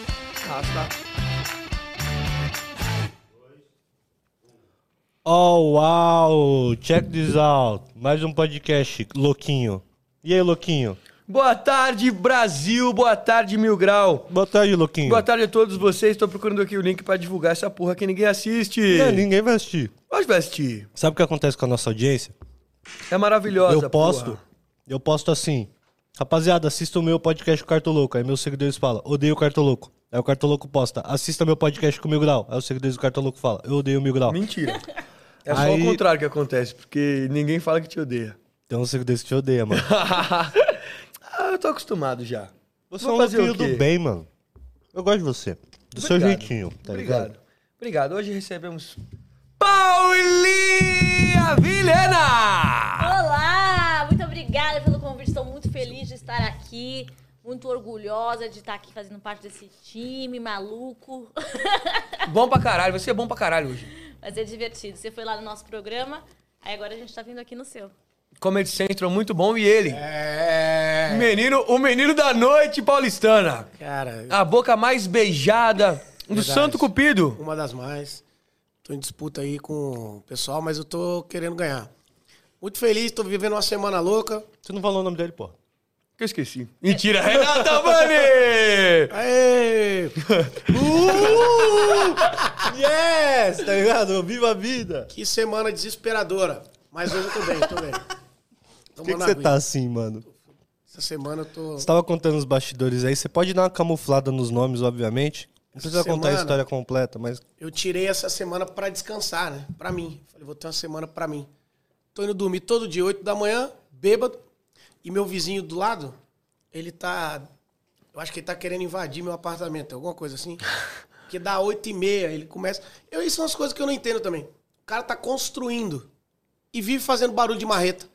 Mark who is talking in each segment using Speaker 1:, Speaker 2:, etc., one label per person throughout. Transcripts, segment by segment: Speaker 1: arrasta.
Speaker 2: Oh, wow! Check this out. Mais um podcast, Louquinho. E aí, Louquinho?
Speaker 1: Boa tarde, Brasil. Boa tarde, Mil Grau.
Speaker 2: Boa tarde, Louquinho.
Speaker 1: Boa tarde a todos vocês. Tô procurando aqui o link pra divulgar essa porra que ninguém assiste.
Speaker 2: É, ninguém vai assistir.
Speaker 1: Pode vestir.
Speaker 2: Sabe o que acontece com a nossa audiência?
Speaker 1: É maravilhosa,
Speaker 2: eu posto,
Speaker 1: porra.
Speaker 2: eu posto assim. Rapaziada, assista o meu podcast com o Cartoloco. Aí meus seguidores falam, odeio o Cartoloco. Aí o Cartoloco posta, assista meu podcast com o Mil Grau. Aí os seguidores do Cartoloco falam, eu odeio o Mil Grau.
Speaker 1: Mentira. É só
Speaker 2: Aí-
Speaker 1: o contrário que acontece, porque ninguém fala que te odeia.
Speaker 2: Tem uns seguidores que te odeiam, mano.
Speaker 1: ah, eu tô acostumado já.
Speaker 2: Você é
Speaker 1: Vou
Speaker 2: um
Speaker 1: fazer o
Speaker 2: louquinho
Speaker 1: quê?
Speaker 2: do bem, mano. Eu gosto de você. Do seu
Speaker 1: Obrigado.
Speaker 2: jeitinho, tá
Speaker 1: Obrigado.
Speaker 2: ligado?
Speaker 1: Obrigado. Hoje recebemos Paulinha Vilhena!
Speaker 3: Olá! Muito obrigada pelo convite. Estou muito feliz de estar aqui. Muito orgulhosa de estar aqui fazendo parte desse time maluco.
Speaker 1: Bom pra caralho, você é bom pra caralho hoje.
Speaker 3: Vai ser é divertido. Você foi lá no nosso programa, aí agora a gente tá vindo aqui no seu.
Speaker 1: Comedy Central, muito bom. E ele?
Speaker 4: É.
Speaker 1: Menino, o menino da noite paulistana.
Speaker 4: Cara,
Speaker 1: A boca mais beijada do
Speaker 4: Verdade.
Speaker 1: Santo Cupido.
Speaker 4: uma das mais. Tô em disputa aí com o pessoal, mas eu tô querendo ganhar. Muito feliz, tô vivendo uma semana louca.
Speaker 2: Você não falou o nome dele, pô.
Speaker 1: Que eu esqueci. Mentira, Renata Mani!
Speaker 4: Aê!
Speaker 1: É,
Speaker 2: Yes, tá ligado? Viva a vida!
Speaker 4: Que semana desesperadora. Mas hoje eu tô bem, tô bem.
Speaker 2: Por que, que
Speaker 4: Tomando
Speaker 2: você
Speaker 4: aguinha.
Speaker 2: tá assim, mano?
Speaker 4: Essa semana eu tô.
Speaker 2: Você tava contando os bastidores aí. Você pode dar uma camuflada nos nomes, obviamente. Não precisa
Speaker 4: Semana.
Speaker 2: contar a história completa, mas
Speaker 4: Eu tirei essa semana pra descansar, né? Pra mim. Falei, vou ter uma semana pra mim. Tô indo dormir todo dia, 8 da manhã, bêbado. E meu vizinho do lado, ele tá. Eu acho que ele tá querendo invadir meu apartamento, alguma coisa assim. Que dá 8 e meia, ele começa. Eu, isso são as coisas que eu não entendo também. O cara tá construindo e vive fazendo barulho de marreta.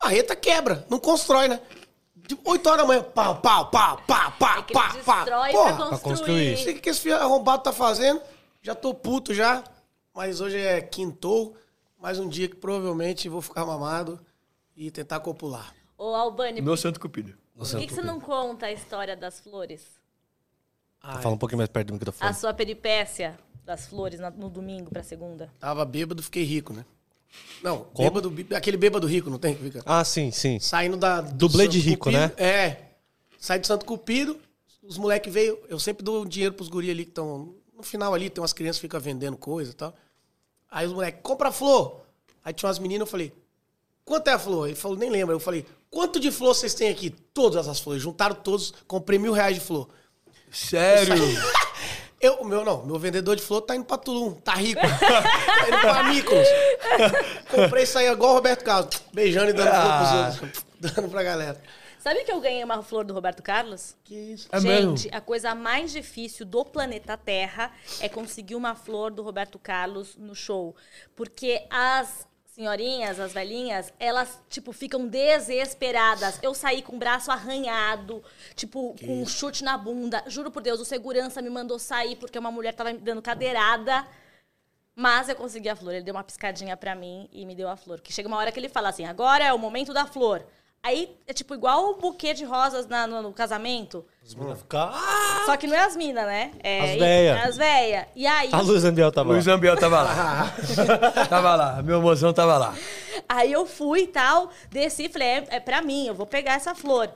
Speaker 4: Marreta quebra, não constrói, né? De 8 horas da manhã, pau, pau, pau, pau, pau,
Speaker 3: É que
Speaker 4: pau,
Speaker 3: ele
Speaker 4: pau.
Speaker 3: destrói
Speaker 4: Porra!
Speaker 3: pra
Speaker 2: pra
Speaker 3: construir.
Speaker 4: Não sei o que que esse filho arrombado tá fazendo. Já tô puto já. Mas hoje é quintou. Mais um dia que provavelmente vou ficar mamado e tentar copular.
Speaker 3: Ô, Albani,
Speaker 1: Meu Santo Cupido.
Speaker 3: por que, que você não conta a história das flores?
Speaker 4: Ah,
Speaker 2: fala
Speaker 4: é.
Speaker 2: um pouquinho mais perto do microfone.
Speaker 3: A sua peripécia das flores na- no domingo pra segunda?
Speaker 4: Tava bêbado, fiquei rico, né? Não, bêbado, bí- aquele bêbado rico, não tem? Fica
Speaker 2: Ah, sim, sim.
Speaker 4: saindo da... do
Speaker 2: Dublê
Speaker 4: Santo
Speaker 2: de rico,
Speaker 4: Cupido.
Speaker 2: né?
Speaker 4: É. Sai do Santo Cupido, os moleques veio. Eu sempre dou dinheiro pros guri ali que estão... No final ali tem umas crianças que ficam vendendo coisa e tal. Aí os moleques, compra flor. Aí tinha umas meninas, eu falei, quanto é a flor? Ele falou, nem lembra. Eu falei, quanto de flor vocês têm aqui? Todas as flores. Juntaram todos, comprei mil reais de flor.
Speaker 1: Sério?
Speaker 4: Eu, o meu não, meu vendedor de flor tá indo pra Tulum, tá rico. tá indo pra Mykonos. Comprei isso aí igual o Roberto Carlos, beijando e dando
Speaker 1: Ah.
Speaker 4: flor pros outros, dando pra galera.
Speaker 3: Sabe que eu ganhei uma flor do Roberto Carlos?
Speaker 4: Que isso?
Speaker 1: É mesmo?
Speaker 3: Gente, a coisa mais difícil do planeta Terra é conseguir uma flor do Roberto Carlos no show. Porque as senhorinhas, as velhinhas, elas, tipo, ficam desesperadas. Eu saí com o braço arranhado, tipo, com um chute na bunda. Juro por Deus, o segurança me mandou sair porque uma mulher tava me dando cadeirada. Mas eu consegui a flor. Ele deu uma piscadinha pra mim e me deu a flor. Que chega uma hora que ele fala assim: agora é o momento da flor. Aí é tipo igual o buquê de rosas na- no- no casamento.
Speaker 2: As
Speaker 4: Ah.
Speaker 2: meninas ficam... "Ah!"
Speaker 3: Só que não é as minas, né? É,
Speaker 2: As
Speaker 3: e-
Speaker 2: véia.
Speaker 3: As véia. E aí,
Speaker 2: A Luiz Ambiel tava lá.
Speaker 1: Luiz Ambiel tava lá. tava lá, meu mozão tava lá.
Speaker 3: aí eu fui e tal, desci e falei, é, é pra mim, eu vou pegar essa flor.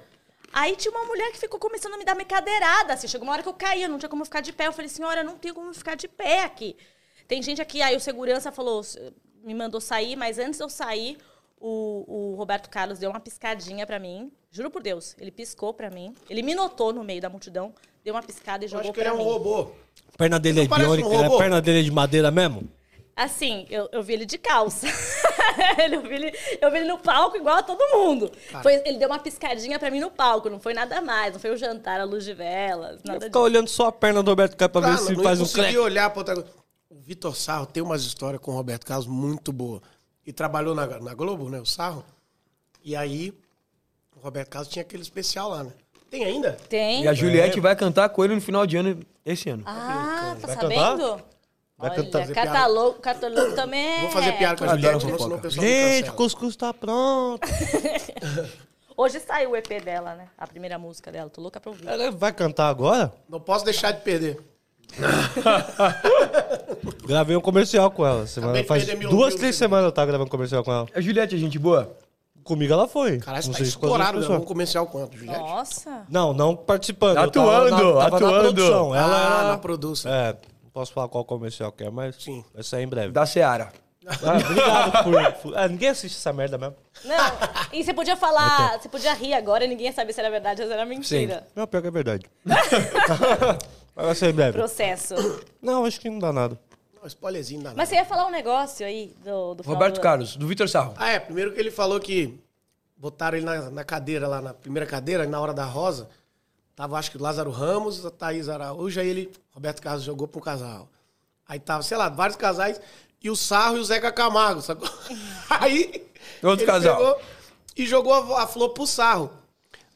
Speaker 3: Aí tinha uma mulher que ficou começando a me dar uma cadeirada, assim, chegou uma hora que eu caí, eu não tinha como ficar de pé. Eu falei, senhora, eu não tenho como ficar de pé aqui. Tem gente aqui, aí o segurança falou, me mandou sair, mas antes de eu sair, o, o Roberto Carlos deu uma piscadinha pra mim. Juro por Deus, ele piscou pra mim. Ele me notou no meio da multidão, deu uma piscada e
Speaker 4: Eu
Speaker 3: jogou
Speaker 4: acho que
Speaker 3: pra
Speaker 4: ele é um
Speaker 3: mim.
Speaker 4: robô.
Speaker 2: A perna dele é
Speaker 4: Não parece um
Speaker 2: biônica, né? a
Speaker 4: robô?
Speaker 2: perna dele é de madeira mesmo?
Speaker 3: Assim, eu, eu vi ele de calça. Ele- eu, vi ele, eu vi ele no palco igual a todo mundo. Foi, ele deu uma piscadinha pra mim no palco, não foi nada mais, não foi o jantar, a luz de velas,
Speaker 2: Vai
Speaker 3: nada
Speaker 2: ficar
Speaker 3: disso.
Speaker 2: olhando só a perna do Roberto Carlos pra
Speaker 4: Cara,
Speaker 2: ver se
Speaker 4: não
Speaker 2: faz um
Speaker 4: consegui
Speaker 2: crack.
Speaker 4: olhar pra outra coisa. O Vitor Sarro tem umas histórias com o Roberto Carlos muito boa. E trabalhou na, na Globo, né? O Sarro. E aí, o Roberto Carlos tinha aquele especial lá, né? Tem ainda?
Speaker 3: Tem?
Speaker 1: E a Juliette vai cantar com ele no final de ano esse ano.
Speaker 3: Ah, tá
Speaker 2: Vai
Speaker 3: sabendo?
Speaker 2: Vai
Speaker 3: Olha,
Speaker 2: cantar, fazer
Speaker 4: piada.
Speaker 3: catalogo, catalogo também.
Speaker 4: Vou fazer piada com
Speaker 1: Eu
Speaker 4: a
Speaker 1: adoro
Speaker 4: Juliette, senão
Speaker 1: fofoca.
Speaker 4: o pessoal me
Speaker 2: Gente, tá o
Speaker 4: cancela.
Speaker 2: cuscuz tá pronto.
Speaker 3: Hoje saiu o EP dela, né? A primeira música dela. Tô louca pra ouvir.
Speaker 2: Ela vai cantar agora?
Speaker 4: Não posso deixar de perder.
Speaker 2: Gravei um comercial com ela. Semana,
Speaker 4: Acabei de
Speaker 2: faz
Speaker 4: perder mil
Speaker 2: duas,
Speaker 4: views,
Speaker 2: três
Speaker 4: hein?
Speaker 2: semanas eu tava gravando um comercial com ela.
Speaker 1: A Juliette é gente boa?
Speaker 2: Comigo ela foi.
Speaker 4: Caralho,
Speaker 2: Não
Speaker 4: você tá
Speaker 2: sei se com as
Speaker 4: estourado,
Speaker 2: outras
Speaker 4: né? Vamos
Speaker 2: pessoas.
Speaker 4: comercial quanto, Juliette?
Speaker 3: Nossa!
Speaker 2: Não, não participando. eu
Speaker 1: Atuando,
Speaker 2: tava na, tava
Speaker 1: atuando.
Speaker 2: Na produção. Ela
Speaker 4: Ah,
Speaker 2: era
Speaker 4: na produção.
Speaker 2: É, não posso falar qual comercial que é, mas
Speaker 4: Sim.
Speaker 2: vai sair em breve.
Speaker 1: Da Seara.
Speaker 2: Ah, obrigado por... por- Ah, ninguém assiste essa merda mesmo.
Speaker 3: Não, e você podia falar, você podia rir agora e ninguém ia saber se era verdade ou se era mentira.
Speaker 2: Não, pior que é verdade. mas vai sair em breve.
Speaker 3: Processo.
Speaker 2: Não, acho que não dá nada.
Speaker 4: Não, spoilerzinho nada.
Speaker 3: Mas você ia falar um negócio aí do, do final
Speaker 1: Roberto
Speaker 3: do ano.
Speaker 1: Carlos, do Vitor Sarro.
Speaker 4: Ah, é. Primeiro que ele falou que botaram ele na, na cadeira lá, na primeira cadeira, na hora da rosa. Tava, acho que o Lázaro Ramos, a Thaís Araújo, aí ele, Roberto Carlos, jogou pro casal. Aí tava, sei lá, vários casais, e o Sarro e o Zeca Camargo, sacou? Aí.
Speaker 1: Outro
Speaker 4: ele
Speaker 1: casal.
Speaker 4: pegou E jogou a, a flor pro Sarro.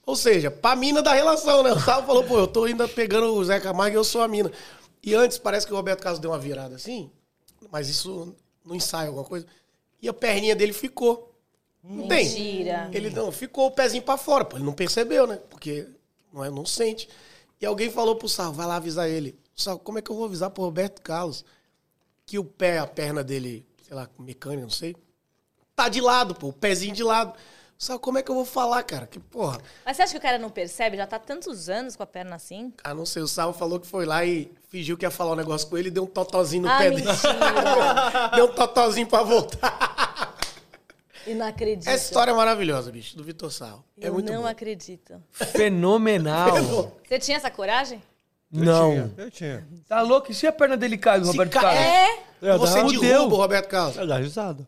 Speaker 4: Ou seja, pra mina da relação, né? O Sarro falou, pô, eu tô ainda pegando o Zeca Camargo e eu sou a mina. E antes, parece que o Roberto Carlos deu uma virada assim, mas isso no ensaio, alguma coisa. E a perninha dele ficou. Não tem.
Speaker 3: Mentira.
Speaker 4: Ele não, ficou o pezinho pra fora, pô. Ele não percebeu, né? Porque não, é, não sente. E alguém falou pro Sarro, vai lá avisar ele. Sarro, como é que eu vou avisar pro Roberto Carlos que o pé, a perna dele, sei lá, mecânica, não sei, tá de lado, pô, o pezinho de lado. Sarro, como é que eu vou falar, cara? Que porra.
Speaker 3: Mas você acha que o cara não percebe? Já tá tantos anos com a perna assim?
Speaker 4: Ah, não sei, o Sarro falou que foi lá e fingiu que ia falar um negócio com ele e deu um totozinho no
Speaker 3: Ah,
Speaker 4: pé
Speaker 3: mentira.
Speaker 4: dele. deu um totozinho pra voltar.
Speaker 3: E não acredito.
Speaker 4: Essa história é maravilhosa, bicho, do Vitor Sarro. É
Speaker 3: Eu
Speaker 4: muito
Speaker 3: não
Speaker 4: bom.
Speaker 3: acredito.
Speaker 1: Fenomenal.
Speaker 3: Você tinha essa coragem?
Speaker 1: Não.
Speaker 2: Eu tinha.
Speaker 1: Tá louco? E se a perna dele cai, do
Speaker 4: Se
Speaker 1: Roberto
Speaker 4: cai-
Speaker 1: Carlos?
Speaker 3: É?
Speaker 2: Eu
Speaker 4: Você
Speaker 2: dava-
Speaker 4: derruba o Roberto Carlos.
Speaker 2: Eu dava risada.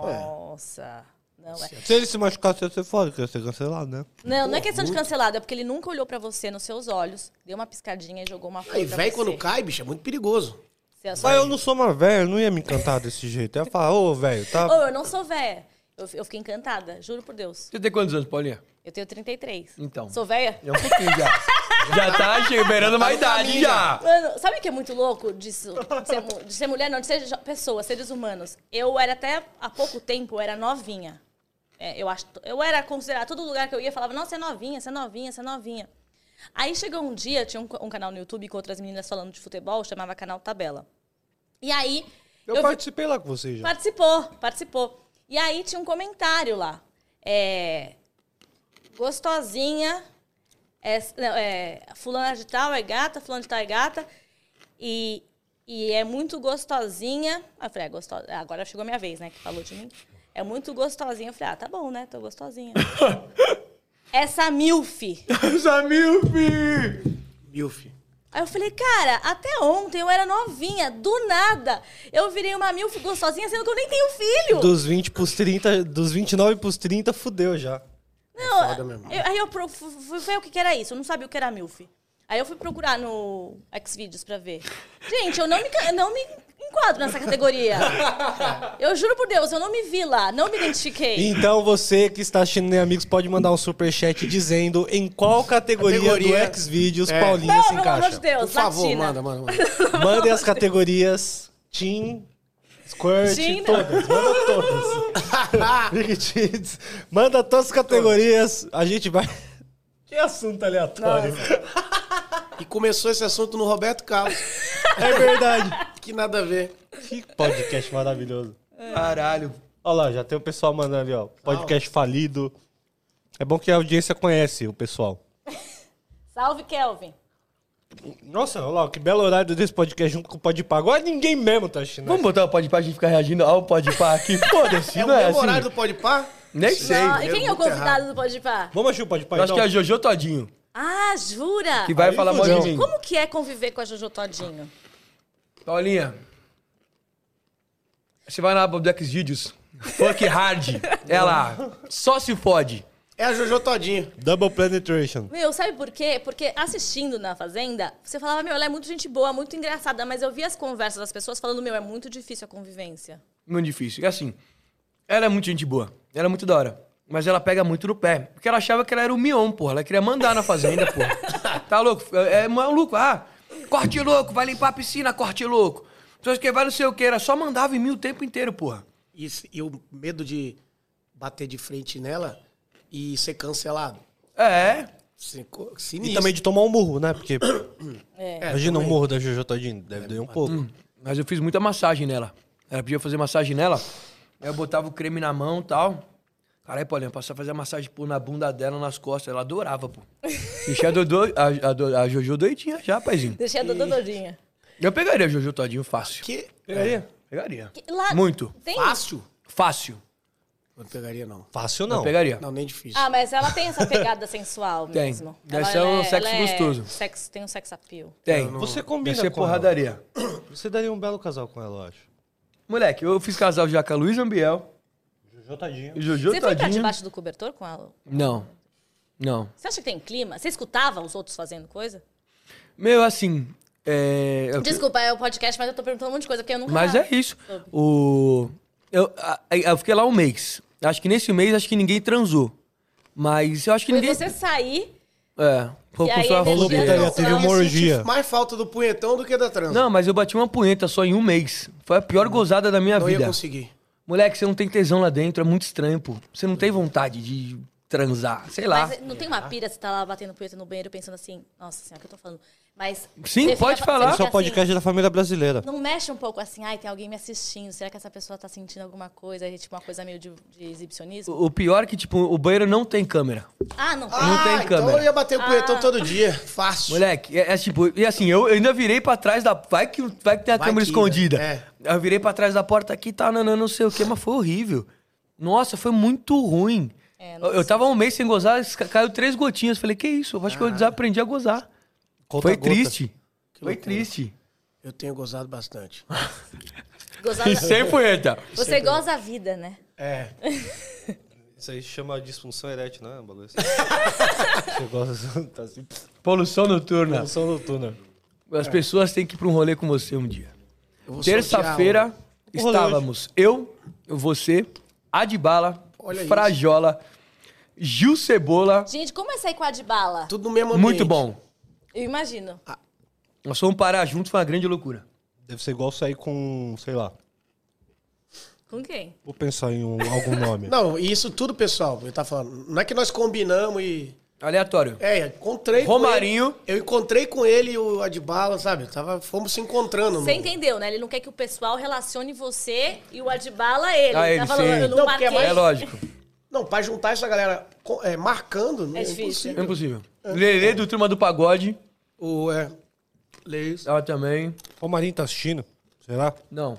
Speaker 3: Nossa. Não, é.
Speaker 2: Se ele se machucasse, ia ser foda, que ia ser cancelado, né?
Speaker 3: não, não é questão de cancelado, é porque ele nunca olhou pra você nos seus olhos, deu uma piscadinha e jogou uma
Speaker 4: Aí,
Speaker 3: flor pra
Speaker 4: velho,
Speaker 3: você.
Speaker 4: quando cai, bicho, é muito perigoso.
Speaker 3: Você é só-
Speaker 2: Mas eu não sou uma velha, eu não ia me encantar desse jeito. Eu ia falar, ô, velho, tá...
Speaker 3: Ô, eu não sou véia. Eu, eu fiquei encantada, juro por Deus.
Speaker 1: Você tem quantos anos, Paulinha?
Speaker 3: Eu tenho 33.
Speaker 1: Então.
Speaker 3: Sou véia?
Speaker 1: É um pouquinho já. já tá che- beirando uma idade já.
Speaker 3: Mano, sabe o que é muito louco disso? De ser, mu- de ser mulher, não, de ser jo- pessoa, seres humanos. Eu era até há pouco tempo, eu era novinha. É, eu, acho, eu era considerada, todo lugar que eu ia, falava, nossa, você é novinha, você é novinha, você é novinha. Aí chegou um dia, tinha um, ca- um canal no YouTube com outras meninas falando de futebol, chamava Canal Tabela. E aí.
Speaker 2: Eu,
Speaker 3: vi-
Speaker 2: participei lá com você já.
Speaker 3: Participou, participou. E aí tinha um comentário lá. É, gostosinha, é, não, é, fulana de tal é gata, fulana de tal é gata, e, e é muito gostosinha. Aí eu falei, é gostosa. Agora chegou a minha vez, né, que falou de mim. É muito gostosinha. Eu falei, ah, tá bom, né, tô gostosinha. Essa milf.
Speaker 1: Samil, fi!
Speaker 4: Milf.
Speaker 3: Aí eu falei, cara, até ontem eu era novinha, do nada. Eu virei uma milf gostosinha, sendo que eu nem tenho filho.
Speaker 2: Dos 20 pros 30, dos 29 pros 30, fudeu já.
Speaker 3: Não,
Speaker 4: É foda mesmo.
Speaker 3: eu- aí eu pro- fu- fui ver o que que era isso. Eu não sabia o que era MILF. Aí eu fui procurar no Xvideos pra ver. Gente, eu não me, ca- não me enquadro nessa categoria. Eu juro por Deus, eu não me vi lá, não me identifiquei.
Speaker 2: Então você que está assistindo Nem Amigos pode mandar um superchat dizendo em qual categoria,
Speaker 4: Categoria.
Speaker 2: do Xvideos
Speaker 4: É.
Speaker 2: Paulinha
Speaker 3: Não,
Speaker 2: se
Speaker 3: pelo amor de
Speaker 2: encaixa.
Speaker 3: Deus,
Speaker 4: Por favor,
Speaker 3: latina.
Speaker 4: manda, manda, manda.
Speaker 2: Mandem as categorias Team, Squirt,
Speaker 3: Teen, não.
Speaker 2: todas. Manda todas. Big Teens. Manda todas as categorias. A gente vai... Que assunto aleatório.
Speaker 4: E começou esse assunto no Roberto Carlos.
Speaker 2: É verdade.
Speaker 4: Que nada a ver.
Speaker 2: que podcast maravilhoso.
Speaker 1: Caralho.
Speaker 2: Olha lá, já tem o pessoal mandando ali, ó. Podcast falido. É bom que a audiência conhece o pessoal.
Speaker 3: Salve, Kelvin.
Speaker 2: Nossa, olha lá, que belo horário desse podcast junto com o Pode Pagar. Agora ninguém mesmo tá assistindo.
Speaker 1: Vamos botar o podpar pra gente ficar reagindo ao podpar aqui? Foda-se,
Speaker 4: É
Speaker 1: não
Speaker 4: o
Speaker 1: é
Speaker 4: mesmo
Speaker 1: assim?
Speaker 4: horário do Pode Par?
Speaker 1: Nem sei.
Speaker 3: Ah, e quem é o
Speaker 4: muito
Speaker 3: convidado
Speaker 4: errado.
Speaker 3: do Podpah?
Speaker 2: Vamos achar o Pode Pagar. então?
Speaker 1: Eu acho que é a Jojo Todinho,
Speaker 3: Ah, jura?
Speaker 1: que vai
Speaker 2: Aí
Speaker 1: falar mal de
Speaker 2: fudeu.
Speaker 1: mim.
Speaker 3: Como que é conviver com a Jojo Todinho?
Speaker 1: Paulinha, você vai na aba do Xvideos, fuck hard, ela só se fode.
Speaker 4: É a Jojo Todinho.
Speaker 2: Double Penetration.
Speaker 3: Meu, sabe por quê? Porque assistindo na Fazenda, você falava, meu, ela é muito gente boa, muito engraçada, mas eu via as conversas das pessoas falando, meu, é muito difícil a convivência.
Speaker 1: Muito difícil. E assim, ela é muito gente boa, ela é muito da hora, mas ela pega muito no pé, porque ela achava que ela era o Mion, porra, ela queria mandar na fazenda, porra. Tá louco? É é maluco, ah, corte louco, vai limpar a piscina, corte louco. Pessoas que vai não sei o que, era só mandava em mim o tempo inteiro, porra.
Speaker 4: E, se- e o medo de bater de frente nela e ser cancelado.
Speaker 1: É.
Speaker 4: Sin-
Speaker 2: E
Speaker 4: Sinistro.
Speaker 2: também de tomar um murro, né? Porque
Speaker 3: É.
Speaker 4: É,
Speaker 2: imagina um
Speaker 4: também.
Speaker 2: murro da Jojo Todinho, deve doer um
Speaker 1: É,
Speaker 2: pouco.
Speaker 1: hum. Mas eu fiz muita massagem nela. Ela podia fazer massagem nela. Aí eu botava o creme na mão e tal. Caralho, Paulinho, eu passava a fazer a massagem pô, na bunda dela, nas costas. Ela adorava, pô. Deixei a, Dodô, a, a Do- a Jojo doidinha já, paizinho.
Speaker 3: Deixei a Dodô doidinha.
Speaker 1: Eu pegaria a Jojo todinho fácil.
Speaker 4: Que
Speaker 1: Pegaria? Pegaria.
Speaker 3: Que- lá-
Speaker 1: Muito.
Speaker 3: Tem?
Speaker 4: fácil.
Speaker 1: Fácil.
Speaker 4: Não pegaria, não.
Speaker 2: Fácil não.
Speaker 1: Pegaria.
Speaker 4: Não, nem difícil.
Speaker 3: Ah, mas ela tem essa pegada sensual
Speaker 1: Tem.
Speaker 3: mesmo.
Speaker 1: Deve
Speaker 3: Ela-
Speaker 1: ser um
Speaker 3: ela
Speaker 1: sexo
Speaker 3: ela
Speaker 1: gostoso.
Speaker 3: sexo- tem um sex appeal.
Speaker 1: Tem.
Speaker 2: Você
Speaker 1: Ia
Speaker 2: combina
Speaker 1: ser
Speaker 2: com ela.
Speaker 1: porradaria.
Speaker 2: Você daria um belo casal com ela, eu acho.
Speaker 1: Moleque, eu fiz casal já com a Luiz Ambiel
Speaker 2: Jojo Todinho.
Speaker 1: e Jojo
Speaker 3: Você foi pra
Speaker 1: Todinho.
Speaker 3: debaixo do cobertor com ela?
Speaker 1: Não. Não.
Speaker 3: Você acha que tem clima? Você escutava os outros fazendo coisa?
Speaker 1: Meu, assim. É... eu-
Speaker 3: Desculpa, é o podcast, mas eu tô perguntando um monte de coisa, porque eu nunca...
Speaker 1: Mas é isso. O... Eu, a- a- eu fiquei lá um mês. Acho que nesse mês, acho que ninguém transou. Mas eu acho que
Speaker 3: Foi
Speaker 1: ninguém.
Speaker 3: você sair...
Speaker 1: É,
Speaker 3: E
Speaker 1: foi
Speaker 3: aí
Speaker 1: só a
Speaker 3: ele
Speaker 1: rolar
Speaker 3: já-
Speaker 1: putaria.
Speaker 2: Putaria, teve uma orgia.
Speaker 4: Mais falta do punhetão do que da transa.
Speaker 1: Não, mas eu bati uma punheta só em um mês. Foi a pior gozada da minha
Speaker 4: não Então ia
Speaker 1: é vida.
Speaker 4: conseguir.
Speaker 1: Moleque, você não tem tesão lá dentro, é muito estranho, pô. Você não tem vontade de transar, sei lá.
Speaker 3: Mas não tem uma pira, você tá lá batendo punheta no banheiro pensando assim, nossa senhora, o que eu tô falando? Mas.
Speaker 1: Sim,
Speaker 3: você
Speaker 1: pode
Speaker 3: fica-
Speaker 1: falar.
Speaker 3: você
Speaker 2: Esse é
Speaker 3: fica
Speaker 2: o podcast da família brasileira.
Speaker 3: assim, Não mexe um pouco assim, ai, tem alguém me assistindo, será que essa pessoa tá sentindo alguma coisa? Aí, tipo, uma coisa meio de, de exibicionismo?
Speaker 1: O o pior é que, tipo, o banheiro não tem câmera.
Speaker 3: Ah, não.
Speaker 4: Ah,
Speaker 1: tem
Speaker 4: então
Speaker 1: câmera.
Speaker 4: eu ia bater o punhetão
Speaker 3: Ah.
Speaker 4: todo dia. Fácil.
Speaker 1: Moleque, é, é tipo, e assim, eu ainda virei pra trás da. Vai que, vai que tem a
Speaker 4: Vai
Speaker 1: câmera
Speaker 4: que,
Speaker 1: escondida.
Speaker 4: né?
Speaker 1: Eu virei pra trás da porta aqui, tá, não, não, não sei o que, mas foi horrível. Nossa, foi muito ruim.
Speaker 3: É,
Speaker 1: eu, eu tava um mês sem gozar, esca- caiu três gotinhas. Falei, que isso? Eu acho
Speaker 4: Ah.
Speaker 1: que eu desaprendi a gozar.
Speaker 2: Conta
Speaker 1: foi
Speaker 2: gota.
Speaker 1: triste. Foi
Speaker 4: loucura.
Speaker 1: triste.
Speaker 4: Eu tenho gozado bastante.
Speaker 3: Ah, Gozar
Speaker 1: E
Speaker 3: da-
Speaker 1: sem punheta.
Speaker 3: Você goza a vida, né?
Speaker 4: É.
Speaker 2: Isso aí chama disfunção erétil, né? Você gosta tá assim,
Speaker 1: Poluição noturna.
Speaker 2: função noturna.
Speaker 1: As pessoas têm que ir pra um rolê com você um dia.
Speaker 4: eu vou
Speaker 1: Terça-feira
Speaker 2: um. O rolê
Speaker 1: estávamos eu, você, Adibala,
Speaker 4: Olha isso.
Speaker 1: Frajola, Gil Cebola.
Speaker 3: Gente, como é sair com a de bala?
Speaker 4: sortear um- Tudo no mesmo ambiente.
Speaker 1: Muito bom.
Speaker 3: Eu imagino.
Speaker 1: Nós fomos parar juntos, foi uma grande loucura.
Speaker 2: Deve ser igual sair com, sei lá.
Speaker 3: Com quem?
Speaker 2: Vou pensar em um- algum nome.
Speaker 4: Não, e isso tudo, pessoal, eu tava falando. Não é que nós combinamos e.
Speaker 1: Aleatório.
Speaker 4: É, encontrei
Speaker 1: Romarinho.
Speaker 4: com ele. Eu encontrei com ele e o Adbala, sabe? Tava, fomos se encontrando.
Speaker 3: Você
Speaker 4: no...
Speaker 3: entendeu, né? Ele não quer que o pessoal relacione você e o Adibala a ele.
Speaker 1: Ah,
Speaker 3: tá
Speaker 1: ele,
Speaker 3: falando,
Speaker 1: sim.
Speaker 3: eu não,
Speaker 4: Não, porque
Speaker 3: marquei.
Speaker 4: é mais-
Speaker 1: É lógico.
Speaker 4: Não, pra juntar essa galera co- é, marcando. né?
Speaker 3: É difícil.
Speaker 1: É
Speaker 4: impossível.
Speaker 1: impossível. Lelê do Turma do Pagode.
Speaker 4: O, é. Lê isso.
Speaker 1: Ela também.
Speaker 2: Ó, O Marinho tá assistindo? Será?
Speaker 1: Não.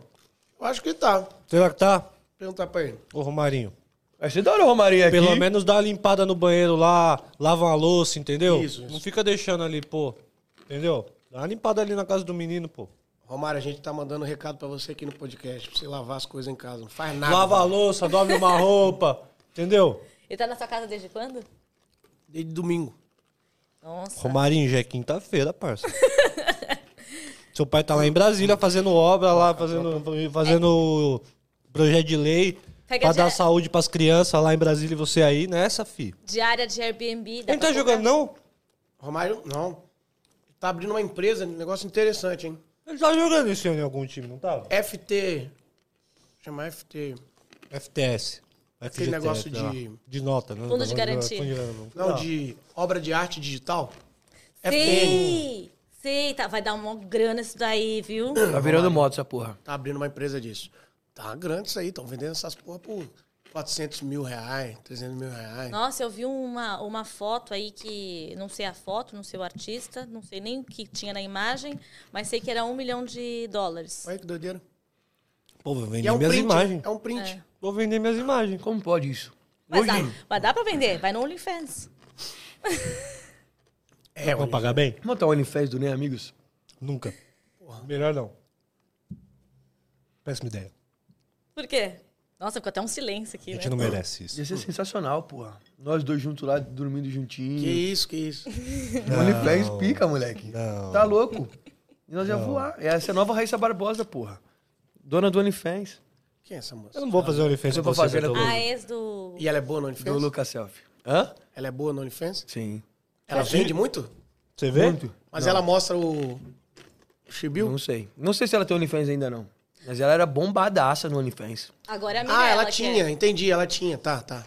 Speaker 4: Eu acho que tá.
Speaker 2: Será que tá?
Speaker 4: Perguntar pra ele.
Speaker 2: Ô, Romarinho.
Speaker 1: Vai ser da hora o Romarinho aqui.
Speaker 2: Pelo menos dá uma limpada no banheiro lá, lava uma louça, entendeu?
Speaker 4: Isso, isso.
Speaker 2: Não fica deixando ali, pô. Entendeu? Dá uma limpada ali na casa do menino, pô.
Speaker 4: Romário, a gente tá mandando um recado pra você aqui no podcast, pra você lavar as coisas em casa. Não faz nada.
Speaker 2: Lava a louça, dobra uma roupa, entendeu?
Speaker 3: Ele tá na sua casa desde quando?
Speaker 4: Desde domingo.
Speaker 3: Nossa.
Speaker 2: Romarinho, já é quinta-feira, parça. Seu pai tá lá em Brasília fazendo obra lá, fazendo,
Speaker 4: É.
Speaker 2: fazendo projeto de lei
Speaker 3: Pega
Speaker 2: pra
Speaker 3: de-
Speaker 2: dar saúde pras crianças lá em Brasília e você aí nessa, fi.
Speaker 3: Diária de Airbnb. dá
Speaker 2: Ele não tá
Speaker 3: pra
Speaker 2: jogando, não?
Speaker 4: Romário, não. Tá abrindo uma empresa, um negócio interessante, hein?
Speaker 2: Ele tá jogando esse ano em algum time, não tava?
Speaker 4: FT. Chama FT.
Speaker 2: FTS. FGTS,
Speaker 4: negócio
Speaker 2: sei lá.
Speaker 4: de-
Speaker 2: De nota, né?
Speaker 3: Fundo de garantia.
Speaker 4: Não, de obra de arte digital. É FTN.
Speaker 3: Sei, sei, tá, vai dar uma grana isso daí, viu?
Speaker 1: Tá virando moto essa porra.
Speaker 4: Tá abrindo uma empresa disso. Tá grande isso aí. Estão vendendo essas porra por 400 mil reais, 300 mil reais.
Speaker 3: Nossa, eu vi uma, uma foto aí que, não sei a foto, não sei o artista, não sei nem o que tinha na imagem, mas sei que era um milhão de dólares.
Speaker 4: Olha que doideira.
Speaker 2: Pô, vou
Speaker 4: E
Speaker 2: vender
Speaker 4: é um
Speaker 2: minhas
Speaker 4: print.
Speaker 2: imagens.
Speaker 4: É um print.
Speaker 2: Vou vender minhas imagens.
Speaker 1: Como pode isso?
Speaker 3: Mas
Speaker 1: Hoje,
Speaker 3: dá, mas dá pra vender, vai no OnlyFans.
Speaker 4: É,
Speaker 2: Vão
Speaker 4: olha.
Speaker 2: pagar bem?
Speaker 1: montar o OnlyFans um do Nem Amigos.
Speaker 2: Nunca. Melhor não. Péssima ideia.
Speaker 3: Por quê? Nossa, ficou até um silêncio aqui,
Speaker 2: A
Speaker 3: né?
Speaker 2: gente não
Speaker 4: É.
Speaker 2: merece isso.
Speaker 1: Ia ser sensacional, porra. Nós dois juntos lá, dormindo juntinho.
Speaker 4: Que
Speaker 2: Hum.
Speaker 4: isso, que isso.
Speaker 1: OnlyFans pica, moleque.
Speaker 2: Não.
Speaker 1: Tá louco. E nós ia voar. Essa é a nova Raíssa Barbosa, porra. Dona do OnlyFans.
Speaker 4: Quem é essa
Speaker 2: Eu
Speaker 4: moça?
Speaker 2: não vou fazer OnlyFans
Speaker 1: Eu vou
Speaker 2: com você,
Speaker 1: fazer, né?
Speaker 2: Bertolucci.
Speaker 3: A ex do...
Speaker 4: E ela é boa no
Speaker 1: Do
Speaker 4: OnlyFans?
Speaker 1: Lucas Selfie. Hã?
Speaker 4: Ela é boa no OnlyFans?
Speaker 1: Sim.
Speaker 4: Ela vende muito?
Speaker 2: Você vê?
Speaker 1: Muito.
Speaker 4: Mas ela mostra o. o Chibiu?
Speaker 1: Não sei. Não sei se ela tem OnlyFans ainda, não. Mas ela era bombadaça no OnlyFans.
Speaker 3: Agora é a Mirella.
Speaker 4: Ah, ela
Speaker 3: que é-
Speaker 4: tinha, entendi, ela tinha, tá, tá.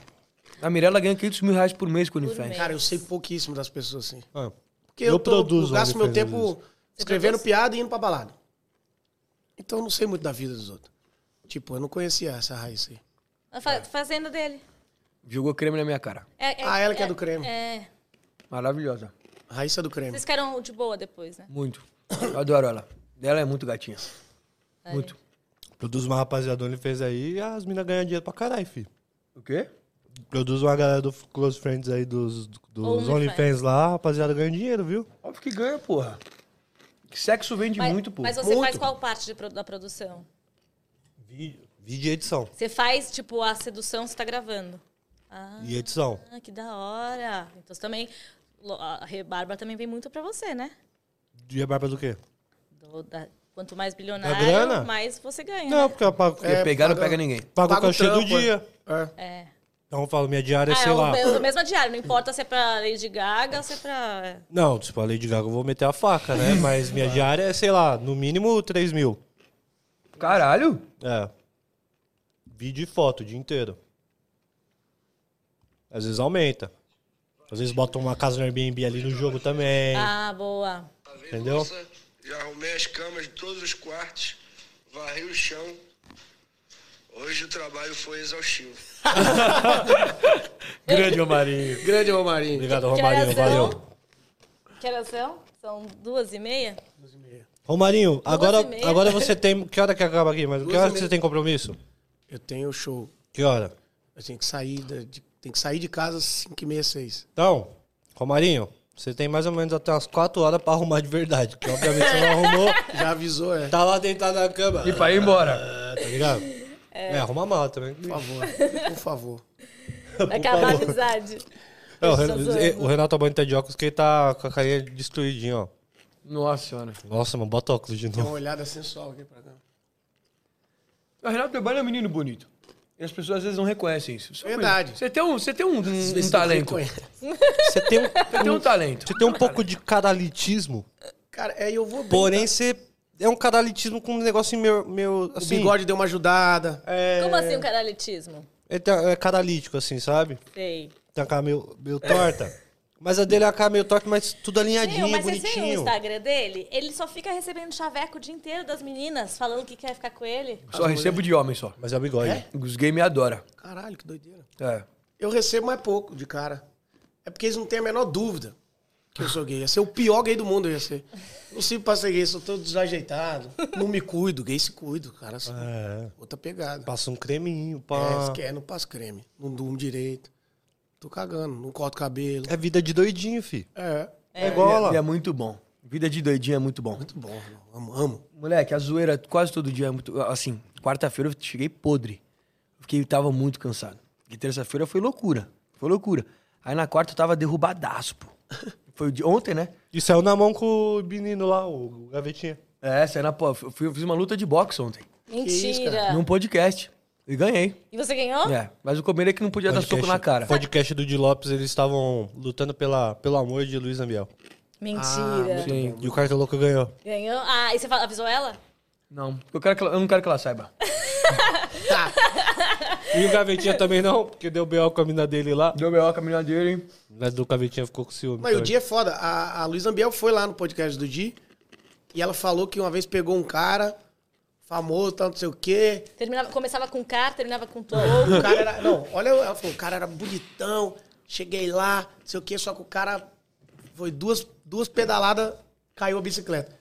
Speaker 1: A Mirella ganha 500 mil reais por mês com o Unifest.
Speaker 3: mês.
Speaker 4: É, Cara, eu sei pouquíssimo das pessoas assim.
Speaker 2: Ah,
Speaker 4: Porque eu, tô, eu
Speaker 2: um
Speaker 4: gasto meu
Speaker 2: OnlyFans, às
Speaker 4: tempo
Speaker 2: vezes.
Speaker 4: escrevendo
Speaker 3: produz?
Speaker 4: piada e indo pra balada. Então eu não sei muito da vida dos outros. Tipo, eu não conhecia essa raiz aí.
Speaker 3: A fa- fazenda dele.
Speaker 1: Jogou creme na minha cara.
Speaker 3: É- é-
Speaker 4: Ah, ela que é do creme.
Speaker 3: É.
Speaker 1: Maravilhosa.
Speaker 4: A raiz é do creme.
Speaker 3: Vocês ficaram de boa depois, né?
Speaker 1: Muito. Eu adoro ela. Ela é muito gatinha.
Speaker 3: É.
Speaker 1: Muito.
Speaker 2: Produz uma rapaziada do OnlyFans aí e as minas ganham dinheiro pra caralho, filho.
Speaker 1: O quê?
Speaker 2: Produz uma galera do Close Friends aí dos, dos
Speaker 3: OnlyFans.
Speaker 2: OnlyFans lá, a rapaziada ganha dinheiro, viu?
Speaker 1: Óbvio que ganha, porra. Sexo vende
Speaker 3: Mas-
Speaker 1: muito, porra.
Speaker 3: Mas você
Speaker 4: Muito.
Speaker 3: faz qual parte de pro- da produção?
Speaker 2: Vídeo, vídeo e edição.
Speaker 3: Você faz, tipo, a sedução você tá gravando.
Speaker 2: E edição.
Speaker 3: Ah, que da hora. Então você também. lo- A Rebárba também vem muito pra você, né?
Speaker 2: E a barba do quê?
Speaker 3: Do- da- quanto mais bilionário,
Speaker 2: É grana?
Speaker 3: mais você ganha.
Speaker 2: Não,
Speaker 3: né?
Speaker 2: porque ela paga,
Speaker 1: Porque
Speaker 4: É,
Speaker 1: pegar não
Speaker 4: paga-
Speaker 1: pega ninguém.
Speaker 2: paga o
Speaker 4: Paga o
Speaker 2: cachê do
Speaker 4: trampo,
Speaker 2: dia.
Speaker 4: É.
Speaker 3: É.
Speaker 2: Então eu falo, minha diária é,
Speaker 3: Ah,
Speaker 2: sei
Speaker 3: é o,
Speaker 2: lá.
Speaker 3: mesmo mesma diária. Não importa se é pra Lady Gaga ou se é pra.
Speaker 2: Não, tipo, a Lady Gaga eu vou meter a faca, né? Mas minha diária é, sei lá, no mínimo 3 mil.
Speaker 1: Caralho!
Speaker 2: É. Vídeo e foto o dia inteiro. Às vezes aumenta. Às vezes botam uma casa no Airbnb ali no jogo também.
Speaker 3: Ah, boa.
Speaker 2: Entendeu?
Speaker 5: Nossa, já arrumei as camas de todos os quartos, varri o chão. Hoje o trabalho foi exaustivo.
Speaker 2: Grande Romarinho.
Speaker 4: Grande Romarinho.
Speaker 2: Obrigado,
Speaker 3: Que
Speaker 2: Romarinho.
Speaker 3: horas
Speaker 2: Valeu.
Speaker 3: são? Que horas são? São duas e meia?
Speaker 2: Romarinho, agora,
Speaker 3: e meia.
Speaker 2: agora você tem. Que hora que acaba aqui? Mas que
Speaker 4: Duas
Speaker 2: hora
Speaker 4: e
Speaker 2: que
Speaker 4: meia.
Speaker 2: você tem compromisso?
Speaker 4: Eu tenho show.
Speaker 2: Que hora?
Speaker 4: Eu tenho que sair da- de, tenho que sair de casa às 5 e meia, 6.
Speaker 2: Então, Romarinho, você tem mais ou menos até umas 4 horas pra arrumar de verdade. Que obviamente você não arrumou.
Speaker 4: Já avisou, é.
Speaker 2: Tá lá deitado na cama.
Speaker 1: E pra ir embora.
Speaker 2: É, tá ligado? É, arruma a mala também.
Speaker 4: Por favor, por favor.
Speaker 2: Tá
Speaker 3: Vai acabar a amizade.
Speaker 2: É, o,
Speaker 3: Tá
Speaker 2: Ren-
Speaker 3: zoando.
Speaker 2: é, o Renato Abani tá de óculos que ele tá com a carinha destruidinha, ó.
Speaker 1: Nossa senhora.
Speaker 2: Nossa, mano, bota óculos de
Speaker 4: Dá uma
Speaker 2: novo.
Speaker 4: olhada sensual aqui pra cá.
Speaker 1: O Renato Debalho é um menino bonito. E as pessoas às vezes não reconhecem isso. Isso é uma
Speaker 4: Verdade.
Speaker 1: coisa. Você tem um, você tem um, um- um talento.
Speaker 2: Você tem um,
Speaker 1: Você tem um talento.
Speaker 2: você tem um pouco de caralitismo,
Speaker 4: Cara, é, eu vou bem,
Speaker 2: porém
Speaker 4: tá?
Speaker 2: você é um caralitismo com um negócio meu, meu
Speaker 4: O
Speaker 2: assim, é,
Speaker 4: bigode deu uma ajudada.
Speaker 3: Como assim o caralitismo?
Speaker 2: ele tem- é caralítico assim, sabe?
Speaker 3: Sei.
Speaker 2: Tem a cara meio, meio torta. Mas a dele é a cara meio torta, mas tudo alinhadinho,
Speaker 3: Meu, mas um vocês veem o
Speaker 2: bonitinho.
Speaker 3: Instagram dele? Ele só fica recebendo chaveco o dia inteiro das meninas, falando que quer ficar com ele.
Speaker 2: um
Speaker 1: Só recebo de homem só.
Speaker 2: Mas é o bigode.
Speaker 4: É?
Speaker 1: Os gays me adoram.
Speaker 4: Caralho, que doideira.
Speaker 1: É.
Speaker 4: Eu recebo mais pouco de cara. É porque eles não têm a menor dúvida que eu sou gay. Ia ser o pior gay do mundo, eu ia ser. Não sirvo pra ser gay, sou todo desajeitado. Não me cuido, gay se cuido, cara. assim,
Speaker 2: É.
Speaker 4: Outra pegada.
Speaker 2: Passa um creminho,
Speaker 4: É,
Speaker 2: pá.
Speaker 4: esquece, não passo creme. Não durmo direito. Tô cagando, não corto cabelo.
Speaker 2: É, vida de doidinho, fi.
Speaker 4: É,
Speaker 2: É, igual
Speaker 1: E é
Speaker 2: lá.
Speaker 1: muito bom. Vida de doidinha é muito bom.
Speaker 4: muito bom. irmão. Amo, amo.
Speaker 1: Moleque, a zoeira quase todo dia é muito. Assim, quarta-feira eu cheguei podre. Fiquei, tava muito cansado. E terça-feira foi loucura. Foi loucura. Aí na quarta eu tava derrubadaço, pô. Foi o de ontem, né?
Speaker 2: E saiu na mão com o menino lá, o gavetinha.
Speaker 1: É, saí na. pô, Eu fui- eu fiz uma luta de boxe ontem.
Speaker 4: isso,
Speaker 3: Mentira.
Speaker 1: Num podcast. E ganhei.
Speaker 3: E você ganhou?
Speaker 1: É. Mas o combinei que não podia dar soco na cara.
Speaker 2: O podcast do Di Lopes, eles estavam lutando pela, pelo amor de Luiz Amiel.
Speaker 3: Mentira.
Speaker 1: Sim.
Speaker 2: E o Carta Louco ganhou.
Speaker 3: ganhou? Ah, e você fala- avisou ela?
Speaker 1: Não. Eu, quero que ela- eu não quero que ela saiba.
Speaker 4: Tá.
Speaker 2: E o Gavetinha também não, porque deu B.O. com a mina dele lá.
Speaker 1: Deu B.O. com a menina dele, hein?
Speaker 2: Mas do Gavetinha ficou com ciúme.
Speaker 4: Mas o
Speaker 2: também.
Speaker 4: Di é foda. A, a Luísa Ambiel foi lá no podcast do Di e ela falou que uma vez pegou um cara famoso, tal, não sei o quê.
Speaker 3: Terminava, começava com K, terminava com Tou.
Speaker 4: O cara era. Não, olha, ela falou, o cara era bonitão. Cheguei lá, não sei o quê, só que o cara foi duas, duas pedaladas, caiu a bicicleta.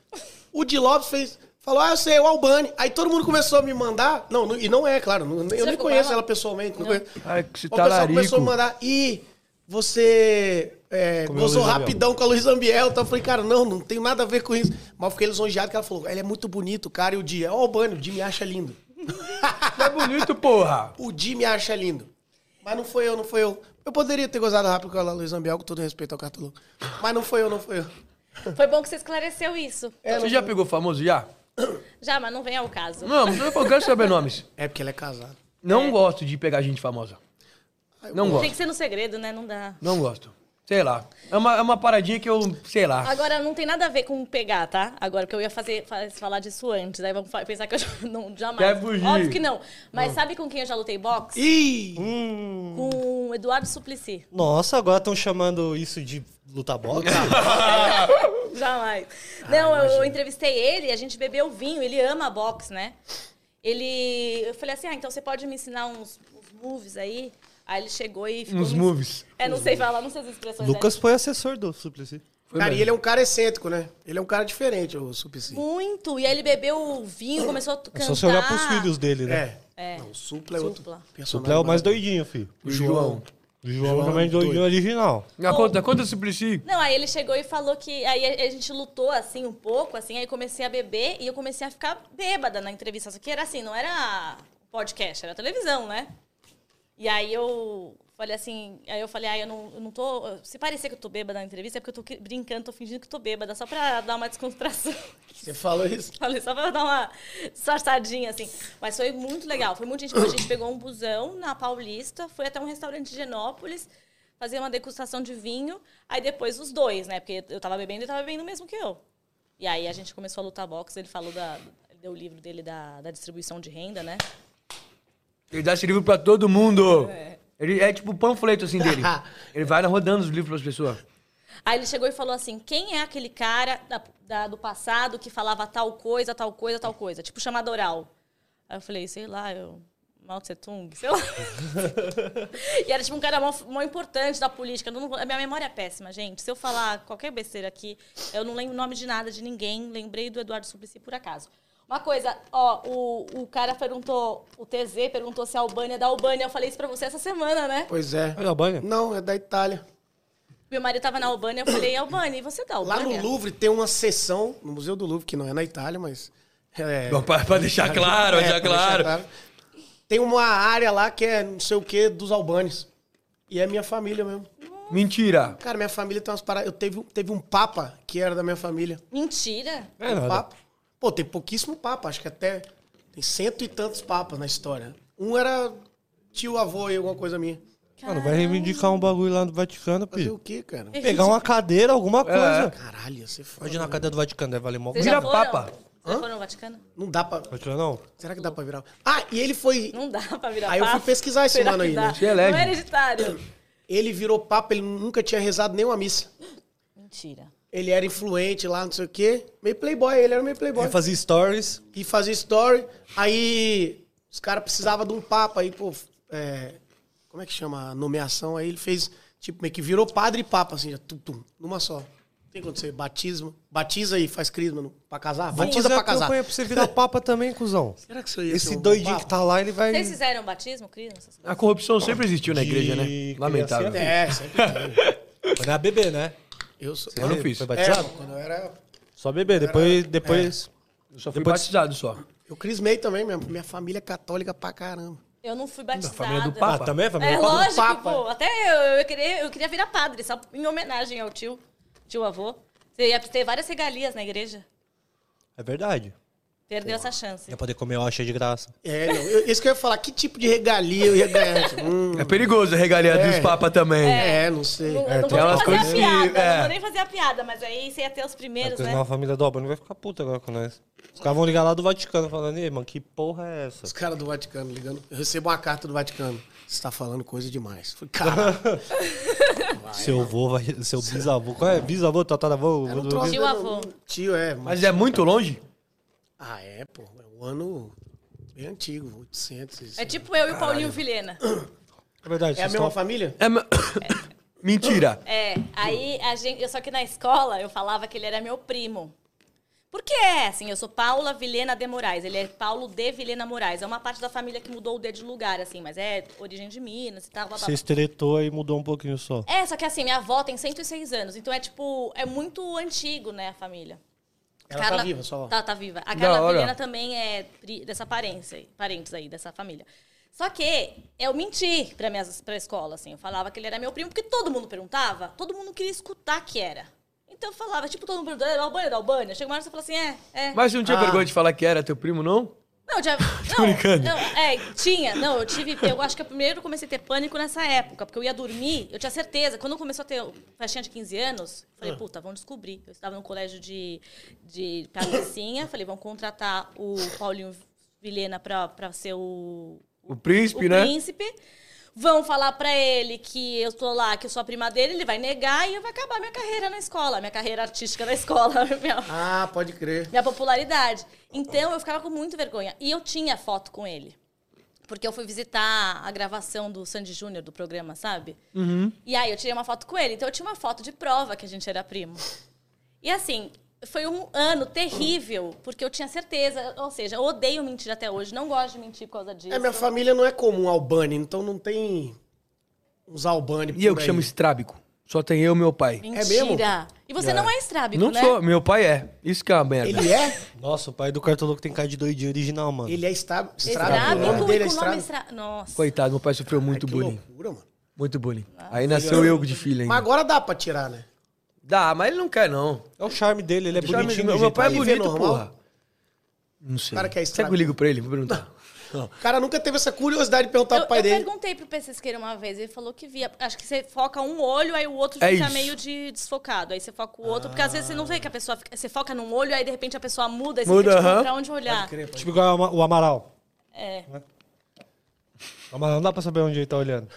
Speaker 4: O Di Lopes fez. Falou, ah, eu sei, o Albani. Aí todo mundo começou a me mandar. Não, não- e não é, claro. não- eu nem
Speaker 3: ficou
Speaker 4: conheço
Speaker 3: brava?
Speaker 4: ela pessoalmente. Não conheço.
Speaker 1: Ai, que esse
Speaker 4: o pessoal começou
Speaker 1: talarico.
Speaker 4: a me mandar. E você é,
Speaker 2: Comeu
Speaker 4: gozou
Speaker 2: a Luísa
Speaker 4: rapidão com a Luiz Ambiel. Então eu falei, cara, não, não tem nada a ver com isso. Mas eu fiquei lisonjeado que ela falou, ele é muito bonito, cara. E o Di, ó, o Albani, o Di me acha lindo.
Speaker 1: Tá bonito, porra.
Speaker 4: O Di me acha lindo. Mas não foi eu, não foi eu. Eu poderia ter gozado rápido com a Luiz Ambiel, com todo respeito ao Cartolo. Mas não foi eu, não foi eu.
Speaker 3: Foi bom que você esclareceu isso.
Speaker 1: Você já pegou famoso já?
Speaker 3: Já, mas não vem ao caso.
Speaker 1: Não, mas eu não quero saber nomes.
Speaker 4: É porque ela é casada.
Speaker 1: Não gosto de pegar gente famosa.
Speaker 4: Ah, eu
Speaker 1: Não
Speaker 3: Tem
Speaker 1: gosto.
Speaker 3: que ser no segredo, né? Não dá.
Speaker 1: Não gosto. Sei lá. É uma, é uma paradinha que eu, sei lá.
Speaker 3: Agora, não tem nada a ver com pegar, tá? Agora, porque eu ia fazer, fa- falar disso antes, aí vão fa- pensar que eu já- não, jamais.
Speaker 1: Quer fugir.
Speaker 3: Óbvio que não. Mas sabe com quem eu já lutei boxe?
Speaker 4: Ih!
Speaker 3: Com o Eduardo Suplicy.
Speaker 2: Nossa, agora estão chamando isso de luta boxe?
Speaker 3: Jamais.
Speaker 2: Ah,
Speaker 3: não, eu, entrevistei ele, a gente bebeu vinho, ele ama boxe, né? Ele. Eu falei assim: ah, então você pode me ensinar uns, uns moves aí? Aí ele chegou e ficou.
Speaker 1: Uns
Speaker 3: me-
Speaker 1: moves.
Speaker 3: É, não sei falar, não sei as expressões.
Speaker 2: Lucas foi assessor do Suplicy.
Speaker 1: Foi
Speaker 4: cara,
Speaker 1: mesmo.
Speaker 4: e ele é um cara excêntrico, né? Ele é um cara diferente, o Suplicy.
Speaker 3: dele. Muito. E aí ele bebeu o vinho, começou a cantar.
Speaker 2: É só você olhar pros filhos dele, né?
Speaker 4: É.
Speaker 3: É.
Speaker 4: Não, o Supla
Speaker 3: Supla.
Speaker 4: é outro personagem.
Speaker 2: Supla é o mais doidinho, filho.
Speaker 1: O João.
Speaker 2: O João também é doidinho original.
Speaker 1: Na conta, conta o Suplicy.
Speaker 3: Não, aí ele chegou e falou que. Aí a a gente lutou assim um pouco, assim, aí comecei a beber e eu comecei a ficar bêbada na entrevista. Só que era assim, não era podcast, era televisão, né? E aí eu falei assim, aí eu falei, ah, eu não, eu não tô. Se parecer que eu tô bêbada na entrevista, é porque eu tô que- brincando, tô fingindo que tô bêbada, só pra dar uma descontração.
Speaker 4: Você falou isso?
Speaker 3: Falei, só pra dar uma disfarçadinha, assim. Mas foi muito legal. Foi muito gente. boa. A gente pegou um busão na Paulista, foi até um restaurante de Genópolis, fazer uma degustação de vinho. Aí depois os dois, né? Porque eu tava bebendo e tava bebendo o mesmo que eu. E aí a gente começou a lutar boxe, ele falou da. ele Deu o livro dele da, da distribuição de renda, né?
Speaker 1: Ele dá esse livro pra todo mundo. Ele é tipo o panfleto assim dele. ele vai rodando os livros pras pessoas.
Speaker 3: Aí ele chegou e falou assim: quem é aquele cara da- da- do passado que falava tal coisa, tal coisa, tal coisa? Tipo chamada oral. Aí eu falei, sei lá, eu. Mao Tse Tung, sei lá. e era tipo um cara mó, mó importante da política. Eu não- a minha memória é péssima, gente. Se eu falar qualquer besteira aqui, eu não lembro o nome de nada, de ninguém. Lembrei do Eduardo Suplicy por acaso. Uma coisa, ó, o, o cara perguntou, o TZ perguntou se a Albânia é da Albânia. Eu falei isso pra você essa semana, né?
Speaker 4: Pois é.
Speaker 2: É da Albânia?
Speaker 4: Não, é da Itália.
Speaker 3: Meu marido tava na Albânia, eu falei, Albânia, e você é da
Speaker 4: Lá
Speaker 3: Albânia?
Speaker 4: no Louvre tem uma seção, no Museu do Louvre, que não é na Itália, mas. É,
Speaker 1: Bom, Pra, pra deixar claro,
Speaker 4: é,
Speaker 1: já
Speaker 4: pra deixar
Speaker 1: claro.
Speaker 4: Tem uma área lá que é não sei o que dos albanes. E é minha família mesmo.
Speaker 1: Mentira.
Speaker 4: Cara, minha família tem umas paradas. Eu teve, teve um papa que era da minha família.
Speaker 3: Mentira.
Speaker 2: É
Speaker 4: um
Speaker 2: nada.
Speaker 4: papa. Pô, tem pouquíssimo papa, acho que até tem cento e tantos papas na história. Um era tio avô e alguma coisa minha.
Speaker 2: Mano, vai reivindicar um bagulho lá no Vaticano,
Speaker 4: Fazer o
Speaker 2: filho.
Speaker 4: quê, cara?
Speaker 2: Pegar uma cadeira, alguma coisa.
Speaker 4: Caralho, você foda.
Speaker 2: Pode ir na cadeira do Vaticano, deve valer mó.
Speaker 3: Vocês
Speaker 1: Vira
Speaker 3: já foram?
Speaker 1: papa.
Speaker 3: Vocês já foram no Vaticano?
Speaker 4: Não dá pra.
Speaker 2: Vaticano não?
Speaker 4: Será que dá pra virar? Ah, e ele foi.
Speaker 3: Não dá pra virar
Speaker 4: Aí eu
Speaker 3: papa.
Speaker 4: fui pesquisar esse
Speaker 3: Será
Speaker 4: mano
Speaker 3: que
Speaker 4: aí,
Speaker 3: dá?
Speaker 4: né?
Speaker 1: Que é leve.
Speaker 3: Não é hereditário.
Speaker 4: Ele virou papa, ele nunca tinha rezado nenhuma missa.
Speaker 3: Mentira.
Speaker 4: Ele era influente lá, não sei o quê. Meio playboy, ele era meio playboy.
Speaker 2: Ele fazia stories.
Speaker 4: E fazia story. Aí os caras precisavam de um papa aí, pô. é, como é que chama a nomeação? Aí ele fez, tipo, meio que virou padre e papa, assim, já, tum, tum, numa só. Tem quando você batismo, batiza e faz crisma no- pra casar?
Speaker 2: Vamos
Speaker 4: Batiza
Speaker 2: fazer
Speaker 4: pra
Speaker 2: a
Speaker 4: casar.
Speaker 2: campanha pra você virar papa também, cuzão.
Speaker 4: Será que isso aí ia ser
Speaker 2: Esse
Speaker 4: um
Speaker 2: doidinho
Speaker 4: papa?
Speaker 2: que tá lá, ele vai.
Speaker 3: Vocês fizeram batismo, Cris? Essas coisas?
Speaker 1: A corrupção sempre existiu na
Speaker 2: De
Speaker 1: igreja, né?
Speaker 2: criança,
Speaker 1: Lamentável.
Speaker 2: né?
Speaker 4: assim, É, sempre é
Speaker 2: Vai dar bebê, né?
Speaker 4: Eu sou.
Speaker 1: Eu não fiz.
Speaker 2: Foi
Speaker 4: É,
Speaker 2: batizado?
Speaker 4: quando eu era.
Speaker 2: Só bebê,
Speaker 4: É.
Speaker 2: depois. depois...
Speaker 1: Eu só fui
Speaker 2: Depois-
Speaker 1: batizado só.
Speaker 4: Eu crismei também mesmo. Minha família é católica pra caramba.
Speaker 3: Eu não fui batizada.
Speaker 1: família do
Speaker 2: Ah,
Speaker 1: Papa.
Speaker 2: também é família?
Speaker 3: É
Speaker 2: do Papa?
Speaker 3: lógico,
Speaker 4: Papa.
Speaker 3: pô. Até eu, eu, queria, eu queria virar padre, só em homenagem ao tio, tio avô. Você ia ter várias regalias na igreja.
Speaker 2: É verdade.
Speaker 3: Perdeu essa chance.
Speaker 2: Ia poder comer oxa de graça.
Speaker 4: É, não, eu- isso que eu ia falar, que tipo de regalia eu ia ganhar? Tipo, hum,
Speaker 1: É perigoso a regalia
Speaker 4: É.
Speaker 1: dos papas também.
Speaker 4: é, não sei.
Speaker 3: Não,
Speaker 2: É,
Speaker 3: não
Speaker 2: tem
Speaker 3: vou nem
Speaker 1: umas
Speaker 3: fazer
Speaker 1: coisas
Speaker 3: a
Speaker 1: que-
Speaker 3: piada,
Speaker 1: é.
Speaker 3: não vou nem fazer a piada, mas aí você ia ter os primeiros,
Speaker 2: Porque
Speaker 3: né?
Speaker 2: senão a família do Albano vai ficar puta agora com nós. Os caras vão ligar lá do Vaticano falando, ei, mano, que porra é essa?
Speaker 4: Os caras do Vaticano ligando. Eu recebo uma carta do Vaticano. Você tá falando coisa demais. Falei, cara,
Speaker 2: seu avô vai. Seu bisavô. Qual é? Bisavô, tataravô?
Speaker 4: né? era um troço
Speaker 3: Tio
Speaker 4: dele,
Speaker 3: avô.
Speaker 4: um Tio, é. Mas...
Speaker 1: Mas é muito longe?
Speaker 4: Ah, é, pô. É um ano bem antigo, 800.
Speaker 3: É tipo eu e o Paulinho Vilhena.
Speaker 2: É verdade,
Speaker 4: É a
Speaker 2: vocês
Speaker 4: mesma
Speaker 2: tão-
Speaker 4: família?
Speaker 1: É... ma- Mentira.
Speaker 3: É, aí a gente. eu- Só que na escola eu falava que ele era meu primo. Porque é, assim, eu sou Paula Vilhena de Moraes. Ele é Paulo de Vilhena Moraes. É uma parte da família que mudou o D de lugar, assim, mas é origem de Minas e tal. Blá, blá, blá.
Speaker 2: Você estretou e mudou um pouquinho só.
Speaker 3: É, só que assim, minha avó tem 106 anos, então é tipo, é muito antigo, né, a família.
Speaker 4: Ela tá viva, só.
Speaker 3: Tá, tá viva. A
Speaker 1: Da
Speaker 3: Carla
Speaker 1: hora.
Speaker 3: Vilhena também é pri- dessa parência, aí, parentes aí, dessa família. Só que eu menti pra, minhas, pra escola, assim. Eu falava que ele era meu primo, porque todo mundo perguntava, todo mundo queria escutar que era. Então eu falava, tipo, todo mundo perguntando, é da Albânia, da Albânia. Chega uma hora e você fala assim, é, é.
Speaker 1: Mas você não tinha
Speaker 4: Ah.
Speaker 1: vergonha de falar que era teu primo, não?
Speaker 3: Não, eu já. Não,
Speaker 1: brincando.
Speaker 3: não, é, tinha. Não, eu tive. Eu acho que eu primeiro comecei a ter pânico nessa época, porque eu ia dormir, eu tinha certeza. Quando começou a ter festinha de 15 anos, eu
Speaker 1: Ah.
Speaker 3: falei, puta, vão descobrir. Eu estava no colégio de, de Patricinha, falei, vão contratar o Paulinho Vilhena pra, pra ser o.
Speaker 1: O príncipe,
Speaker 3: o
Speaker 1: né?
Speaker 3: príncipe. Vão falar pra ele que eu tô lá, que eu sou a prima dele, ele vai negar e eu vai acabar minha carreira na escola, minha carreira artística na escola, minha,
Speaker 4: Ah, pode crer.
Speaker 3: minha popularidade. Então eu ficava com muita vergonha. E eu tinha foto com ele. Porque eu fui visitar a gravação do Sandy Júnior do programa, sabe?
Speaker 1: Uhum.
Speaker 3: E aí eu tirei uma foto com ele. Então eu tinha uma foto de prova que a gente era primo. E assim, foi um ano terrível, porque eu tinha certeza. Ou seja, eu odeio mentir até hoje, não gosto de mentir por causa disso.
Speaker 4: É, minha família não é comum Albani, então não tem uns Albani
Speaker 1: E eu
Speaker 4: por
Speaker 1: que
Speaker 4: aí.
Speaker 1: chamo estrábico. Só tem eu e meu pai.
Speaker 3: Mentira.
Speaker 4: é mesmo?
Speaker 3: E você não é estrábico,
Speaker 1: Não
Speaker 3: né?
Speaker 1: sou, meu pai é. Isso que é uma merda.
Speaker 4: Ele é?
Speaker 2: Nossa, o pai do Cartoloco tem cara de doidinho original, mano.
Speaker 4: Ele é estra... Estrada.
Speaker 3: Estrábico
Speaker 4: O nome dele é
Speaker 3: e com nome
Speaker 4: Estrada.
Speaker 3: estra... Nossa.
Speaker 1: Coitado, meu pai sofreu muito
Speaker 4: que
Speaker 1: bullying.
Speaker 4: loucura, mano.
Speaker 1: Muito bullying.
Speaker 4: Ah.
Speaker 1: Aí nasceu eu de filho
Speaker 4: Mas
Speaker 1: ainda.
Speaker 4: agora dá pra tirar, né?
Speaker 1: Dá, mas ele não quer, não.
Speaker 2: É o charme dele, ele é
Speaker 1: Já me-
Speaker 2: bonitinho. do
Speaker 1: meu,
Speaker 2: jeito
Speaker 1: pai é
Speaker 4: dele.
Speaker 1: bonito,
Speaker 4: Ele é normal?
Speaker 1: porra. Não sei.
Speaker 4: O cara
Speaker 1: Será
Speaker 4: quer
Speaker 1: que é
Speaker 4: estrago.
Speaker 1: eu ligo pra ele? Vou perguntar.
Speaker 4: O cara nunca teve essa curiosidade de perguntar
Speaker 3: eu,
Speaker 4: Tá pro pai
Speaker 3: eu
Speaker 4: dele.
Speaker 3: perguntei pro Pessesqueira uma vez, ele falou que via. Acho que você foca um olho, aí o outro
Speaker 1: É
Speaker 3: fica
Speaker 1: isso.
Speaker 3: meio de desfocado. Aí você foca o outro, porque às vezes você não vê que a pessoa fica. Você foca num olho, aí de repente a pessoa muda, aí você
Speaker 1: Muda,
Speaker 3: fica tipo,
Speaker 1: aham.
Speaker 3: pra onde olhar.
Speaker 2: Tipo igual o Ama- o Amaral.
Speaker 3: É.
Speaker 2: O Amaral não dá pra saber onde ele tá olhando.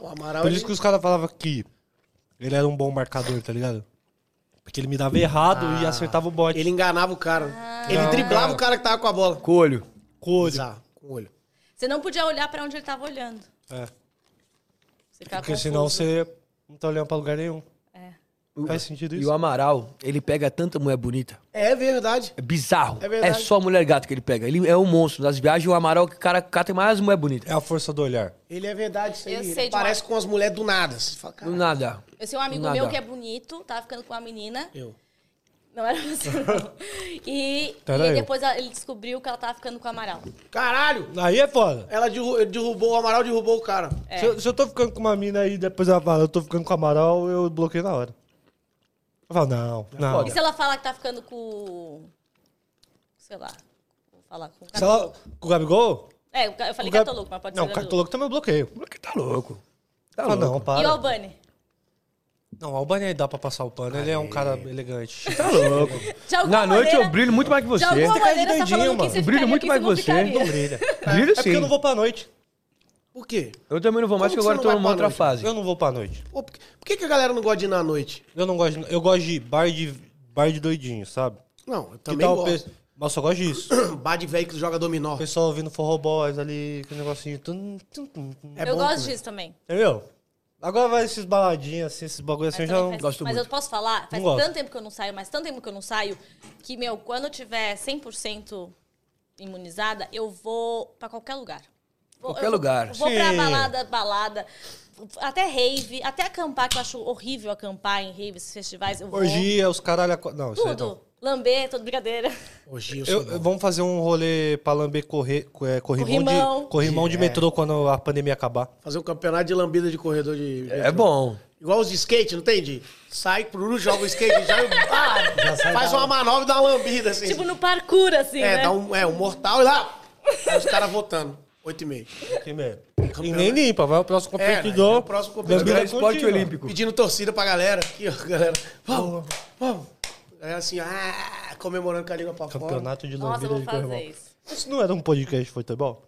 Speaker 4: O Amaral, é
Speaker 2: Por
Speaker 4: ele-
Speaker 2: isso que os caras falavam que ele era um bom marcador, tá ligado? Porque ele me dava errado e acertava o bote.
Speaker 4: ele enganava o cara.
Speaker 3: Ah.
Speaker 4: ele
Speaker 2: Não,
Speaker 4: driblava
Speaker 2: cara.
Speaker 4: o cara que tava com a bola.
Speaker 1: Com o olho.
Speaker 2: Com o olho.
Speaker 4: Bizarro, com o olho.
Speaker 3: Você não podia olhar pra onde ele tava olhando.
Speaker 2: É.
Speaker 3: Você ficava
Speaker 2: Porque
Speaker 3: confuso.
Speaker 2: senão você não tá olhando pra lugar nenhum.
Speaker 3: É.
Speaker 1: O-
Speaker 2: Faz sentido
Speaker 1: E
Speaker 2: isso?
Speaker 1: o Amaral, ele pega tanta mulher bonita.
Speaker 4: É verdade.
Speaker 1: É bizarro.
Speaker 4: É
Speaker 1: É,
Speaker 4: verdade.
Speaker 1: só mulher gato que ele pega. Ele é um monstro. Nas viagens, o Amaral, que o cara cata mais mulher bonita.
Speaker 2: É a força do olhar.
Speaker 4: Ele é verdade, isso aí.
Speaker 3: Eu
Speaker 4: Ele
Speaker 3: sei de uma-
Speaker 4: parece com as mulheres do nada. Você fala,
Speaker 1: Do
Speaker 4: cara,
Speaker 1: nada.
Speaker 3: Eu sei um amigo
Speaker 1: Nada.
Speaker 3: meu que é bonito, tava ficando com uma menina.
Speaker 4: eu.
Speaker 3: Não era você, não. E,
Speaker 2: Então
Speaker 3: e
Speaker 2: era
Speaker 3: aí
Speaker 2: eu.
Speaker 3: depois ela- ele descobriu que ela tava ficando com o Amaral.
Speaker 4: Caralho!
Speaker 2: Aí é foda.
Speaker 4: Ela derru- ele derrubou, o Amaral derrubou o cara.
Speaker 3: É.
Speaker 2: Se, eu, se eu tô ficando com uma mina aí e depois ela fala, eu tô ficando com o Amaral, eu bloqueio na hora. Eu falo, não, não.
Speaker 1: foda.
Speaker 3: E se ela fala que tá ficando com. Sei lá. Vou falar com o
Speaker 2: Se ela- Com o Gabigol?
Speaker 3: É, eu falei
Speaker 2: Gab-
Speaker 3: catoloco, mas pode
Speaker 2: Não,
Speaker 3: ser.
Speaker 2: o
Speaker 3: Gatoluco.
Speaker 2: Cartoloco também eu bloqueio.
Speaker 1: Moleque tá louco. Tá
Speaker 2: Ah,
Speaker 1: louco.
Speaker 2: não,
Speaker 3: E o
Speaker 2: para.
Speaker 3: Albani?
Speaker 2: Não, o Albani aí dá pra passar o pano. Ele é um cara elegante.
Speaker 1: Tá louco.
Speaker 3: De alguma
Speaker 1: Na noite
Speaker 3: maneira-
Speaker 1: eu brilho muito mais que
Speaker 3: De
Speaker 1: você.
Speaker 3: alguma
Speaker 2: Você tá de
Speaker 3: maneira você tá
Speaker 2: doidinho,
Speaker 3: falando
Speaker 2: mano.
Speaker 3: que você
Speaker 1: Eu brilho
Speaker 3: ficaria,
Speaker 1: muito
Speaker 3: que
Speaker 1: mais
Speaker 3: você não
Speaker 1: que você.
Speaker 3: ficaria.
Speaker 2: Não brilha.
Speaker 1: Brilho
Speaker 2: É
Speaker 1: sim.
Speaker 2: porque eu não vou pra noite.
Speaker 4: Por quê?
Speaker 1: Eu também não vou mais,
Speaker 4: Como
Speaker 1: porque
Speaker 4: que
Speaker 1: agora
Speaker 4: você
Speaker 1: eu tô
Speaker 4: não vai
Speaker 1: numa
Speaker 4: pra
Speaker 1: outra
Speaker 4: noite?
Speaker 1: fase.
Speaker 2: Eu não vou pra noite.
Speaker 4: Pô, por, que, por que que a galera não gosta de ir na noite?
Speaker 2: Eu não gosto de, Eu gosto de bar de, bar de doidinho, sabe?
Speaker 4: Não, eu
Speaker 2: Que
Speaker 4: também
Speaker 2: tal o
Speaker 4: gosto.
Speaker 2: pe... Mas só gosto disso.
Speaker 4: Bar de velho que joga dominó.
Speaker 2: O pessoal ouvindo Forro Boys ali, aquele negocinho. tum, tum, tum, tum.
Speaker 4: É
Speaker 3: eu
Speaker 4: bom
Speaker 3: gosto
Speaker 4: também.
Speaker 3: disso também.
Speaker 2: Entendeu? Agora vai esses baladinhos assim, esses bagulho assim, eu
Speaker 3: Mas,
Speaker 2: já
Speaker 3: também
Speaker 2: não
Speaker 3: faz-
Speaker 1: gosto
Speaker 3: mas
Speaker 1: muito.
Speaker 3: eu posso falar?
Speaker 2: Não
Speaker 3: Faz
Speaker 2: gosto.
Speaker 3: tanto tempo que eu não saio, mas tanto tempo que eu não saio, que, meu, quando eu tiver 100% imunizada, eu vou pra qualquer lugar. Vou-
Speaker 1: Qualquer
Speaker 3: eu vou-
Speaker 1: lugar.
Speaker 3: Vou pra
Speaker 2: Sim.
Speaker 3: balada, balada, até rave, até acampar, que eu acho horrível acampar em raves, festivais. Eu vou.
Speaker 2: Orgia, os caralho. a co- Não, isso aí não.
Speaker 3: Tudo. Lamber, tudo brincadeira.
Speaker 4: Hoje eu sou.
Speaker 2: Eu, eu- vamos fazer um rolê pra lamber correr, co- é, corrimão,
Speaker 3: Corrimão.
Speaker 2: de, corrimão de metrô quando a pandemia acabar.
Speaker 4: Fazer um campeonato de lambida de corredor de.
Speaker 1: É bom.
Speaker 4: Igual os de skate, não tem? De sai pro Uru, joga o skate, já, ah,
Speaker 2: sai
Speaker 4: faz
Speaker 2: da-
Speaker 4: uma manobra e dá uma lambida, assim.
Speaker 3: tipo no parkour, assim,
Speaker 4: é,
Speaker 3: né?
Speaker 4: dá um, é, um mortal e lá. Aí os caras votando. 8 e meio.
Speaker 2: Que merda. E nem limpa, vai o próximo
Speaker 4: É,
Speaker 2: competidor.
Speaker 4: é o próximo competidor.
Speaker 2: lambida
Speaker 1: Agora é esporte
Speaker 2: contínua.
Speaker 1: olímpico.
Speaker 4: Pedindo torcida pra galera. Aqui, ó, galera. Vamos, vamos. Galera assim, ah, comemorando com a língua pra fora.
Speaker 2: Campeonato de
Speaker 3: Nossa, eu
Speaker 2: lambida
Speaker 3: vou
Speaker 2: de
Speaker 3: fazer
Speaker 2: corrimão.
Speaker 3: isso.
Speaker 2: Isso não era um podcast de futebol?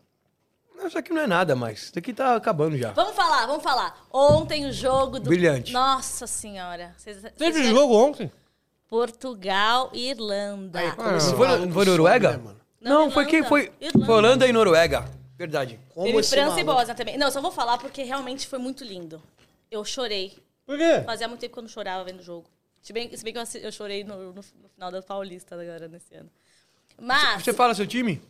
Speaker 1: Não, Isso aqui não é nada mais. Isso aqui tá acabando já.
Speaker 3: Vamos falar, vamos falar. Ontem o jogo do.
Speaker 1: Brilhante.
Speaker 3: Nossa senhora. Vocês- vocês
Speaker 2: Teve
Speaker 3: querem-
Speaker 2: jogo ontem.
Speaker 3: Portugal e Irlanda.
Speaker 4: Aí, como esse
Speaker 1: Não foi,
Speaker 4: maluco
Speaker 1: não é, foi
Speaker 4: some,
Speaker 1: Noruega?
Speaker 4: né, mano?
Speaker 1: não,
Speaker 3: Irlanda.
Speaker 1: foi quem? Foi,
Speaker 3: Irlanda.
Speaker 1: foi Holanda e Noruega. Verdade.
Speaker 4: Como
Speaker 3: Teve
Speaker 4: esse
Speaker 3: França e
Speaker 4: maluco.
Speaker 3: Bósnia também. Não, eu só vou falar porque realmente foi muito lindo. Eu chorei.
Speaker 2: Por quê?
Speaker 3: Fazia muito tempo que eu não chorava vendo o jogo. Se bem, se bem que eu, assi- eu chorei no, no- no final da Paulista agora nesse ano. Mas,
Speaker 1: Você fala seu time?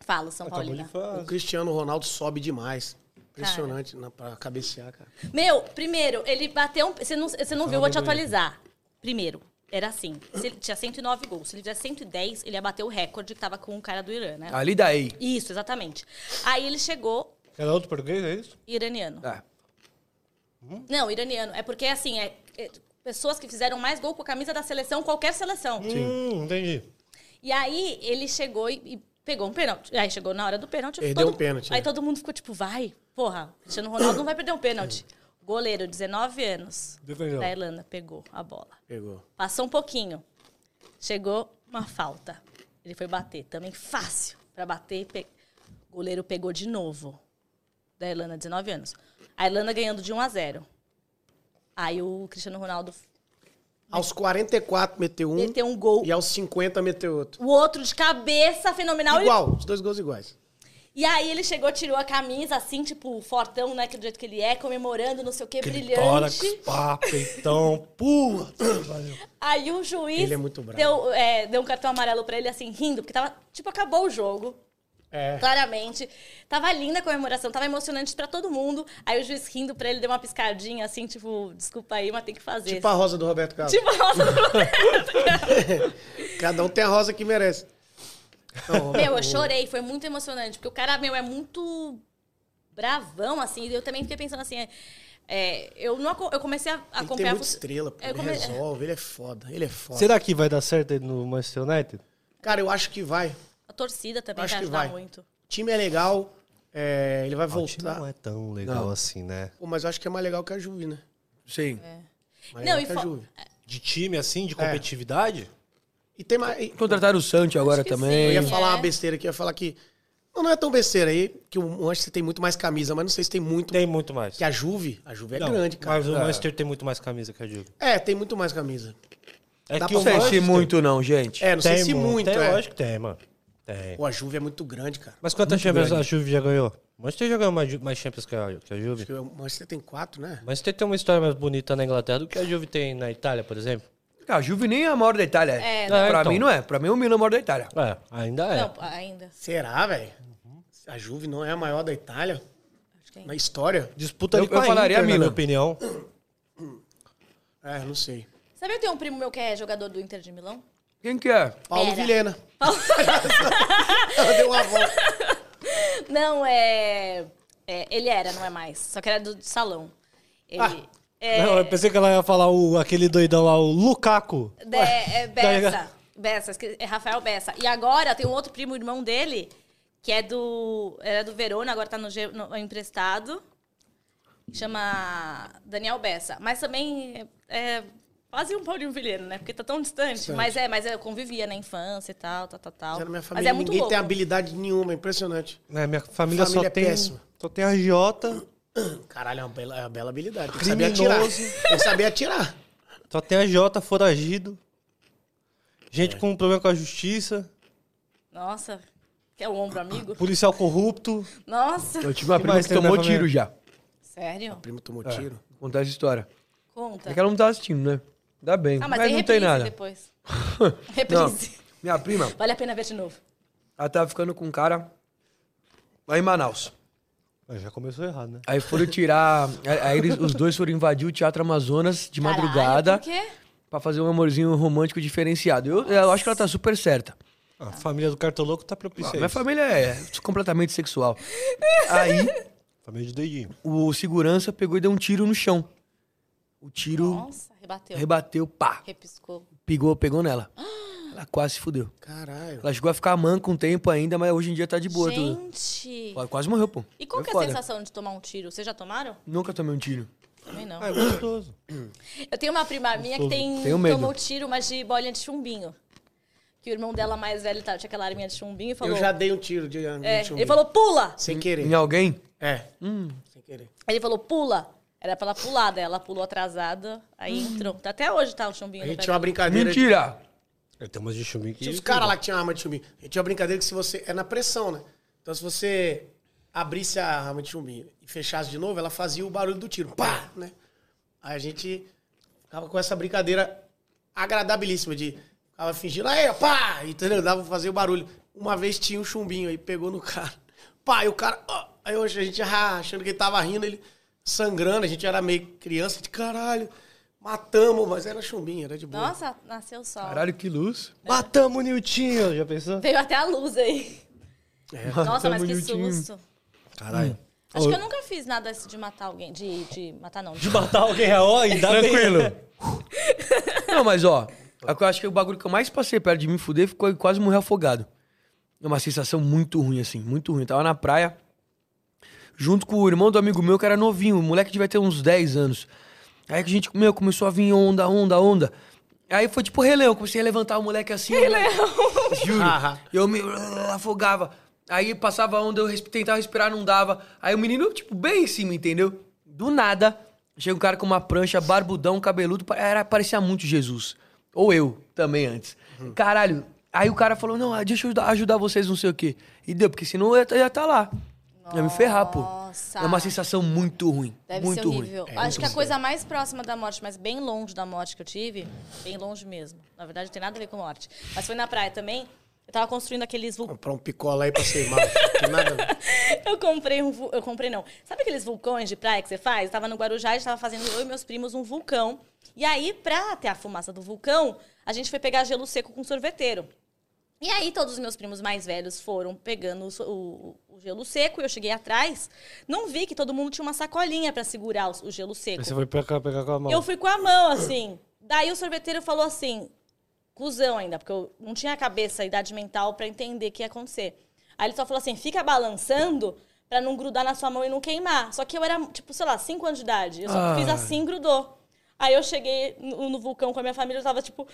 Speaker 3: falo, São
Speaker 2: Acabou de
Speaker 3: Paulina.
Speaker 2: falar.
Speaker 4: O Cristiano Ronaldo sobe demais. Impressionante né, pra cabecear, cara.
Speaker 3: Meu, primeiro, ele bateu um. Você não, você não viu, eu vou te atualizar. Primeiro, era assim. Se ele tinha 109 gols. Se ele fizesse 110, ele ia bater o recorde que tava com o cara do Irã, né?
Speaker 4: Ah.
Speaker 1: Ali daí.
Speaker 3: Isso, exatamente. Aí ele chegou
Speaker 2: Era outro português, é isso?
Speaker 3: iraniano.
Speaker 4: Tá.
Speaker 1: É.
Speaker 3: Não, iraniano. É porque, assim, é, é pessoas que fizeram mais gol com a camisa da seleção, qualquer seleção.
Speaker 2: Hum, entendi.
Speaker 3: E aí, ele chegou e, e Pegou um pênalti. Aí chegou na hora do pênalti.
Speaker 4: Perdeu
Speaker 3: todo-
Speaker 4: um pênalti,
Speaker 3: Aí
Speaker 4: né?
Speaker 3: todo mundo ficou tipo, vai, porra, Cristiano Ronaldo não vai perder um pênalti. Goleiro, 19 anos,
Speaker 2: Defendeu.
Speaker 3: da Irlanda, pegou a bola.
Speaker 4: Pegou.
Speaker 3: Passou um pouquinho. Chegou uma falta. Ele foi bater. Também fácil pra bater. Pe... O goleiro pegou de novo. Da Irlanda, 19 anos. A Irlanda ganhando de 1 a 0. Aí o Cristiano Ronaldo
Speaker 4: Aos 44 meteu um
Speaker 3: meteu um gol.
Speaker 4: e aos 50 meteu outro.
Speaker 3: O outro de cabeça, fenomenal. ele-
Speaker 4: Igual, os dois gols iguais.
Speaker 3: E aí ele chegou, tirou a camisa, assim, tipo, fortão, né? Que do jeito que ele é, comemorando, não sei o que, brilhante.
Speaker 2: Tórax, então, pá, peitão, pula.
Speaker 3: Aí o juiz
Speaker 4: Ele é muito bravo.
Speaker 3: Deu, é, deu um cartão amarelo pra ele, assim, rindo, porque tava. Tipo, acabou o jogo.
Speaker 4: É.
Speaker 3: Claramente. Tava linda a comemoração, tava emocionante pra todo mundo. Aí o juiz rindo pra ele, deu uma piscadinha, assim, tipo, desculpa aí, mas tem que fazer.
Speaker 4: Tipo a rosa do Roberto Carlos.
Speaker 3: Tipo a rosa do Tipo-
Speaker 4: Cada um tem a rosa que merece. Não,
Speaker 3: Meu, eu chorei, foi muito emocionante, porque o cara, meu, é muito bravão, assim, e eu também fiquei pensando assim, é, é, eu, não, aco- eu comecei a
Speaker 4: ele tem
Speaker 3: acompanhar...
Speaker 4: muita
Speaker 3: fut-
Speaker 4: estrela, pô.
Speaker 3: eu
Speaker 4: Ele
Speaker 3: come-
Speaker 4: resolve, ele é foda. Ele é foda.
Speaker 2: Será que vai dar certo aí no Manchester United?
Speaker 4: Cara, eu acho que vai.
Speaker 3: A torcida também
Speaker 4: Acho
Speaker 3: vai
Speaker 4: que
Speaker 3: ajudar
Speaker 4: vai.
Speaker 3: muito.
Speaker 4: O time é legal, é, ele vai
Speaker 2: O time
Speaker 4: voltar.
Speaker 2: não é tão legal
Speaker 1: Não.
Speaker 2: assim, né?
Speaker 4: Pô, mas eu acho que é mais legal que a Juve, né?
Speaker 1: Sim.
Speaker 4: Mais
Speaker 3: Não,
Speaker 4: legal
Speaker 3: e
Speaker 4: que a
Speaker 3: fo-
Speaker 4: Juve.
Speaker 2: De time assim, de competitividade?
Speaker 4: E tem mais... e-
Speaker 1: Contrataram o Santi agora
Speaker 3: Acho que
Speaker 1: também.
Speaker 3: sim. É.
Speaker 4: Eu ia falar uma besteira aqui, eu ia falar que. Não, não é tão besteira aí, que o Manchester tem muito mais camisa, mas não sei se tem muito.
Speaker 2: Tem muito mais.
Speaker 4: Que a Juve, a Juve é
Speaker 2: Não,
Speaker 4: grande, cara.
Speaker 2: Mas o Manchester tem muito mais camisa que a Juve.
Speaker 4: É, tem muito mais camisa.
Speaker 2: É
Speaker 4: Dá
Speaker 1: Não
Speaker 4: pra
Speaker 1: sei se muito não, gente.
Speaker 4: É, não sei se
Speaker 2: mano.
Speaker 4: muito,
Speaker 2: Tem,
Speaker 4: é.
Speaker 2: Lógico que tem, mano. Tem.
Speaker 4: Pô, a Juve é muito grande, cara.
Speaker 2: Mas quantas Champions a Juve já ganhou? O Manchester já ganhou mais, Ju- mais Champions que a, que a Juve.
Speaker 4: Acho que o Manchester tem quatro, né?
Speaker 2: O Manchester tem uma história mais bonita na Inglaterra do que a Juve tem na Itália, por exemplo.
Speaker 1: Cara, a Juve nem é a maior da Itália.
Speaker 3: É,
Speaker 2: não.
Speaker 1: pra
Speaker 2: É, então.
Speaker 1: mim não é. Pra mim o Milan é o maior da Itália.
Speaker 2: É, ainda é.
Speaker 3: Não, ainda.
Speaker 4: Será, velho?
Speaker 2: Uhum.
Speaker 4: A Juve não é a maior da Itália
Speaker 3: Acho que ainda.
Speaker 4: na história?
Speaker 2: Disputa
Speaker 1: Eu-
Speaker 2: ali com
Speaker 1: eu
Speaker 2: a
Speaker 1: falaria
Speaker 2: Inter, na
Speaker 1: Milan.
Speaker 2: minha opinião.
Speaker 4: É, não sei.
Speaker 3: Sabe, eu tenho um primo meu que é jogador do Inter de Milão?
Speaker 1: Quem que é?
Speaker 4: Paulo
Speaker 3: Era.
Speaker 4: Vilhena. Ela deu uma volta.
Speaker 3: Não, é... é, Ele era, não é mais. Só que era do salão. Ele... é,
Speaker 2: Não, eu pensei que ela ia falar o, aquele doidão lá, o Lukaku.
Speaker 3: De, é Bessa.
Speaker 2: ligado?
Speaker 3: Bessa, esque- é Rafael Bessa. E agora tem um outro primo irmão dele, que é do. Era do Verona, agora tá no, Ge- no- emprestado. Chama Daniel Bessa. Mas também é, é quase um Paulinho Vilhena, né? Porque tá tão distante. Mas é, mas eu convivia na infância e tal, tal, tal, tal.
Speaker 4: Na minha
Speaker 3: mas
Speaker 4: família,
Speaker 3: é muito
Speaker 4: ninguém
Speaker 3: louco.
Speaker 4: tem habilidade nenhuma, é impressionante.
Speaker 2: É, minha família, só
Speaker 4: Família
Speaker 2: tem.
Speaker 4: péssima.
Speaker 2: Só tem a Jota,
Speaker 4: Caralho, é uma bela, é uma bela habilidade. Tem que saber atirar.
Speaker 2: Criminoso.
Speaker 4: Tem que saber atirar.
Speaker 2: só tem a Jota foragido. Gente com um problema com a justiça,
Speaker 3: Nossa, que é o ombro amigo?
Speaker 2: policial corrupto.
Speaker 3: Nossa!
Speaker 1: Eu tive uma
Speaker 2: Que
Speaker 1: prima
Speaker 2: mais
Speaker 1: que
Speaker 2: tem na
Speaker 1: tomou
Speaker 2: família?
Speaker 1: tiro já.
Speaker 3: Sério?
Speaker 4: O primo tomou tiro.
Speaker 1: Vou contar essa história.
Speaker 3: Conta.
Speaker 1: É que ela não tá assistindo, né? Dá bem.
Speaker 3: Ah,
Speaker 1: mas
Speaker 3: mas, tem
Speaker 1: não
Speaker 3: reprise
Speaker 1: tem nada.
Speaker 3: depois.
Speaker 1: Não.
Speaker 3: Reprise.
Speaker 1: Minha prima,
Speaker 3: Vale a pena ver de novo.
Speaker 1: ela tava ficando com um cara lá em Manaus.
Speaker 2: Ah, Já começou errado, né?
Speaker 1: Aí foram tirar. Aí eles- os dois foram invadir o Teatro Amazonas de
Speaker 3: Caralho,
Speaker 1: madrugada
Speaker 3: Por quê?
Speaker 1: pra fazer um amorzinho romântico diferenciado. Eu, eu acho que ela tá super certa.
Speaker 2: A família do Cartoloco tá propícia a
Speaker 1: Minha
Speaker 2: isso.
Speaker 1: família é completamente sexual. Aí
Speaker 2: Família de doidinho.
Speaker 1: o segurança pegou e deu um tiro no chão. O tiro
Speaker 3: Nossa, rebateu.
Speaker 1: rebateu, pá.
Speaker 3: Repiscou.
Speaker 1: Pegou, pegou nela. Ela quase se fudeu.
Speaker 4: Caralho.
Speaker 1: Ela chegou a ficar manca um tempo ainda, mas hoje em dia tá de boa. Tudo.
Speaker 3: Gente!
Speaker 1: Ela quase morreu, pô.
Speaker 3: E qual
Speaker 1: Foi
Speaker 3: que é a
Speaker 1: foda.
Speaker 3: sensação de tomar um tiro? Vocês já tomaram?
Speaker 1: Nunca tomei um tiro.
Speaker 3: Também não.
Speaker 2: Ah, é gostoso.
Speaker 3: Eu tenho uma prima minha que tem,
Speaker 1: Tenho medo.
Speaker 3: tomou tiro, mas de bolinha de chumbinho. Que o irmão dela mais velho tá, tinha aquela arminha de chumbinho e falou...
Speaker 4: Eu já dei um tiro de, de
Speaker 3: É,
Speaker 4: chumbo.
Speaker 3: ele falou, Hum. pula!
Speaker 4: Sem querer.
Speaker 1: Em alguém?
Speaker 4: É. Sem querer.
Speaker 3: Ele falou, pula! Era pra ela pular, daí ela pulou atrasada, aí entrou. Tá Até hoje tá o chumbinho.
Speaker 4: A
Speaker 3: no
Speaker 4: gente
Speaker 3: pé
Speaker 4: tinha uma
Speaker 3: dela.
Speaker 4: brincadeira. de-
Speaker 1: Mentira!
Speaker 2: Eu tenho É, umas de chumbinho que.
Speaker 4: Tinha os caras lá que tinham arma de chumbinho. A gente tinha uma brincadeira que se você. É na pressão, né? Então se você abrisse a arma de chumbinho e fechasse de novo, ela fazia o barulho do tiro. Pá! Né? Aí a gente ficava com essa brincadeira agradabilíssima de. Ficava fingindo, aí, pá! Entendeu? Dava pra fazer o barulho. Uma vez tinha um chumbinho aí, pegou no cara. Pá, e o cara. ó, Aí hoje a gente ah, achando que ele tava rindo, ele sangrando, a gente era meio criança de caralho. Matamos, mas era chumbinho, era de boa.
Speaker 3: Nossa, nasceu o sol.
Speaker 1: Caralho, que luz.
Speaker 2: Matamos o Niltinho, já pensou?
Speaker 3: Veio até a luz aí.
Speaker 1: É,
Speaker 3: Nossa, mas que
Speaker 1: Bonitinho.
Speaker 3: susto. Hum.
Speaker 2: Caralho.
Speaker 3: Acho que eu nunca fiz nada assim de matar alguém. De, de matar não.
Speaker 2: De matar alguém é ó, e dá
Speaker 1: Tá
Speaker 2: bem.
Speaker 1: é Não, mas ó, eu acho que o bagulho que eu mais passei perto de me fuder ficou quase morrer afogado. É uma sensação muito ruim, assim, muito ruim. Eu tava na praia, junto com o irmão do amigo meu, que era novinho, o moleque devia ter uns 10 anos. Aí que a gente, meu, começou a vir onda, onda, onda. Aí foi tipo releão, comecei a levantar o moleque assim. ó, Juro.
Speaker 4: Ah, ah.
Speaker 1: E eu me afogava. Aí passava onda, eu res- tentava respirar, não dava. Aí o menino, tipo, bem em cima, entendeu? Do nada, chega um cara com uma prancha, barbudão, cabeludo, pa- era, parecia muito Jesus. Ou eu, também antes. Caralho. Aí o cara falou, não, ah, deixa eu ajudar, ajudar vocês, não sei o quê. E deu, porque senão eu ia, ia tá lá. Eu ia me ferrar, pô.
Speaker 3: Nossa.
Speaker 1: É uma sensação muito ruim.
Speaker 3: Deve
Speaker 1: muito
Speaker 3: ser horrível.
Speaker 1: ruim.
Speaker 3: Acho que a coisa mais próxima da morte, mas bem longe da morte que eu tive, bem longe mesmo. Na verdade, não tem nada a ver com morte. Mas foi na praia também. Eu tava construindo aqueles vulcões.
Speaker 4: Comprar um picolé aí pra ser mal. Não tem nada.
Speaker 3: Eu comprei um. vu- Eu comprei, não. Sabe aqueles vulcões de praia que você faz? Eu tava no Guarujá, a gente tava fazendo eu e meus primos um vulcão. E aí, pra ter a fumaça do vulcão, a gente foi pegar gelo seco com sorveteiro. E aí, todos os meus primos mais velhos foram pegando o, so- o- o gelo seco, eu cheguei atrás, não vi que todo mundo tinha uma sacolinha pra segurar o, o gelo seco.
Speaker 2: Você foi pegar, pegar com a mão.
Speaker 3: Eu fui com a mão, assim. Daí o sorveteiro falou assim, cuzão ainda, porque eu não tinha a cabeça, a idade mental pra entender o que ia acontecer. Aí ele só falou assim, fica balançando pra não grudar na sua mão e não queimar. Só que eu era, tipo, sei lá, 5 anos de idade. Eu só
Speaker 1: Ah.
Speaker 3: fiz assim e grudou. Aí eu cheguei no, no vulcão com a minha família, eu tava tipo...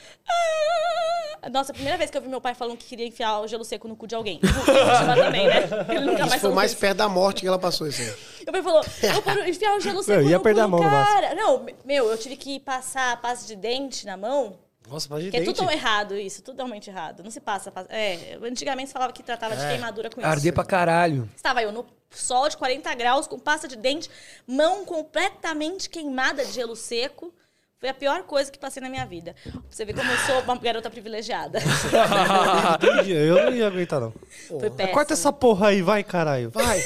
Speaker 3: "Ah!" Nossa, a primeira vez que eu vi meu pai falando que queria enfiar o gelo seco no cu de alguém. Eu chamar também, né? Ele nunca
Speaker 4: Isso
Speaker 3: mais
Speaker 4: foi
Speaker 3: falou
Speaker 4: mais
Speaker 3: isso.
Speaker 4: perto da morte que ela passou isso aí.
Speaker 3: Meu pai falou, eu quero enfiar o gelo seco
Speaker 2: Eu ia
Speaker 3: no
Speaker 2: perder
Speaker 3: cu
Speaker 2: a mão
Speaker 3: do
Speaker 2: no vaso.
Speaker 3: cara. Não, meu, eu tive que passar pasta de dente na mão.
Speaker 2: Nossa, faz de
Speaker 3: Porque é
Speaker 2: dente.
Speaker 3: tudo errado isso, tudo totalmente errado. Não se passa. passa- é, antigamente se falava que tratava
Speaker 2: É,
Speaker 3: de queimadura com
Speaker 1: Arder
Speaker 3: isso.
Speaker 1: pra caralho.
Speaker 3: Estava eu no sol de 40 graus, com pasta de dente, mão completamente queimada de gelo seco. Foi a pior coisa que passei na minha vida. Pra Você vê como eu sou uma garota privilegiada.
Speaker 2: Entendi, Eu não ia aguentar, não.
Speaker 3: Foi péssimo.
Speaker 2: Corta essa porra aí, vai, caralho.
Speaker 4: Vai.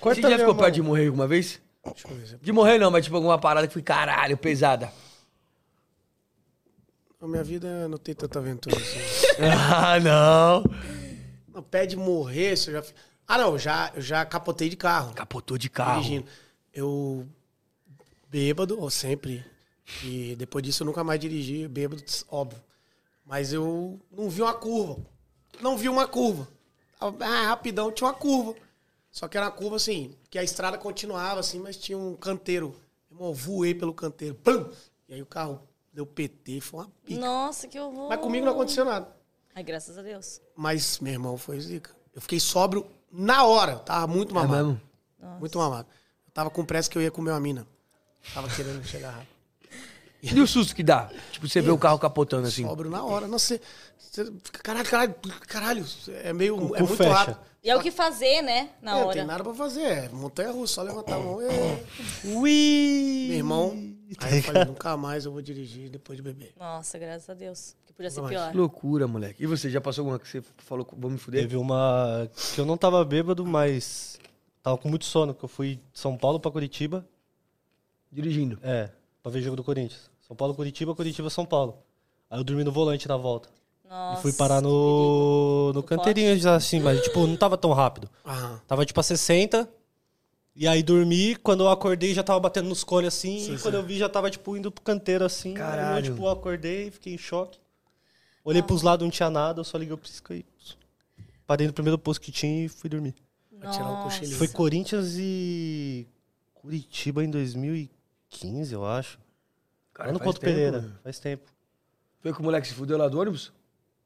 Speaker 2: Corta
Speaker 1: Você já
Speaker 2: minha
Speaker 1: ficou
Speaker 2: mão.
Speaker 1: perto de morrer alguma vez?
Speaker 4: Deixa eu ver. se-
Speaker 1: De morrer não, mas tipo alguma parada que foi caralho, pesada.
Speaker 4: Na minha vida não tem tanta aventura assim.
Speaker 1: ah, não.
Speaker 4: Não, pé de morrer, se eu já. fi- Ah, não, eu já, eu já capotei de carro.
Speaker 1: Capotou de carro.
Speaker 4: Dirigindo. Eu. Bêbado, ou sempre. E depois disso eu nunca mais dirigi, bêbado, tss, óbvio. Mas eu não vi uma curva. Não vi uma curva. Ah, rapidão, tinha uma curva. Só que era uma curva assim, que a estrada continuava assim, mas tinha um canteiro. Irmão, eu voei pelo canteiro. Pum! E aí o carro deu PT, foi uma pica.
Speaker 3: Nossa, que horror.
Speaker 4: Mas comigo não aconteceu nada.
Speaker 3: Ai, graças a Deus.
Speaker 4: Mas, meu irmão, foi zica. Eu fiquei sóbrio na hora. Eu Tava muito
Speaker 1: É
Speaker 4: mamado.
Speaker 1: mesmo?
Speaker 4: muito mamado. Eu tava com pressa que eu ia comer uma mina. Tava querendo chegar rápido.
Speaker 1: E o susto que dá? Tipo, você vê o carro capotando assim.
Speaker 4: Sóbrio na hora. Não, você, você fica, caralho, caralho, caralho. É meio.
Speaker 2: O
Speaker 4: é
Speaker 2: cu
Speaker 4: muito
Speaker 2: fecha.
Speaker 4: rápido.
Speaker 3: E é o que fazer, né? Na
Speaker 4: É, Não
Speaker 3: hora.
Speaker 4: tem nada pra fazer. É montanha russa, só levantar a mão. É.
Speaker 2: Ui!
Speaker 4: Meu irmão.
Speaker 1: tá
Speaker 4: Aí eu falei, nunca mais eu vou dirigir depois de beber.
Speaker 3: Nossa, graças a Deus. Que podia ser
Speaker 4: Vai.
Speaker 3: pior.
Speaker 1: Que loucura, moleque. E você, já passou alguma que você falou, vou me fuder?
Speaker 2: Teve uma que eu não tava bêbado, mas tava com muito sono, que eu fui de São Paulo pra Curitiba.
Speaker 1: Dirigindo.
Speaker 2: É, pra ver jogo do Corinthians. São Paulo, Curitiba, Curitiba, São Paulo. Aí eu dormi no volante na volta.
Speaker 3: Nossa.
Speaker 2: e fui parar
Speaker 3: que perigo.
Speaker 2: no, no canteirinho, já assim, mas tipo, não tava tão rápido.
Speaker 4: Aham.
Speaker 2: Tava tipo a 60. E aí dormi, quando eu acordei já tava batendo nos cones assim, e quando eu vi já tava tipo indo pro canteiro assim. Aí eu
Speaker 1: Caralho.
Speaker 2: tipo acordei, fiquei em choque. Olhei
Speaker 1: Ah.
Speaker 2: pros lados, não tinha nada, eu só liguei o pisco e parei no primeiro posto que tinha e fui dormir.
Speaker 4: Pra tirar o cochilinho.
Speaker 2: Foi Corinthians e Curitiba em 2015, eu acho.
Speaker 1: Cara,
Speaker 2: Ano
Speaker 1: faz
Speaker 2: contra o
Speaker 1: tempo, né?
Speaker 2: Pereira,
Speaker 1: mano.
Speaker 2: faz tempo.
Speaker 1: Foi que o moleque se fudeu lá do ônibus?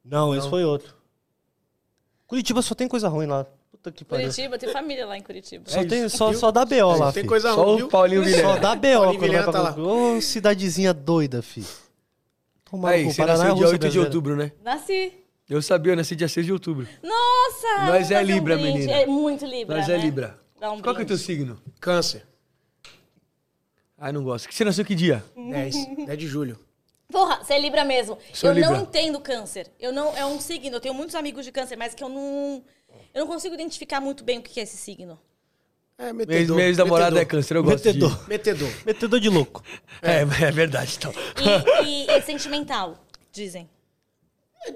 Speaker 2: Não, esse foi outro. Curitiba só tem coisa ruim lá. Puta que pariu. É
Speaker 3: Curitiba, tem família lá em Curitiba.
Speaker 2: Só, É, tem, só, só dá BO lá,
Speaker 4: Tem
Speaker 2: fi.
Speaker 4: coisa
Speaker 1: Só
Speaker 4: ruim,
Speaker 1: o
Speaker 4: viu?
Speaker 1: Paulinho
Speaker 2: Só
Speaker 1: Guilherme.
Speaker 2: dá BO quando vai
Speaker 4: Vilhena
Speaker 2: pra
Speaker 4: tá lá.
Speaker 2: Cancún. Ô, cidadezinha doida, fi. Tomar
Speaker 1: Aí,
Speaker 2: no cu.
Speaker 1: você
Speaker 2: Paraná é
Speaker 1: nasceu dia 8
Speaker 2: Rússia
Speaker 1: de
Speaker 2: brasileira.
Speaker 1: outubro, né?
Speaker 3: Nasci.
Speaker 1: Eu sabia, eu nasci dia 6 de outubro.
Speaker 3: Nossa!
Speaker 1: Nós
Speaker 3: vamos
Speaker 1: é
Speaker 3: fazer
Speaker 1: Libra,
Speaker 3: brinde.
Speaker 1: menina.
Speaker 3: É muito Libra,
Speaker 1: Mas
Speaker 3: né?
Speaker 1: é Libra.
Speaker 3: Dá um
Speaker 1: Qual que é o teu
Speaker 3: brinde.
Speaker 1: signo?
Speaker 4: Câncer.
Speaker 1: Ai, Ah, não gosto. Que Você nasceu que dia?
Speaker 4: 10. 10 É de julho.
Speaker 3: Porra, você é Libra mesmo.
Speaker 1: Sou
Speaker 3: eu
Speaker 1: Libra.
Speaker 3: não entendo câncer. Eu não, é um signo, eu tenho muitos amigos de câncer, mas que eu não... Eu não consigo identificar muito bem o que que é esse signo.
Speaker 4: É,
Speaker 1: Mês,
Speaker 4: metedor.
Speaker 1: mês namorado é
Speaker 4: metedor.
Speaker 1: câncer, eu gosto de-
Speaker 2: Metedor.
Speaker 4: Metedor.
Speaker 2: Metedor de louco.
Speaker 1: É, é verdade, então.
Speaker 3: E, e é sentimental, dizem.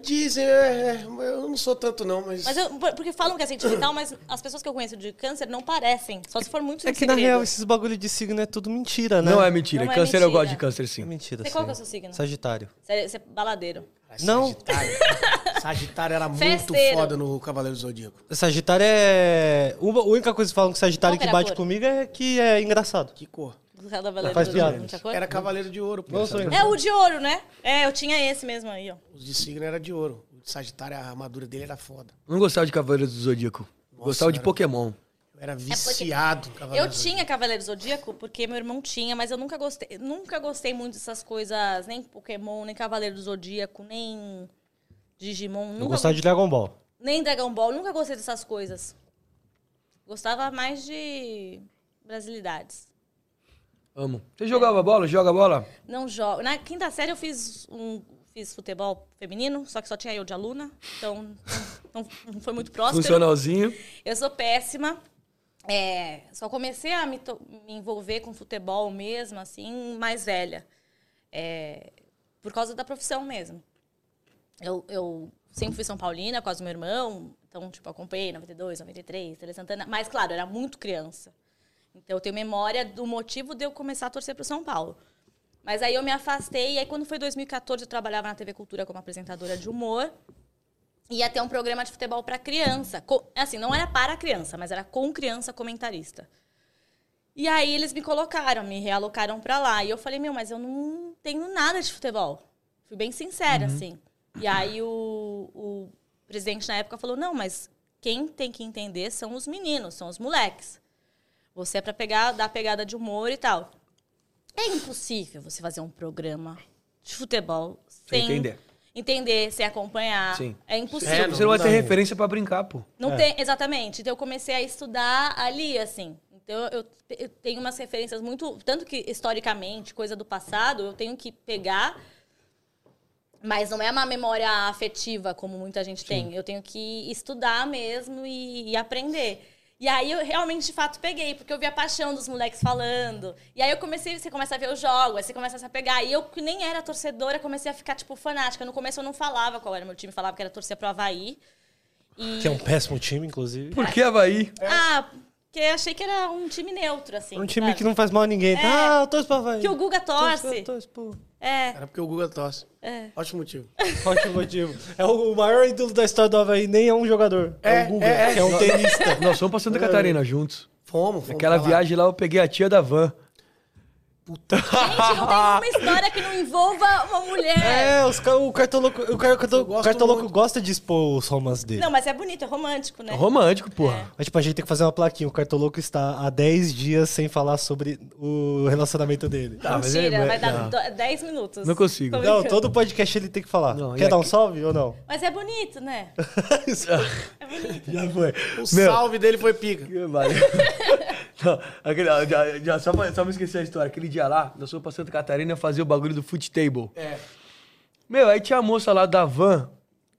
Speaker 4: Dizem, é, é, eu não sou tanto não, mas...
Speaker 3: Mas eu, por- porque falam que é sentimental, mas as pessoas que eu conheço de câncer não parecem. Só se for muito
Speaker 2: É
Speaker 3: no
Speaker 2: que na
Speaker 3: segredo.
Speaker 2: real esses bagulho de signo é tudo mentira, né?
Speaker 1: Não é mentira.
Speaker 3: Não é
Speaker 1: câncer, eu
Speaker 3: mentira.
Speaker 1: gosto de câncer,
Speaker 2: É
Speaker 1: sim.
Speaker 2: mentira.
Speaker 3: Você- qual
Speaker 2: sim.
Speaker 3: que é o seu signo?
Speaker 2: Sagitário.
Speaker 3: Você é- você é baladeiro.
Speaker 2: Não.
Speaker 4: Sagitário. Sagitário era muito
Speaker 6: Festeiro.
Speaker 4: foda no Cavaleiro do Zodíaco.
Speaker 2: Sagitário é. Uma, a única coisa que falam que Sagitário
Speaker 6: Qual
Speaker 2: que
Speaker 6: era a
Speaker 2: bate
Speaker 6: cor?
Speaker 2: comigo é que é engraçado.
Speaker 4: Que cor?
Speaker 2: Faz piada.
Speaker 4: Era Cavaleiro de Ouro, pô.
Speaker 2: Nossa,
Speaker 3: É o de ouro, né? É, eu tinha esse mesmo aí, ó.
Speaker 4: Os de signo era de ouro. O de Sagitário, a armadura dele era foda.
Speaker 1: Não gostava de Cavaleiros do Zodíaco. gostava de Pokémon.
Speaker 4: Eu era viciado no Cavaleiro
Speaker 3: Eu
Speaker 4: do Zodíaco.
Speaker 3: tinha Cavaleiro Zodíaco porque meu irmão tinha, mas eu nunca gostei, nunca gostei muito dessas coisas, nem Pokémon, nem Cavaleiro Zodíaco, nem Digimon,
Speaker 2: Eu
Speaker 3: nunca
Speaker 2: gostava de Dragon Ball.
Speaker 3: nem Dragon Ball, nunca gostei dessas coisas. Gostava mais de brasilidades.
Speaker 1: Amo. Você jogava bola? Joga bola?
Speaker 3: Não jogo. Na quinta série eu fiz um fiz futebol feminino, só que só tinha eu de aluna, então não, não- não foi muito próximo.
Speaker 1: Funcionalzinho.
Speaker 3: Eu sou péssima. É, só comecei a me, to- me envolver com futebol mesmo, assim, mais velha. É, por causa da profissão mesmo. Eu, eu sempre fui São Paulina, por causa do meu irmão. Então, tipo, acompanhei 92, 93, Tele Santana. Mas, claro, eu era muito criança. Então, eu tenho memória do motivo de eu começar a torcer pro São Paulo. Mas aí eu me afastei. E aí, quando foi 2014, eu trabalhava na TV Cultura como apresentadora de humor ia ter um programa de futebol para criança. Co- assim, não era para criança, mas era com criança comentarista. E aí eles me colocaram, me realocaram para lá. E eu falei, meu, mas eu não tenho nada de futebol. Fui bem sincera, assim. E aí o, o presidente na época falou, não, mas quem tem que entender são os meninos, são os moleques. Você é para pegar, dar pegada de humor e tal. É impossível você fazer um programa de futebol
Speaker 1: Sem
Speaker 3: sem,
Speaker 1: entender.
Speaker 3: entender, sem acompanhar.
Speaker 1: Sim.
Speaker 3: É impossível.
Speaker 1: Você não vai ter referência pra brincar, pô.
Speaker 2: É.
Speaker 3: Não tem, exatamente. Então eu comecei a estudar ali, assim. Então eu, te- eu tenho umas referências muito. Tanto que historicamente, coisa do passado, eu tenho que pegar. Mas não é uma memória afetiva, como muita gente tem. Eu tenho que estudar mesmo e, e aprender. E aí eu realmente, de fato, peguei, porque eu vi a paixão dos moleques falando. E aí eu comecei, você começa a ver o jogo, aí você começa a se apegar. E eu, que nem era torcedora, comecei a ficar, tipo, fanática. No começo eu não falava qual era o meu time, falava que era torcer pro Havaí. E...
Speaker 2: Que é um péssimo time, inclusive.
Speaker 1: Por que Havaí?
Speaker 3: Ah, porque eu achei que era um time neutro, assim.
Speaker 2: Um time
Speaker 3: sabe?
Speaker 2: que não faz mal a ninguém. Ah, eu torço pra Havaí.
Speaker 3: Que o Guga
Speaker 2: Torço-
Speaker 3: torce.
Speaker 2: eu torço pro-
Speaker 3: É.
Speaker 4: Era porque o Guga tosse. Ótimo motivo.
Speaker 2: Ótimo motivo. É o o maior ídolo da história do Havaí, nem é um jogador. É, o Guga, que é um tenista.
Speaker 1: Nós fomos pra Santa Catarina juntos.
Speaker 4: Fomos, fomos
Speaker 1: Aquela
Speaker 4: pra lá.
Speaker 1: viagem lá eu peguei a tia da van.
Speaker 3: Gente, não tem
Speaker 1: Ah.
Speaker 3: uma história que não envolva uma mulher.
Speaker 2: É, os, ca- o cartoloco, o car- carto-
Speaker 4: gosto
Speaker 2: cartoloco
Speaker 4: muito.
Speaker 2: gosta de expor os romances dele.
Speaker 3: Não, mas é bonito, é romântico, né?
Speaker 1: Romântico, porra.
Speaker 2: Mas, tipo, a gente tem que fazer uma plaquinha. O cartoloco está há 10 dias sem falar sobre o relacionamento dele.
Speaker 1: Ah, mas
Speaker 3: Mentira,
Speaker 1: é-
Speaker 3: vai
Speaker 1: não.
Speaker 3: dar do- 10 minutos.
Speaker 1: Não consigo.
Speaker 3: Tô
Speaker 2: Não,
Speaker 3: brincando.
Speaker 2: todo podcast ele tem que falar.
Speaker 1: Não, e
Speaker 2: Quer dar um
Speaker 1: aqui- É
Speaker 2: salve ou não?
Speaker 3: Mas é bonito, né?
Speaker 2: Isso- Já foi.
Speaker 4: O salve dele foi pica.
Speaker 1: Que valeu. Não, aquele, ó, já, já- só, pra, só pra esquecer a história. Aquele dia lá, nós fomos pra Santa Catarina fazer o bagulho do foot table.
Speaker 4: É.
Speaker 1: Meu, aí tinha a moça lá da van,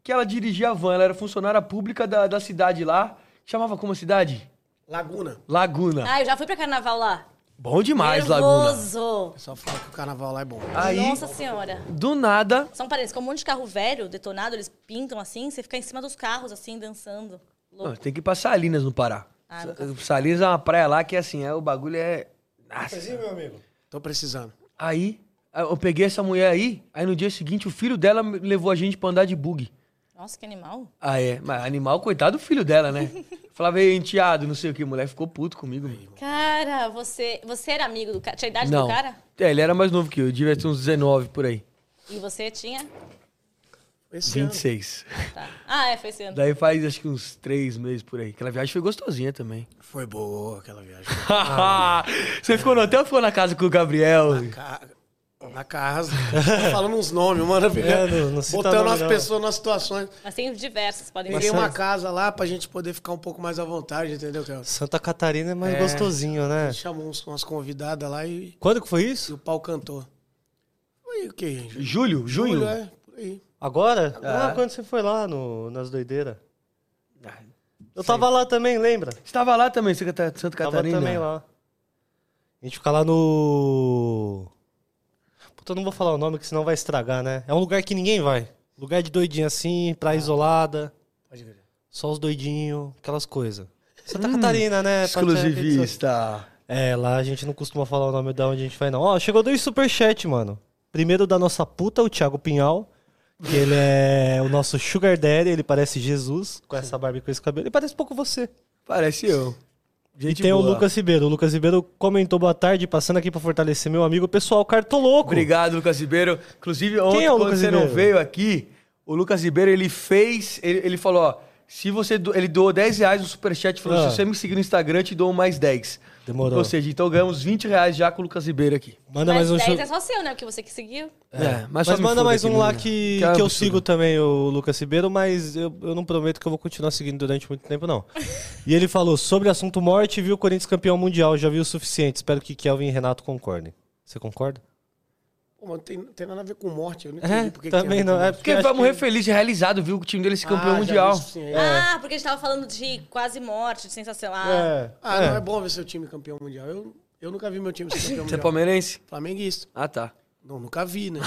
Speaker 1: que ela dirigia a van. Ela era funcionária pública da, da cidade lá. Chamava como a cidade?
Speaker 4: Laguna.
Speaker 1: Laguna.
Speaker 3: Ah, eu já fui pra carnaval lá.
Speaker 1: Bom demais, Laguna.
Speaker 3: Nervoso.
Speaker 4: Só fala que o carnaval lá é bom.
Speaker 1: Aí,
Speaker 3: Nossa senhora.
Speaker 1: do nada,
Speaker 3: São parentes, com um monte de carro velho, detonado, eles pintam assim, você fica em cima dos carros, assim, dançando. Louco.
Speaker 1: Não, tem que ir pra Salinas no Pará.
Speaker 3: Ah,
Speaker 1: Sa-
Speaker 3: nunca
Speaker 1: Salinas é uma praia lá que assim, é, o bagulho é. Nossa.
Speaker 2: meu amigo.
Speaker 4: Tô precisando.
Speaker 1: Aí eu peguei essa mulher aí, aí no dia seguinte o filho dela me- levou a gente pra andar de bug.
Speaker 3: Nossa, que animal.
Speaker 1: Ah, é. Mas animal, coitado do filho dela, né? Falava, ei, enteado, não sei o que. Mulher ficou puto comigo. mano.
Speaker 3: Cara, você, você era amigo do cara? Tinha a idade
Speaker 1: Não.
Speaker 3: do cara?
Speaker 1: É, ele era mais novo que eu, eu devia ter uns 19 por aí.
Speaker 3: E você tinha?
Speaker 4: Esse ano.
Speaker 1: 26.
Speaker 3: Tá. Ah, é, foi esse ano.
Speaker 1: Daí faz acho que uns 3 meses por aí. Aquela viagem foi gostosinha também.
Speaker 4: Foi boa aquela viagem.
Speaker 1: Você ficou no hotel ou ficou na casa com o Gabriel?
Speaker 4: Ca- Na casa. Tô falando uns nomes, mano.
Speaker 2: É, não- não cita
Speaker 4: Botando
Speaker 2: nome,
Speaker 4: as
Speaker 2: não. Tá
Speaker 4: pessoas nas situações.
Speaker 3: Mas tem diversos, podem um
Speaker 4: Peguei
Speaker 3: ver.
Speaker 4: uma casa lá pra gente poder ficar um pouco mais à vontade, entendeu, Kelvin?
Speaker 2: Santa Catarina é mais gostosinho, né?
Speaker 4: Chamou uns, umas convidadas lá e,
Speaker 2: Quando que foi
Speaker 4: e
Speaker 2: isso?
Speaker 4: o pau cantou. Foi o quê? Ju-
Speaker 1: Julho? Junho?
Speaker 4: Julho, é, por aí.
Speaker 2: Agora?
Speaker 1: É.
Speaker 2: Ah, quando você foi lá no, nas doideiras.
Speaker 1: Ah,
Speaker 2: Eu tava lá também, lembra?
Speaker 1: Você tava lá também, Santa Cata- Santa
Speaker 2: Tava
Speaker 1: Catarina?
Speaker 2: também lá. A gente fica lá no. Puta, eu não vou falar o nome, que senão vai estragar, né? É um lugar que ninguém vai. Lugar de doidinho assim, praia isolada,
Speaker 4: Pode crer.
Speaker 2: só os doidinhos, aquelas coisas. Santa Catarina, né?
Speaker 1: Exclusivista.
Speaker 2: É, lá a gente não costuma falar o nome da onde a gente vai, não. Ó, chegou dois superchat, mano. Primeiro da nossa puta, o Thiago Pinhal. Que ele é o nosso Sugar Daddy, ele parece Jesus, com essa barba e com esse cabelo. Ele parece um pouco você.
Speaker 1: Parece eu.
Speaker 2: E
Speaker 1: Gente
Speaker 2: tem o
Speaker 1: boa.
Speaker 2: Lucas Ribeiro. O Lucas Ribeiro comentou boa tarde, passando aqui pra fortalecer meu amigo pessoal Cartoloco.
Speaker 1: Obrigado, Lucas Ribeiro. Inclusive, ontem,
Speaker 2: é o
Speaker 1: quando
Speaker 2: Lucas
Speaker 1: você não
Speaker 2: Ribeiro?
Speaker 1: veio aqui, o Lucas Ribeiro, ele fez... Ele, ele falou, ó... Se você... do- ele doou 10 reais no superchat e falou,
Speaker 2: Ah.
Speaker 1: se você me seguir no Instagram, eu te dou mais 10.
Speaker 2: Demorou.
Speaker 1: Ou seja, então ganhamos 20 reais já com o Lucas Ribeiro aqui.
Speaker 2: Manda
Speaker 3: mas
Speaker 2: mais um
Speaker 3: 10
Speaker 2: su-
Speaker 3: é só seu, né? O que você que seguiu.
Speaker 1: É,
Speaker 2: Mas,
Speaker 1: só me
Speaker 2: manda
Speaker 1: foda
Speaker 2: mais um
Speaker 1: aqui,
Speaker 2: lá
Speaker 1: menina.
Speaker 2: que,
Speaker 1: é um
Speaker 2: que eu
Speaker 1: absurdo.
Speaker 2: sigo também, o Lucas Ribeiro, mas eu, eu não prometo que eu vou continuar seguindo durante muito tempo, não. e ele falou sobre assunto morte, viu o Corinthians campeão mundial, já viu o suficiente. Espero que Kelvin e Renato concordem. Você concorda?
Speaker 4: Pô, mano, tem, tem nada a ver com morte. Eu não entendi
Speaker 2: É,
Speaker 4: porque
Speaker 2: também não. É porque
Speaker 1: Porque ele
Speaker 2: acho
Speaker 1: vai
Speaker 2: que- Ah,
Speaker 1: morrer feliz e realizado, viu? Que o time dele se campeão mundial.
Speaker 2: É.
Speaker 4: é.
Speaker 3: Ah, porque a gente tava falando de quase morte, de sensação. Ah,
Speaker 2: É,
Speaker 4: Ah,
Speaker 2: é.
Speaker 4: não é bom ver seu time campeão mundial. Eu, eu nunca vi meu time ser campeão
Speaker 1: Você é
Speaker 4: mundial.
Speaker 1: palmeirense?
Speaker 4: Flamenguista.
Speaker 1: Ah, tá.
Speaker 4: Não, nunca vi, né?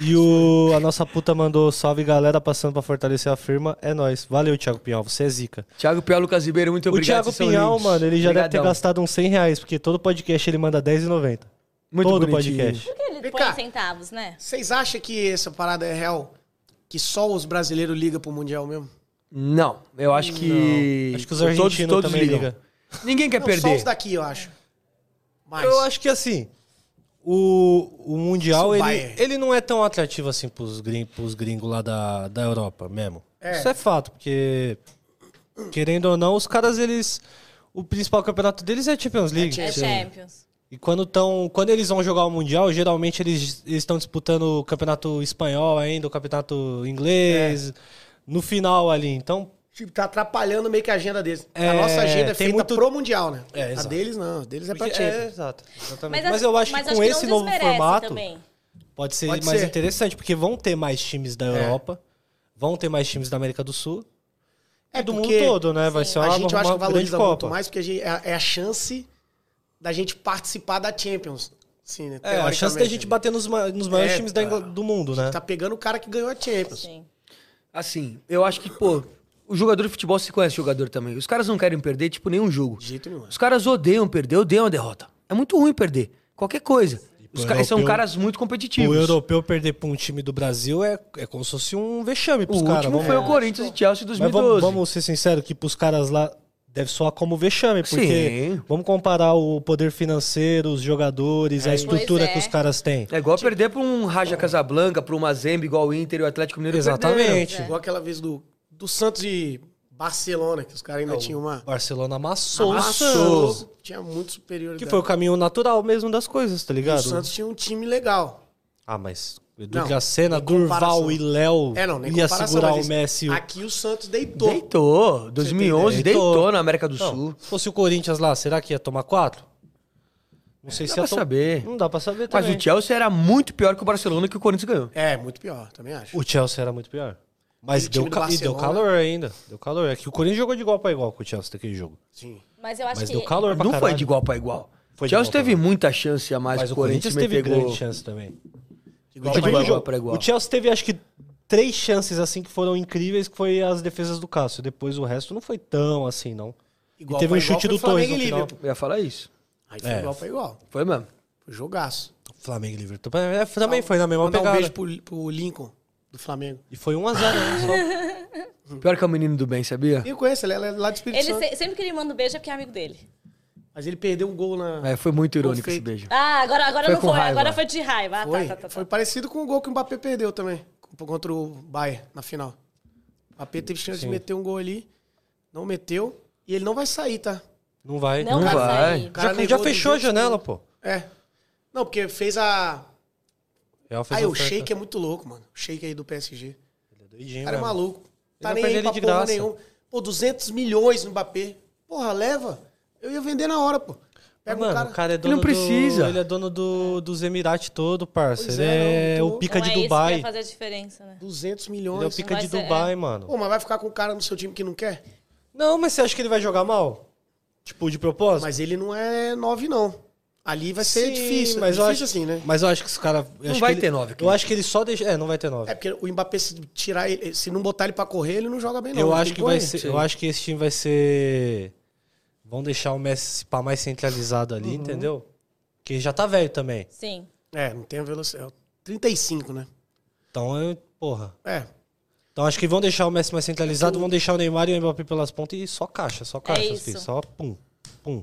Speaker 2: E o, a nossa puta mandou salve galera passando pra fortalecer a firma. É nóis. Valeu, Thiago Pinhal. Você é zica.
Speaker 1: Thiago Piau, Lucas Ribeiro, muito obrigado.
Speaker 2: o Thiago
Speaker 1: vocês são
Speaker 2: Pinhal,
Speaker 1: lindos.
Speaker 2: mano, ele já deve ter
Speaker 1: Obrigadão.
Speaker 2: gastado uns 100 reais, porque todo podcast ele manda 10,90.
Speaker 1: Muito
Speaker 2: todo
Speaker 1: bonitinho.
Speaker 2: podcast.
Speaker 3: porque ele
Speaker 4: Vem
Speaker 3: põe
Speaker 4: cá.
Speaker 3: centavos, né?
Speaker 4: Vocês acham que essa parada é real? Que só os brasileiros ligam pro mundial mesmo?
Speaker 1: Não, eu acho que.
Speaker 2: Acho que os argentinos também ligam.
Speaker 1: Ninguém quer
Speaker 4: não, só
Speaker 1: perder.
Speaker 4: os daqui, eu acho. Mas.
Speaker 2: Eu acho que assim, o, o Mundial, ele,
Speaker 4: Isso vai.
Speaker 2: ele não é tão atrativo assim pros, gring, pros gringos lá da, da Europa mesmo.
Speaker 4: É.
Speaker 2: Isso é fato, porque, querendo ou não, os caras, eles. O principal campeonato deles é a Champions League.
Speaker 3: É Champions.
Speaker 2: E quando, tão, quando eles vão jogar o Mundial, geralmente eles estão disputando o campeonato espanhol ainda, o campeonato
Speaker 1: É.
Speaker 2: inglês, no final ali. Então,
Speaker 4: Tipo, tá atrapalhando meio que a agenda deles.
Speaker 2: É,
Speaker 4: a nossa agenda
Speaker 2: tem
Speaker 4: é feita
Speaker 2: muito-
Speaker 4: pro mundial, né?
Speaker 2: É,
Speaker 4: a
Speaker 2: exato.
Speaker 4: deles não, a deles é pra
Speaker 2: Porque-
Speaker 4: Champions.
Speaker 2: exato, exatamente. Mas,
Speaker 3: as-
Speaker 2: eu acho que com
Speaker 3: não
Speaker 2: esse novo
Speaker 3: desmerece
Speaker 2: formato
Speaker 3: também.
Speaker 2: pode ser
Speaker 4: Pode
Speaker 2: mais
Speaker 4: ser.
Speaker 2: interessante, porque vão ter mais times da Europa, vão ter mais times da América do Sul
Speaker 4: É,
Speaker 2: e do
Speaker 4: porque
Speaker 2: mundo todo, né? Vai ser uma,
Speaker 4: a gente eu acho
Speaker 2: uma
Speaker 4: que
Speaker 2: grande
Speaker 4: valoriza
Speaker 2: Copa.
Speaker 4: muito mais, porque a gente- é, é a chance da gente participar da Champions. Sim, né?
Speaker 2: É, a chance da
Speaker 4: teoricamente,
Speaker 2: gente
Speaker 4: né?
Speaker 2: bater nos, ma- nos maiores
Speaker 4: É,
Speaker 2: times da Ingl- do mundo, né?
Speaker 4: Tá pegando o cara que ganhou a Champions.
Speaker 3: Sim.
Speaker 1: Assim, eu acho que, pô, o jogador de futebol se conhece jogador também. Os caras não querem perder, tipo, nenhum jogo.
Speaker 4: De jeito nenhum.
Speaker 2: É.
Speaker 1: Os caras odeiam perder, odeiam a derrota. É muito ruim perder. Qualquer coisa. Os
Speaker 2: pro
Speaker 1: caras são
Speaker 2: europeu-
Speaker 1: caras muito competitivos.
Speaker 2: O europeu perder pra um time do Brasil é, é como se fosse um vexame
Speaker 1: O
Speaker 2: pros
Speaker 1: último
Speaker 2: caras. vamos-
Speaker 1: foi o Corinthians e Chelsea em
Speaker 2: Mas
Speaker 1: 2012.
Speaker 2: vamos, vamos ser sinceros que pros caras lá deve soar como vexame, porque
Speaker 1: Sim.
Speaker 2: vamos comparar o poder financeiro, os jogadores, a estrutura
Speaker 3: Pois é.
Speaker 2: que os caras têm.
Speaker 1: É igual perder pra um Raja Casablanca, pra uma Zembe igual o Inter e o Atlético Mineiro perderam.
Speaker 2: Exatamente.
Speaker 4: Igual aquela vez do, do Santos e Barcelona, que os caras
Speaker 2: É
Speaker 4: ainda tinham uma.
Speaker 2: Barcelona amassou, o
Speaker 4: Amassou.
Speaker 2: Santos,
Speaker 4: Tinha muito superioridade.
Speaker 2: Que foi o caminho natural mesmo das coisas, tá
Speaker 4: o
Speaker 2: ligado?
Speaker 4: Santos tinha um time legal.
Speaker 2: Ah, mas Edu
Speaker 4: Não,
Speaker 2: Dracena,
Speaker 4: nem comparação.
Speaker 2: Durval e Léo
Speaker 4: É, não, nem
Speaker 2: ia
Speaker 4: comparação,
Speaker 2: segurar
Speaker 4: mas
Speaker 2: o
Speaker 4: isso-
Speaker 2: Messi.
Speaker 4: Aqui o Santos deitou.
Speaker 1: Deitou. 2011
Speaker 2: Deitou.
Speaker 1: deitou. na América do
Speaker 2: Não,
Speaker 1: Sul.
Speaker 2: se fosse o Corinthians lá, será que ia tomar quatro? Não sei
Speaker 1: Não
Speaker 2: se
Speaker 1: dá
Speaker 2: ia
Speaker 1: pra saber.
Speaker 2: Não dá pra saber
Speaker 1: Mas
Speaker 2: também.
Speaker 1: o Chelsea era muito pior que o Barcelona que o Corinthians ganhou.
Speaker 4: É, muito pior, também acho.
Speaker 2: O Chelsea era muito pior. Mas
Speaker 4: E o time
Speaker 2: deu,
Speaker 4: do
Speaker 2: ca- e deu
Speaker 4: Barcelona?
Speaker 2: calor ainda. Deu calor. É que o Corinthians jogou de igual pra igual com o Chelsea naquele jogo.
Speaker 4: Sim.
Speaker 3: Mas eu acho
Speaker 2: Mas
Speaker 3: que. é.
Speaker 2: deu calor pra
Speaker 1: não
Speaker 2: caralho.
Speaker 1: foi de igual pra igual.
Speaker 2: Foi
Speaker 1: O
Speaker 2: de
Speaker 1: Chelsea
Speaker 2: igual pra
Speaker 1: teve
Speaker 2: igual.
Speaker 1: muita chance a mais.
Speaker 2: Mas
Speaker 1: o
Speaker 2: o Corinthians teve
Speaker 1: meteu gol.
Speaker 2: grande chance também.
Speaker 4: Igual
Speaker 1: Foi
Speaker 4: pra
Speaker 1: de
Speaker 4: igual.
Speaker 1: igual pra igual.
Speaker 2: Tipo, O Chelsea teve, acho que, três chances assim que foram incríveis, que foi as defesas do Cássio. Depois o resto não foi tão assim, não.
Speaker 4: Igual
Speaker 2: e teve
Speaker 4: pra
Speaker 2: um
Speaker 4: igual
Speaker 2: chute
Speaker 4: foi
Speaker 2: do Torres
Speaker 4: Flamengo
Speaker 2: no
Speaker 4: e
Speaker 2: final.
Speaker 4: Liverpool.
Speaker 1: Eu ia falar isso.
Speaker 4: Aí foi
Speaker 2: É.
Speaker 4: igual pra igual.
Speaker 1: Foi mesmo.
Speaker 4: Foi jogaço.
Speaker 2: Flamengo e Liverpool. É, Também foi na mesma
Speaker 4: Mandar um
Speaker 2: pegada.
Speaker 4: beijo pro, pro Lincoln, do Flamengo.
Speaker 2: E foi 1 a 0 só.
Speaker 1: Pior que é o menino do bem, sabia?
Speaker 4: Eu conheço, ele ela é lá do Espírito
Speaker 3: Ele
Speaker 4: Santo.
Speaker 3: se- sempre que ele manda um beijo é porque é amigo dele.
Speaker 4: Mas ele perdeu um gol na.
Speaker 1: É, foi muito irônico
Speaker 4: Foi
Speaker 1: esse
Speaker 4: feito.
Speaker 1: beijo.
Speaker 3: Ah, agora, agora
Speaker 1: Foi
Speaker 3: não
Speaker 1: com
Speaker 3: foi.
Speaker 1: raiva.
Speaker 3: Agora foi de raiva. Ah, tá,
Speaker 4: Foi,
Speaker 3: tá, tá, tá.
Speaker 4: foi parecido com o gol que o Mbappé perdeu também, contra o Bayern, na final. O Mbappé teve chance de meter um gol ali, não meteu, e ele não vai sair, tá?
Speaker 2: Não vai.
Speaker 1: Não
Speaker 3: Não, vai
Speaker 1: vai.
Speaker 3: sair.
Speaker 4: cara
Speaker 2: Já, já
Speaker 4: negou
Speaker 2: fechou a
Speaker 4: do jeito
Speaker 2: janela, pô.
Speaker 4: É. Não, porque fez a...
Speaker 2: Real fez
Speaker 4: Aí
Speaker 2: a
Speaker 4: o
Speaker 2: oferta.
Speaker 4: Sheik é muito louco, mano. O Sheik aí do PSG.
Speaker 2: Ele é
Speaker 4: O
Speaker 2: doidinho,
Speaker 4: cara é
Speaker 2: mesmo.
Speaker 4: maluco. Tá
Speaker 2: vai
Speaker 4: nem
Speaker 2: perder
Speaker 4: aí
Speaker 2: ele
Speaker 4: pra
Speaker 2: de
Speaker 4: porra
Speaker 2: graça.
Speaker 4: nenhuma. Pô, 200 milhões no Mbappé. Porra, leva. Eu ia vender na hora, pô. Pega
Speaker 2: Mano,
Speaker 4: um cara...
Speaker 2: o cara é dono
Speaker 1: não precisa.
Speaker 2: Do, ele é dono do, dos Emirates todo, parça.
Speaker 4: Pois
Speaker 2: Ele
Speaker 4: é,
Speaker 2: é,
Speaker 4: não,
Speaker 2: o
Speaker 4: tô-
Speaker 2: pica
Speaker 3: Não
Speaker 2: de
Speaker 3: é Isso que
Speaker 2: Dubai.
Speaker 3: vai fazer a diferença, né?
Speaker 4: 200
Speaker 2: Ele é o
Speaker 4: milhões.
Speaker 2: pica
Speaker 3: Vai
Speaker 2: de
Speaker 3: ser-
Speaker 2: Dubai,
Speaker 3: é.
Speaker 2: mano.
Speaker 4: Pô, mas vai ficar com o cara no seu time que não quer?
Speaker 2: Não, mas você acha que ele vai jogar mal? Tipo, de propósito?
Speaker 4: Mas ele não é 9, não. Ali vai ser
Speaker 2: Sim,
Speaker 4: difícil.
Speaker 2: mas
Speaker 4: Mas difícil
Speaker 2: eu acho,
Speaker 4: assim, né?
Speaker 2: Mas eu acho que esse cara... eu acho
Speaker 1: vai
Speaker 2: que ele-
Speaker 1: ter nove,
Speaker 2: Eu
Speaker 1: Cleiton.
Speaker 2: acho que ele só deixa... É, não vai ter nove.
Speaker 4: É porque o Mbappé, se tirar ele, se não botar ele pra correr, ele não joga bem, não. é
Speaker 2: eu
Speaker 4: Ele
Speaker 2: acho
Speaker 4: tem
Speaker 2: que vai
Speaker 4: correr.
Speaker 2: ser, eu acho que esse time vai ser vão deixar o Messi se pá mais centralizado
Speaker 4: Uhum.
Speaker 2: ali, entendeu? Que já tá velho também.
Speaker 3: Sim.
Speaker 4: É, não tem a velocidade. 35, né?
Speaker 2: Então eu- Porra.
Speaker 4: É.
Speaker 2: Então acho que vão deixar o Messi mais
Speaker 4: Então,
Speaker 2: centralizado, vão deixar o Neymar e o Mbappé pelas pontas e só caixa, só caixa,
Speaker 3: isso.
Speaker 2: filho. Só pum, pum.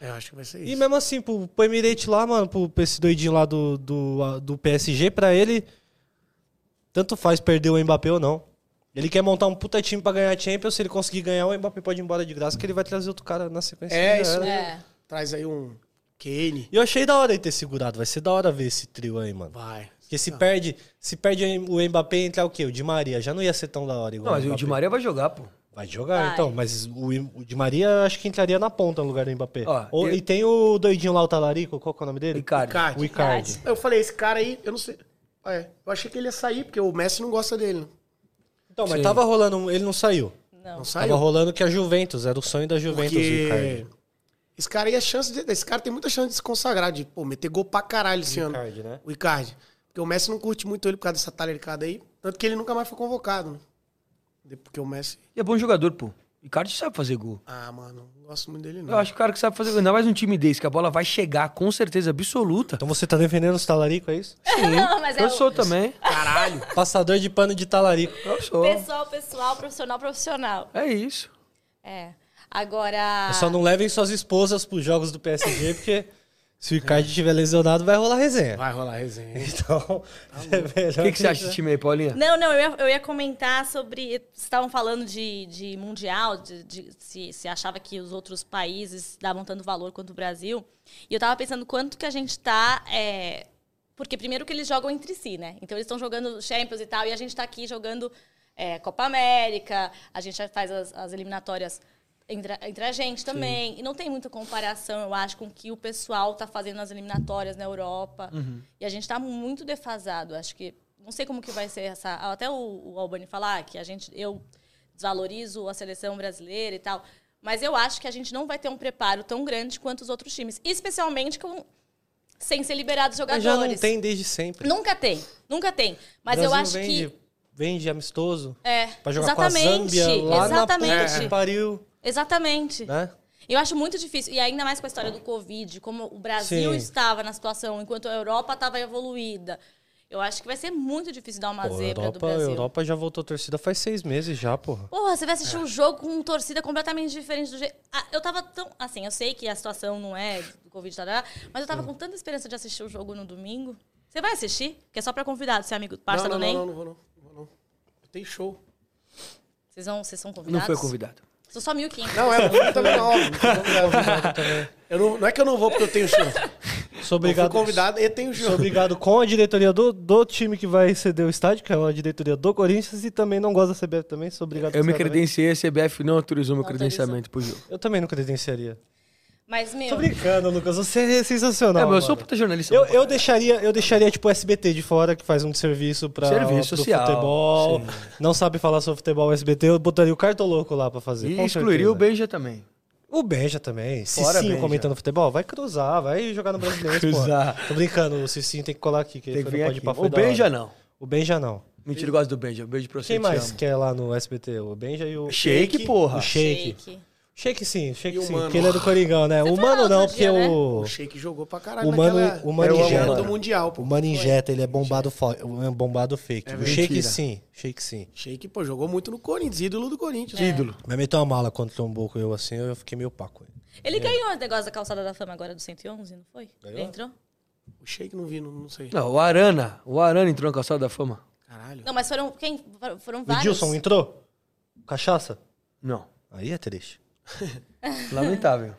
Speaker 4: é, eu acho que vai ser
Speaker 2: E
Speaker 4: isso.
Speaker 2: mesmo assim, pro, pro Emirate lá, mano, pro, pra esse doidinho lá do, do, a- do PSG, pra ele, tanto faz perder o Mbappé ou não. Ele quer montar um puta time pra ganhar a Champions, se ele conseguir ganhar, o Mbappé pode ir embora de graça, que ele vai trazer outro cara na sequência.
Speaker 4: É,
Speaker 2: Já
Speaker 4: isso
Speaker 2: era.
Speaker 4: mesmo.
Speaker 3: É.
Speaker 4: Traz aí um Kane.
Speaker 2: E eu achei da hora ele ter segurado, vai ser da hora ver esse trio aí, mano.
Speaker 4: Vai.
Speaker 2: Porque se
Speaker 1: Ah.
Speaker 4: Não.
Speaker 2: perde, se perde o Mbappé, entra o quê? O Di Maria, já não ia ser tão da hora igual
Speaker 1: Não, mas o
Speaker 2: Mbappé.
Speaker 1: Di Maria vai jogar, pô.
Speaker 2: Vai jogar,
Speaker 3: Vai.
Speaker 2: então. Mas o, o Di Maria acho que entraria na ponta no lugar do Mbappé.
Speaker 1: Ó,
Speaker 2: Ou-
Speaker 1: eu-
Speaker 2: E tem o doidinho lá, o Talarico, qual que é o nome dele?
Speaker 1: Ricardo.
Speaker 4: Card.
Speaker 2: O Icardi.
Speaker 4: Eu falei, esse cara aí, eu não sei. É, eu achei que ele ia sair, porque o Messi não gosta dele. né?
Speaker 2: Então, mas
Speaker 1: Sim.
Speaker 2: tava rolando, um- ele não saiu.
Speaker 4: Não,
Speaker 2: Tava
Speaker 4: saiu.
Speaker 2: rolando que a Juventus, era o sonho da Juventus, o
Speaker 4: Porque
Speaker 2: Icardi.
Speaker 4: esse cara aí, a chance de, esse cara tem muita chance de se consagrar, de pô, meter gol pra caralho esse ano.
Speaker 2: Icardi, né?
Speaker 4: O Icardi. Porque o Messi não curte muito ele por causa dessa talericada aí. Tanto que ele nunca mais foi convocado. Né? De- Porque o Messi.
Speaker 1: E é bom jogador, pô. Ricardo sabe fazer gol.
Speaker 4: Ah, mano, não gosto muito dele,
Speaker 1: Eu
Speaker 4: não.
Speaker 1: acho que o cara que sabe fazer gol. Ainda mais um time desse, que a bola vai chegar com certeza absoluta.
Speaker 2: Então você tá defendendo os Talarico, é isso?
Speaker 3: Não, mas é
Speaker 1: Eu
Speaker 3: o
Speaker 1: sou também.
Speaker 4: Caralho.
Speaker 2: Passador de pano de Talarico.
Speaker 1: Eu sou.
Speaker 3: pessoal, pessoal, profissional, profissional.
Speaker 1: É isso.
Speaker 3: É. Agora.
Speaker 2: Só não levem suas esposas pros jogos do PSG, porque se o Icardi tiver lesionado, vai rolar resenha.
Speaker 4: Vai rolar resenha.
Speaker 2: Então, é melhor...
Speaker 1: O que, que você acha desse time aí, Paulinha?
Speaker 3: Não, não, eu ia, eu ia comentar sobre. Vocês estavam falando de, de mundial, de, de se, se achava que os outros países estavam tanto valor quanto o Brasil. E eu tava pensando quanto que a gente tá. é, porque primeiro que eles jogam entre si, né? Então eles estão jogando Champions e tal, e a gente tá aqui jogando é, Copa América, a gente já faz as, as eliminatórias entre, a- entre a gente também. E não tem muita comparação, eu acho, com o que o pessoal tá fazendo nas eliminatórias na Europa.
Speaker 2: Uhum.
Speaker 3: E a gente tá muito defasado. Acho que. Não sei como que vai ser essa. Até o, o Albani falar que a gente. Eu desvalorizo a seleção brasileira e tal. Mas eu acho que a gente não vai ter um preparo tão grande quanto os outros times. Especialmente com, sem ser liberados
Speaker 2: Mas
Speaker 3: jogadores.
Speaker 2: já não tem desde sempre.
Speaker 3: Nunca tem, nunca tem. Mas eu
Speaker 2: Brasil
Speaker 3: acho
Speaker 2: vende,
Speaker 3: que.
Speaker 2: Vende amistoso.
Speaker 3: É,
Speaker 2: Pra jogar
Speaker 3: exatamente,
Speaker 2: com a Zâmbia lá na puta
Speaker 3: exatamente,
Speaker 2: que pariu,
Speaker 3: exatamente.
Speaker 2: né?
Speaker 3: Eu acho muito difícil, e ainda mais com a história do Covid, como o Brasil
Speaker 2: Sim.
Speaker 3: estava na situação, enquanto a Europa estava evoluída. Eu acho que vai ser muito difícil dar uma
Speaker 2: Pô,
Speaker 3: zebra do
Speaker 2: Europa,
Speaker 3: Brasil.
Speaker 2: Europa É. já voltou torcida faz seis meses já, porra.
Speaker 3: Porra, você vai assistir um jogo com torcida completamente diferente do jeito. Ah, eu tava tão. Assim, eu sei que a situação não é do Covid, tarará, mas eu tava
Speaker 2: Hum.
Speaker 3: com tanta esperança de assistir o jogo no domingo. Você vai assistir? Que é só pra convidado, seu amigo
Speaker 4: Não,
Speaker 3: parça do
Speaker 4: não, não,
Speaker 3: NEM.
Speaker 4: não, não vou não. Não vou não. Eu tenho show.
Speaker 3: Vocês, vão, vocês são
Speaker 1: Não
Speaker 3: convidados?
Speaker 1: foi convidado.
Speaker 3: Sou só 1.500.
Speaker 4: Não, é, eu vou também não. óbvio, não vou convidado. Eu não, não é que eu não vou porque eu tenho show.
Speaker 2: Sou
Speaker 4: Obrigado.
Speaker 2: obrigado,
Speaker 4: Eu fui convidado e tenho show.
Speaker 2: sou obrigado com a diretoria do, do time que vai ceder o estádio, que é a diretoria do Corinthians, e também não gosta da CBF também, sou obrigado. com
Speaker 1: Eu me
Speaker 2: essa também.
Speaker 1: credenciei, a CBF não autorizou meu
Speaker 3: Não autorizou.
Speaker 1: credenciamento pro jogo.
Speaker 2: Eu também não credenciaria.
Speaker 3: Mas, meu.
Speaker 2: Tô brincando, Lucas, você é sensacional,
Speaker 1: é, mas eu sou um
Speaker 2: mano.
Speaker 1: puta jornalista.
Speaker 2: Eu,
Speaker 1: bom.
Speaker 2: eu deixaria, eu deixaria tipo o SBT de fora que faz um serviço para
Speaker 1: Serviço social,
Speaker 2: futebol,
Speaker 1: sim.
Speaker 2: não sabe falar sobre futebol SBT, eu botaria o cartoloco lá pra fazer.
Speaker 1: E
Speaker 2: com
Speaker 1: excluiria o
Speaker 2: certeza.
Speaker 1: Benja também.
Speaker 2: O Benja também.
Speaker 1: Fora
Speaker 2: Cicinho
Speaker 1: Benja.
Speaker 2: comentando futebol. Vai cruzar, vai jogar no brasileiro.
Speaker 1: Cruzar.
Speaker 2: Pô. Tô brincando, o Cicinho tem que colar aqui, que ele
Speaker 1: Tem que
Speaker 2: foi no
Speaker 1: vir
Speaker 2: Pode
Speaker 1: aqui.
Speaker 2: Pá, foi
Speaker 1: O
Speaker 2: da hora.
Speaker 1: Benja não.
Speaker 2: O Benja não.
Speaker 1: Mentira, eu gosto do Benja. Um beijo pra você.
Speaker 2: Quem
Speaker 1: te
Speaker 2: mais
Speaker 1: amo.
Speaker 2: que é lá no SBT? O Benja e o.
Speaker 1: Shake, porra.
Speaker 2: O Shake.
Speaker 3: Shake.
Speaker 2: Shake sim, o Shake
Speaker 4: E o
Speaker 2: sim.
Speaker 4: Mano?
Speaker 2: Porque ele é do Coringão, né? o Mano
Speaker 3: falou
Speaker 2: não,
Speaker 3: outro
Speaker 2: porque
Speaker 3: dia, né?
Speaker 2: o.
Speaker 4: O Sheik jogou pra caralho
Speaker 2: O mano-
Speaker 4: naquela
Speaker 2: o mano
Speaker 4: naquela
Speaker 2: injeta.
Speaker 4: do Mundial,
Speaker 2: O
Speaker 4: pô.
Speaker 2: Mano injeta, ele é bombado, fo- é bombado fake. o Shake sim, Shake sim.
Speaker 4: Sheik, pô, jogou muito no Corinthians, ídolo do Corinthians.
Speaker 1: Ídolo.
Speaker 2: Mas meteu uma mala quando trombou com eu assim, eu fiquei meio pá com ele.
Speaker 3: Ele ganhou o negócio da calçada da fama agora do 111, não foi? Ele entrou?
Speaker 4: É. O Sheik não vi, não, não sei.
Speaker 1: Não, o Arana. O Arana entrou na calçada da fama.
Speaker 4: Caralho.
Speaker 3: Não, mas foram quem? Foram- Foram
Speaker 2: O
Speaker 3: vários.
Speaker 2: Dilson entrou? Cachaça?
Speaker 1: Não.
Speaker 2: Aí é triste.
Speaker 1: Lamentável.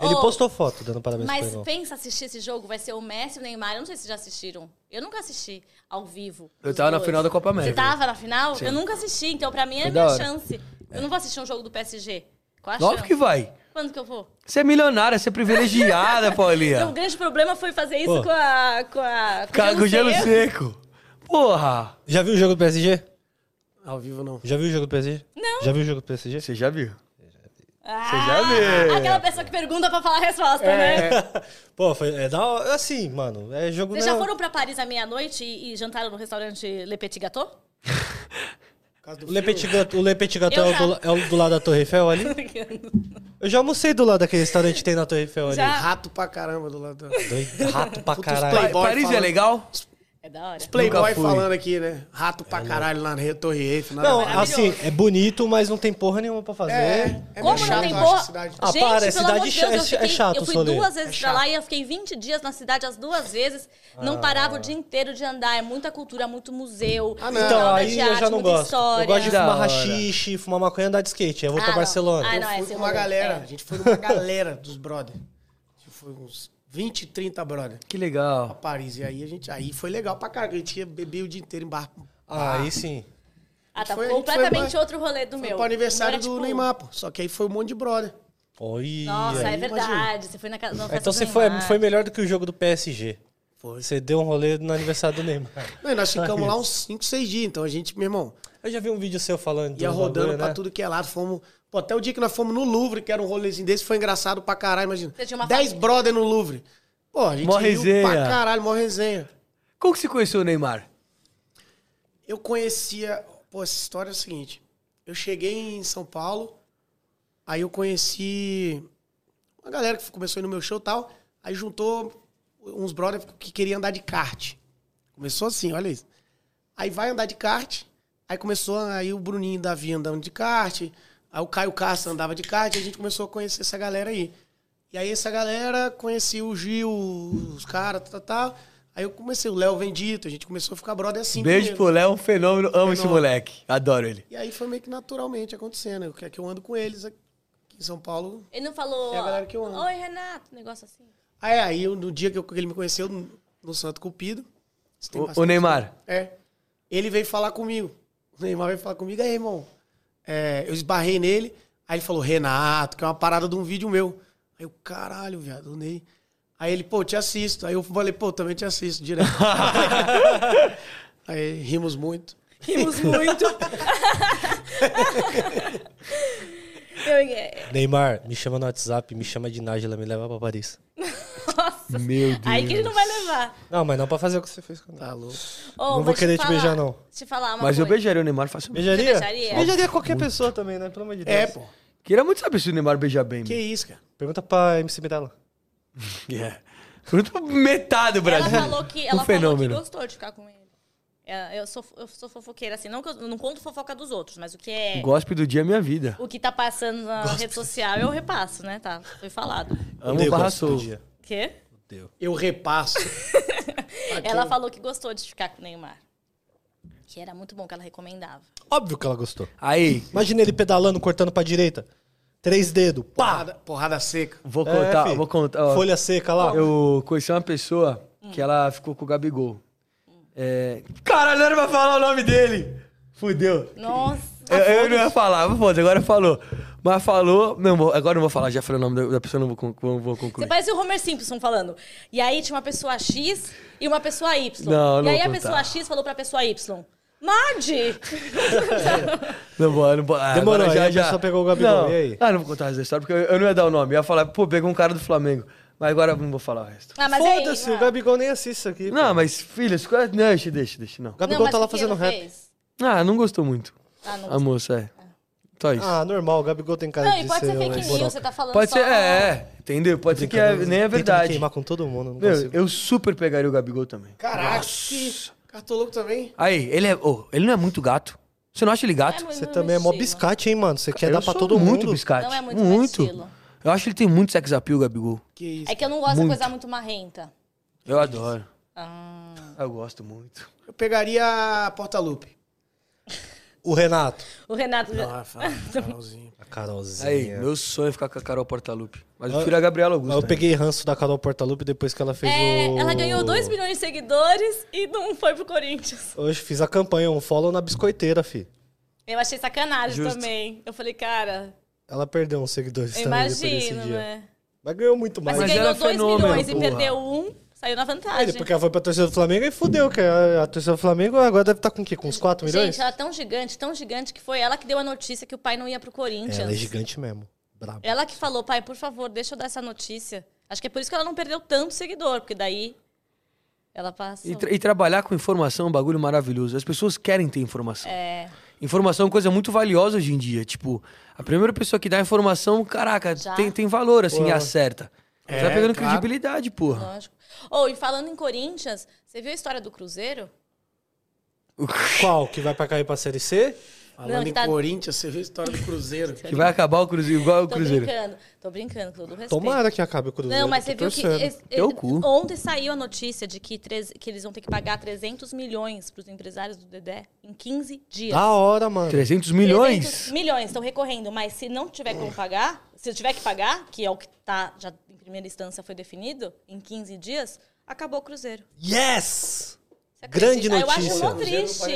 Speaker 2: Ele
Speaker 3: Ô,
Speaker 2: postou foto dando parabéns pro
Speaker 3: Mas
Speaker 2: Coringão.
Speaker 3: pensa assistir esse jogo, vai ser o Messi e o Neymar. Eu não sei se já assistiram. Eu nunca assisti ao vivo.
Speaker 1: Eu
Speaker 3: os
Speaker 1: tava na
Speaker 3: dois.
Speaker 4: tá
Speaker 1: final da Copa
Speaker 3: Você
Speaker 1: América.
Speaker 3: tava na final? Eu nunca assisti, então pra mim é
Speaker 1: Foi
Speaker 3: a
Speaker 1: da
Speaker 3: minha
Speaker 1: hora.
Speaker 3: chance. Eu não vou assistir um jogo do PSG. Qual a
Speaker 1: Óbvio
Speaker 3: chance?
Speaker 1: que vai.
Speaker 3: Quando que eu vou?
Speaker 1: Você é milionária, você é privilegiada,
Speaker 3: O
Speaker 1: Paulinha.
Speaker 3: grande problema foi fazer isso
Speaker 2: Pô.
Speaker 3: com a. com a. com o
Speaker 1: Cago gelo
Speaker 3: seco.
Speaker 1: seco. Porra.
Speaker 2: Já viu o jogo do PSG?
Speaker 4: Ao vivo não.
Speaker 2: Já viu o jogo do PSG? Não. Já viu o jogo do PSG?
Speaker 1: Você já viu?
Speaker 3: Ah,
Speaker 1: vê. É.
Speaker 3: Aquela pessoa que pergunta pra falar a resposta, né?
Speaker 2: Pô, foi, é da hora. Assim, mano, é jogo
Speaker 3: Vocês
Speaker 2: na-
Speaker 3: já foram pra Paris à meia-noite e, e jantaram no restaurante Le Petit Gâteau?
Speaker 4: Por causa do
Speaker 2: O Le
Speaker 4: filme.
Speaker 2: Petit Gâteau, o Le Petit Gâteau
Speaker 3: Eu
Speaker 2: é, o do, é o do lado da Torre Eiffel ali? Eu já almocei do lado daquele restaurante que tem na Torre Eiffel ali.
Speaker 3: Já.
Speaker 4: Rato pra Ah! caramba do lado. da-
Speaker 2: Doido, rato pra
Speaker 4: Puta, os
Speaker 2: caralho.
Speaker 4: playboy.
Speaker 1: Paris é
Speaker 4: falando.
Speaker 1: legal?
Speaker 3: É da hora.
Speaker 4: Playboy
Speaker 1: Nunca fui.
Speaker 4: falando aqui, né? Rato pra caralho lá na Torre Eiffel. nada
Speaker 2: Não,
Speaker 4: a ver.
Speaker 2: assim, é bonito, mas não tem porra nenhuma pra fazer.
Speaker 4: é, é
Speaker 3: Como
Speaker 4: meio
Speaker 3: não
Speaker 4: chato,
Speaker 3: tem
Speaker 4: eu acho,
Speaker 3: porra?
Speaker 4: essa cidade.
Speaker 2: Ah, para, é cidade
Speaker 3: de Deus,
Speaker 2: cha-
Speaker 3: eu
Speaker 2: é
Speaker 3: fiquei,
Speaker 2: chato,
Speaker 3: Eu fui
Speaker 2: Solê.
Speaker 3: duas vezes
Speaker 4: É
Speaker 3: pra lá
Speaker 4: chato. Ah.
Speaker 3: e eu fiquei 20 dias na cidade as duas vezes. Não parava o dia inteiro de andar. É muita cultura, muito museu.
Speaker 4: Ah, não.
Speaker 3: muita
Speaker 2: Então,
Speaker 3: obra
Speaker 2: aí
Speaker 3: de
Speaker 2: eu
Speaker 3: arte,
Speaker 2: já não
Speaker 3: muita
Speaker 2: gosto.
Speaker 3: História.
Speaker 2: Eu gosto de
Speaker 1: Da
Speaker 2: fumar
Speaker 1: hora.
Speaker 2: rachixe, fumar maconha e andar de skate. Eu vou
Speaker 3: Ah,
Speaker 2: pra
Speaker 3: não.
Speaker 2: Barcelona.
Speaker 3: Ah, não,
Speaker 4: Fui
Speaker 3: esse
Speaker 4: com uma
Speaker 3: rolê,
Speaker 4: galera.
Speaker 3: é.
Speaker 4: A gente foi com uma galera dos brother. A gente foi uns 20, 30 brother
Speaker 1: Que
Speaker 4: pra
Speaker 1: legal.
Speaker 4: Paris. E aí a gente. Aí foi legal pra caralho. A gente ia beber o dia inteiro em bar.
Speaker 2: Ah, aí sim.
Speaker 3: Ah, tá
Speaker 4: Foi-
Speaker 3: completamente
Speaker 4: foi pra-
Speaker 3: outro rolê do
Speaker 4: Foi
Speaker 3: meu.
Speaker 4: pro aniversário
Speaker 3: Não era,
Speaker 4: do
Speaker 3: tipo,
Speaker 4: Neymar, pô. Só que aí foi um monte de brother.
Speaker 2: Olha.
Speaker 3: Nossa, é
Speaker 4: aí,
Speaker 3: verdade.
Speaker 4: imagina. É,
Speaker 3: Você um foi na casa na festa
Speaker 2: então
Speaker 3: do
Speaker 2: você foi,
Speaker 3: Neymar.
Speaker 2: foi melhor do que o jogo do PSG.
Speaker 4: Foi.
Speaker 2: Você deu um rolê no aniversário do Neymar.
Speaker 4: Não, e nós ficamos lá uns 5, 6 dias. Então a gente, meu irmão,
Speaker 2: Eu já vi um vídeo seu falando
Speaker 4: ia
Speaker 2: dos
Speaker 4: rodando
Speaker 2: bagulho,
Speaker 4: pra
Speaker 2: né?
Speaker 4: tudo que é lado. Fomos. Pô, até o dia que nós fomos no Louvre, que era um rolezinho desse, foi engraçado pra caralho, imagina.
Speaker 3: Você tinha uma
Speaker 4: 10 brother no Louvre. Pô, a gente
Speaker 1: Mó
Speaker 4: riu
Speaker 1: resenha.
Speaker 4: pra caralho, mó resenha.
Speaker 1: Como que você conheceu o Neymar?
Speaker 4: Eu conhecia. Pô, essa história é o seguinte. Eu cheguei em São Paulo, aí eu conheci uma galera que começou a ir no meu show e tal. Aí juntou uns brothers que queriam andar de kart. Começou assim, olha isso. Aí vai andar de kart. Aí começou aí o Bruninho e Davi andando de kart. Aí o Caio Castro andava de kart. A gente começou a conhecer essa galera aí. E aí essa galera conhecia o Gil, os caras, tal, tal. Aí eu comecei, o Léo Vendito, a gente começou a ficar brother assim.
Speaker 1: Beijo
Speaker 4: primeiro.
Speaker 1: pro Léo, um fenômeno. Amo esse
Speaker 4: Fenômeno.
Speaker 1: moleque. Adoro ele.
Speaker 4: E aí foi meio que naturalmente acontecendo. Eu quero que eu ando com eles aqui em São Paulo.
Speaker 3: Ele não falou.
Speaker 4: É a galera que eu amo.
Speaker 3: Oi, Renato. um Negócio assim.
Speaker 4: Aí, aí eu- no dia que, eu- que ele me conheceu, no- no Santo Cupido. isso tem
Speaker 1: O- O,
Speaker 4: bastante
Speaker 1: Neymar.
Speaker 4: É. Ele veio falar comigo. O Neymar veio falar comigo. Aí, irmão, é, eu esbarrei nele. Aí ele falou, Renato, que é uma parada de um vídeo meu. Aí eu, caralho, viado, o Ney. Aí ele, pô, te assisto. Aí eu falei, pô, também te assisto direto. aí rimos muito.
Speaker 3: Rimos muito. Eu- é,
Speaker 2: Neymar, me chama no WhatsApp, me chama de Nájila, me leva pra Paris.
Speaker 3: Nossa.
Speaker 1: Meu Deus.
Speaker 3: Aí que ele não vai levar.
Speaker 2: Não, mas não pra fazer o que você fez com ele.
Speaker 4: Tá louco.
Speaker 3: Ô,
Speaker 2: Não vou
Speaker 3: te
Speaker 2: querer te
Speaker 3: falar-
Speaker 2: beijar, não.
Speaker 3: Te falar uma
Speaker 1: Mas eu
Speaker 3: coisa.
Speaker 1: beijaria o Neymar facilmente.
Speaker 2: Beijaria?
Speaker 3: Você beijaria?
Speaker 2: qualquer pessoa também, né? Pelo amor de Deus.
Speaker 4: É, pô.
Speaker 1: Queria muito saber se o Neymar beija bem.
Speaker 4: Que
Speaker 1: Que...
Speaker 4: isso, cara.
Speaker 2: Pergunta pra MC Mirella.
Speaker 1: Yeah. Pergunta pra É. metade do Brasil.
Speaker 3: Ela falou que, ela
Speaker 1: um
Speaker 3: falou que
Speaker 1: fenômeno.
Speaker 3: gostou de ficar com ele. É, Eu sou, eu sou fofoqueira, assim. Não, que eu, eu não conto fofoca dos outros, mas o que é.
Speaker 1: O Gospe do dia é minha vida.
Speaker 3: O que tá passando na rede social, eu repasso, né? Tá, foi falado.
Speaker 1: Amo o Barra Soul.
Speaker 3: O quê?
Speaker 4: Eu repasso.
Speaker 3: Ela falou que gostou de ficar com o Neymar. Que era muito bom, que ela recomendava.
Speaker 2: Óbvio que ela gostou.
Speaker 1: Aí,
Speaker 2: Imagina ele pedalando, cortando pra direita. Três dedos. Pá!
Speaker 4: Porrada, porrada seca.
Speaker 1: vou
Speaker 2: É,
Speaker 1: contar,
Speaker 2: fi.
Speaker 1: vou contar. ó.
Speaker 2: Folha seca lá.
Speaker 1: Eu conheci uma pessoa
Speaker 3: Hum.
Speaker 1: que ela ficou com o Gabigol. É... Caralho, não era pra falar o nome dele! Fudeu.
Speaker 3: Nossa!
Speaker 1: Eu, eu não ia falar, mas foda-se, agora falou. Mas falou. Não, vou- agora não vou falar, já falei o nome da, da pessoa, não vou, con- não vou
Speaker 3: Você
Speaker 1: concluir.
Speaker 3: parece o Homer Simpson falando. E aí tinha uma pessoa X e uma pessoa Y.
Speaker 1: Não, eu
Speaker 3: e
Speaker 1: não
Speaker 3: aí
Speaker 1: vou
Speaker 3: a
Speaker 1: contar.
Speaker 3: pessoa X falou pra pessoa Y. Madi!
Speaker 1: Não vou, não vou. ah,
Speaker 2: Demorou,
Speaker 1: agora
Speaker 2: aí a pessoa pegou o Gabigol,
Speaker 1: Não.
Speaker 2: e aí?
Speaker 1: Ah, não vou contar o resto da história, porque eu, eu não ia dar o nome. Eu ia falar, pô, pegou um cara do Flamengo. Mas agora eu não vou falar o resto.
Speaker 3: Ah, mas e aí,
Speaker 2: Foda-se,
Speaker 3: mano?
Speaker 2: o Gabigol nem assiste isso aqui.
Speaker 1: Não, mas filha, isso- é? não, deixa, deixa, deixa, não.
Speaker 2: O
Speaker 3: Não,
Speaker 2: Gabigol
Speaker 3: mas
Speaker 2: tá lá
Speaker 3: o que
Speaker 2: fazendo
Speaker 3: ele
Speaker 2: rap.
Speaker 3: fez?
Speaker 1: Ah, não gostou muito.
Speaker 3: Ah, não
Speaker 1: A moça, é. Só isso.
Speaker 2: Ah, normal, o Gabigol tem cara
Speaker 3: Não,
Speaker 2: de
Speaker 3: e pode ser
Speaker 2: um
Speaker 3: fake news,
Speaker 2: boroca.
Speaker 3: você tá falando
Speaker 1: Pode
Speaker 3: só...
Speaker 1: ser, é, é, entendeu? Pode ser que é- nem é
Speaker 2: Tentando
Speaker 1: verdade.
Speaker 2: queimar com todo mundo, não
Speaker 1: Meu,
Speaker 2: consigo.
Speaker 1: eu super pegaria o Gabigol também.
Speaker 4: Caraca, que cartoloco também.
Speaker 1: Aí, ele é. ô, ele não é muito gato. Você não acha ele gato?
Speaker 3: muito
Speaker 2: Você
Speaker 3: meu
Speaker 2: também é mó
Speaker 3: estilo.
Speaker 2: biscate, hein, mano? Você quer
Speaker 1: Eu
Speaker 2: dar pra
Speaker 1: sou
Speaker 2: todo
Speaker 1: muito
Speaker 2: mundo.
Speaker 1: biscate.
Speaker 3: Não é muito meu
Speaker 1: muito.
Speaker 3: estilo.
Speaker 1: Eu acho que ele tem muito sex appeal, Gabigol.
Speaker 4: Que isso.
Speaker 3: É que eu não gosto
Speaker 1: Muito.
Speaker 3: de coisa muito marrenta.
Speaker 1: Eu adoro.
Speaker 3: Ah.
Speaker 1: Eu gosto muito.
Speaker 4: Eu pegaria a Porta-Lupe.
Speaker 2: O Renato.
Speaker 3: O Renato...
Speaker 4: Ah, Farolzinho.
Speaker 2: A Carolzinha.
Speaker 1: Aí, meu sonho é ficar com a Carol Portalupe. Mas é eu prefiro a Gabriela
Speaker 2: Mas eu
Speaker 1: Augusta.
Speaker 2: peguei ranço da Carol Portalupe depois que ela fez
Speaker 3: É,
Speaker 2: o...
Speaker 3: ela ganhou 2 milhões de seguidores e não foi pro Corinthians.
Speaker 2: Hoje fiz a campanha, um follow na biscoiteira, fi.
Speaker 3: Eu achei sacanagem
Speaker 1: Justo.
Speaker 3: também. Eu falei, cara,
Speaker 2: Ela perdeu uns seguidores
Speaker 3: eu
Speaker 2: também depois desse
Speaker 3: imagino,
Speaker 2: dia.
Speaker 3: né?
Speaker 2: Mas ganhou muito
Speaker 3: Mas,
Speaker 2: mais.
Speaker 3: você
Speaker 1: Mas
Speaker 3: ganhou né?
Speaker 1: era
Speaker 3: 2
Speaker 1: fenômeno,
Speaker 3: milhões e
Speaker 1: porra.
Speaker 3: perdeu um, saiu na
Speaker 2: Aí
Speaker 3: vantagem.
Speaker 2: depois que ela foi pra torcida do Flamengo e fudeu, que a, a torcida do Flamengo agora deve estar com o quê? Com uns 4 milhões?
Speaker 3: Gente, ela é tão gigante, tão gigante, que foi ela que deu a notícia que o pai não ia pro Corinthians.
Speaker 2: Ela é gigante mesmo. Brabo.
Speaker 3: Ela que falou, pai, por favor, deixa eu dar essa notícia. Acho que é por isso que ela não perdeu tanto seguidor, porque daí ela passa.
Speaker 1: E, tra- e trabalhar com informação é um bagulho maravilhoso. As pessoas querem ter informação.
Speaker 3: É,
Speaker 1: Informação é uma coisa muito valiosa hoje em dia. Tipo, a primeira pessoa que dá informação, caraca,
Speaker 3: Já?
Speaker 1: tem, tem valor, assim,
Speaker 2: Pô, É,
Speaker 1: e
Speaker 2: ela-
Speaker 1: acerta. Você tá pegando
Speaker 4: claro.
Speaker 1: credibilidade, porra.
Speaker 3: Lógico. Ou, e falando em Corinthians, você viu a história do Cruzeiro? é
Speaker 2: Qual? Que vai pra cair pra Série C?
Speaker 3: Não,
Speaker 4: Falando
Speaker 3: que
Speaker 4: em
Speaker 3: tá-
Speaker 4: Corinthians, você viu a história do Cruzeiro.
Speaker 1: Que vai acabar o Cruzeiro, igual o
Speaker 3: Tô
Speaker 1: Cruzeiro.
Speaker 3: brincando. Tô brincando, com todo respeito.
Speaker 2: Tomara que acabe o Cruzeiro.
Speaker 3: Não, mas
Speaker 2: tô
Speaker 3: você viu que
Speaker 2: torcendo.
Speaker 3: es-
Speaker 1: Teu
Speaker 3: eh,
Speaker 1: cu.
Speaker 3: ontem saiu a notícia de que, treze- que eles vão ter que pagar 300 milhões pros empresários do Dedé em 15 dias.
Speaker 2: Da hora, mano.
Speaker 1: 300
Speaker 3: 300
Speaker 1: milhões?
Speaker 3: milhões estão recorrendo, mas se não tiver como pagar, se tiver que pagar, que é o que tá já em primeira instância foi definido, em 15 dias, acabou o Cruzeiro.
Speaker 2: Yes!
Speaker 3: Você
Speaker 2: Grande
Speaker 3: acredita?
Speaker 2: notícia.
Speaker 3: Ah, Eu acho mó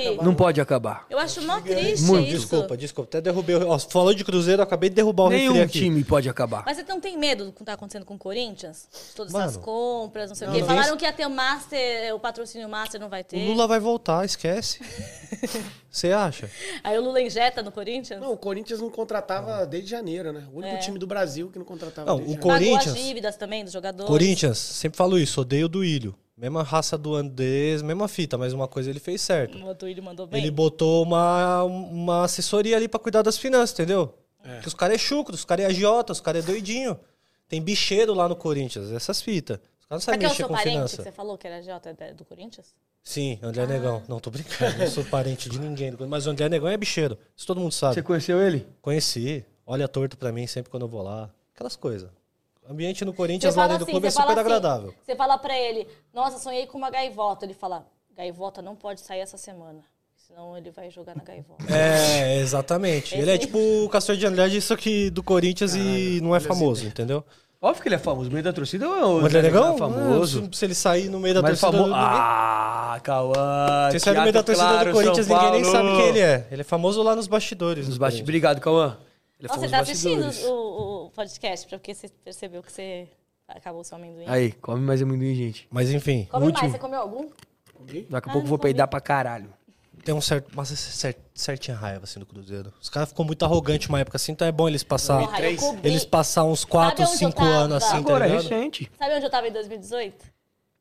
Speaker 3: triste.
Speaker 1: Não pode acabar.
Speaker 3: Eu acho mó triste
Speaker 1: Muito.
Speaker 3: isso.
Speaker 2: Desculpa, desculpa. Até derrubei. o- Ó, falou de Cruzeiro, eu acabei de derrubar o refri
Speaker 1: Nenhum
Speaker 2: aqui.
Speaker 1: time pode acabar.
Speaker 3: Mas você não tem medo do que tá acontecendo com o Corinthians? De todas essas
Speaker 2: Mano,
Speaker 3: compras, não sei o
Speaker 2: não,
Speaker 3: quê.
Speaker 2: não.
Speaker 3: Falaram que ia ter o Master, o patrocínio Master não vai
Speaker 2: O
Speaker 3: ter.
Speaker 2: Lula vai voltar, esquece. Você acha?
Speaker 3: Aí o Lula injeta no Corinthians?
Speaker 4: Não, o Corinthians não contratava desde janeiro, né? O
Speaker 3: É.
Speaker 4: único time do Brasil que não contratava
Speaker 2: Não,
Speaker 4: desde
Speaker 2: o
Speaker 4: janeiro.
Speaker 3: Pagou
Speaker 2: Corinthians.
Speaker 3: as dívidas também dos jogadores.
Speaker 2: Corinthians, sempre falo isso, odeio o Duílio. Mesma raça do Andrés, mesma fita, mas uma coisa ele fez certo.
Speaker 3: O Duílio mandou bem.
Speaker 2: Ele botou uma, uma assessoria ali pra cuidar das finanças, entendeu? Porque os caras é chucro, os caras é agiota, os caras é doidinho. Tem bicheiro lá no Corinthians, essas fitas. Os caras não sabem
Speaker 3: Sabe quem é o
Speaker 2: mexer
Speaker 3: seu
Speaker 2: com
Speaker 3: parente
Speaker 2: finança.
Speaker 3: que você Ah. falou que era Jota do Corinthians?
Speaker 2: Sim, André Negão. Não, tô brincando, não sou parente de ninguém. do Corinthians, Mas o André Negão é bicheiro, isso todo mundo sabe.
Speaker 1: Você conheceu ele?
Speaker 2: Conheci, olha torto pra mim sempre quando eu vou lá. Aquelas coisas. O ambiente no
Speaker 3: Você
Speaker 2: Corinthians, lá
Speaker 3: fala
Speaker 2: dentro do
Speaker 3: assim,
Speaker 2: clube, é
Speaker 3: você fala
Speaker 2: super
Speaker 3: assim,
Speaker 2: agradável.
Speaker 3: Você fala pra ele, nossa, sonhei com uma gaivota. Ele fala, gaivota não pode sair essa semana, senão ele vai jogar na gaivota.
Speaker 2: É, exatamente. Ele é tipo o Castor de Andrade, isso aqui do Corinthians e não é famoso, entendeu?
Speaker 1: Óbvio que ele é famoso. No meio da torcida ou
Speaker 2: Mas ele é legal?
Speaker 1: famoso.
Speaker 2: Se, se ele sair no meio da
Speaker 1: Mas
Speaker 2: torcida.
Speaker 1: famoso.
Speaker 2: ninguém-
Speaker 1: Ah, Cauã.
Speaker 2: se ele sair no meio da torcida do Corinthians, ninguém nem sabe quem ele é. Ele é famoso lá nos bastidores.
Speaker 1: Nos
Speaker 2: do
Speaker 1: bastidores.
Speaker 2: Corinthians.
Speaker 1: Obrigado, Cauã. Ele é
Speaker 3: Nossa,
Speaker 1: famoso
Speaker 3: você
Speaker 1: nos
Speaker 3: tá assistindo
Speaker 1: bastidores.
Speaker 3: o, o podcast, porque você percebeu que você acabou o seu amendoim.
Speaker 1: Aí, come mais amendoim, gente.
Speaker 2: Mas enfim,
Speaker 3: Come
Speaker 2: último.
Speaker 3: mais, você comeu algum? Ah,
Speaker 1: Daqui a pouco eu vou peidar pra caralho.
Speaker 2: Tem um certo, uma cer- certinha raiva assim do Cruzeiro. Os caras ficam muito arrogantes uma época assim, então é bom eles passar.
Speaker 3: Porra, eu cobri.
Speaker 2: Eles passar uns 4,
Speaker 3: Sabe onde eu
Speaker 2: 5
Speaker 3: tava?
Speaker 2: anos assim,
Speaker 1: Agora,
Speaker 2: tá
Speaker 1: é
Speaker 2: ligado?
Speaker 1: recente.
Speaker 3: Sabe onde eu tava em 2018?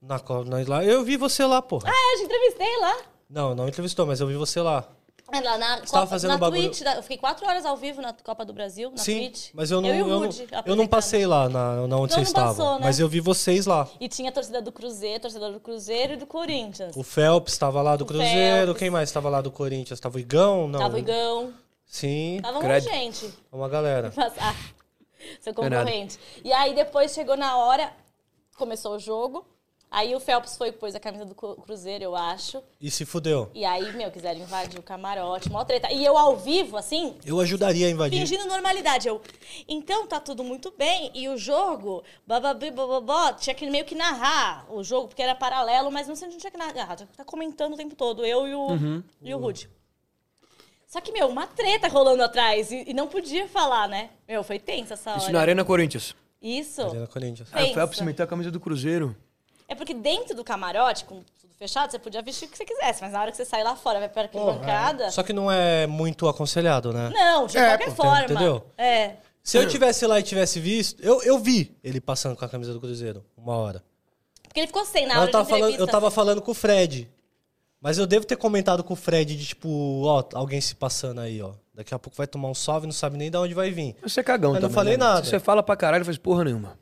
Speaker 2: Na, co- nós lá. Eu vi você lá, porra.
Speaker 3: Ah, eu te entrevistei lá.
Speaker 2: Não, não entrevistou, mas eu vi você lá.
Speaker 3: É, Lá na,
Speaker 2: Você
Speaker 3: Copa,
Speaker 2: tava fazendo
Speaker 3: na
Speaker 2: um bagulho-
Speaker 3: Twitch, da- eu fiquei quatro horas ao vivo na Copa do Brasil, na
Speaker 2: Sim,
Speaker 3: Twitch.
Speaker 2: mas eu não,
Speaker 3: e
Speaker 2: eu,
Speaker 3: o
Speaker 2: não,
Speaker 3: Rude
Speaker 2: eu não
Speaker 3: apresentando.
Speaker 2: passei lá na, na onde
Speaker 3: Não,
Speaker 2: vocês
Speaker 3: não passou,
Speaker 2: estavam.
Speaker 3: né?
Speaker 2: Mas eu vi vocês lá.
Speaker 3: E tinha a torcida do Cruzeiro, torcedor do Cruzeiro e do Corinthians.
Speaker 2: O Phelps estava lá do
Speaker 3: O
Speaker 2: Cruzeiro.
Speaker 3: Phelps.
Speaker 2: Quem mais estava lá do Corinthians? Tava o Igão? Não.
Speaker 3: Tava o Igão.
Speaker 2: Sim,
Speaker 3: Tava um
Speaker 1: Credo.
Speaker 3: gente
Speaker 2: uma galera.
Speaker 3: passar. Seu
Speaker 1: É nada.
Speaker 3: concorrente. E aí depois chegou na hora, começou o jogo. Aí o Phelps foi e pôs a camisa do Cu- Cruzeiro, eu acho.
Speaker 2: E se fudeu.
Speaker 3: E aí, meu, quiseram invadir o camarote, mó treta. E eu ao vivo, assim,
Speaker 2: Eu ajudaria a invadir.
Speaker 3: fingindo normalidade. Eu, então tá tudo muito bem. E o jogo, bababi, bababó, tinha que meio que narrar o jogo, porque era paralelo, mas não sei onde tinha que narrar. Tinha que tá comentando o tempo todo, eu e o,
Speaker 2: Uhum.
Speaker 3: e o Rude. Só que, meu, uma treta rolando atrás. E, e não podia falar, né? Meu, foi tensa essa
Speaker 1: Isso na
Speaker 3: hora.
Speaker 1: Arena Corinthians.
Speaker 3: Isso.
Speaker 2: Arena Corinthians.
Speaker 1: Ah, o
Speaker 3: Pensa.
Speaker 1: Phelps meteu a camisa do Cruzeiro.
Speaker 3: É porque dentro do camarote, com tudo fechado, você podia vestir o que você quisesse. Mas na hora que você sair lá fora, vai pra
Speaker 2: é.
Speaker 3: arquibancada...
Speaker 2: Só que não é muito aconselhado, né?
Speaker 3: Não, de
Speaker 4: É,
Speaker 3: qualquer
Speaker 4: pô,
Speaker 3: forma.
Speaker 2: entendeu?
Speaker 3: É.
Speaker 2: Se eu tivesse lá e tivesse visto, eu, eu vi ele passando com a camisa do Cruzeiro uma hora.
Speaker 3: Porque ele ficou sem na
Speaker 2: Mas
Speaker 3: hora
Speaker 2: eu tava,
Speaker 3: de
Speaker 2: falando, eu
Speaker 3: entrevista.
Speaker 2: tava falando com o Fred. Mas eu devo ter comentado com o Fred de tipo, ó, alguém se passando aí, ó. Daqui a pouco vai tomar um salve, não sabe nem de onde vai vir.
Speaker 1: Você é cagão
Speaker 2: Eu não
Speaker 1: também,
Speaker 2: falei
Speaker 1: né?
Speaker 2: nada.
Speaker 1: Se você fala pra caralho, faz porra nenhuma.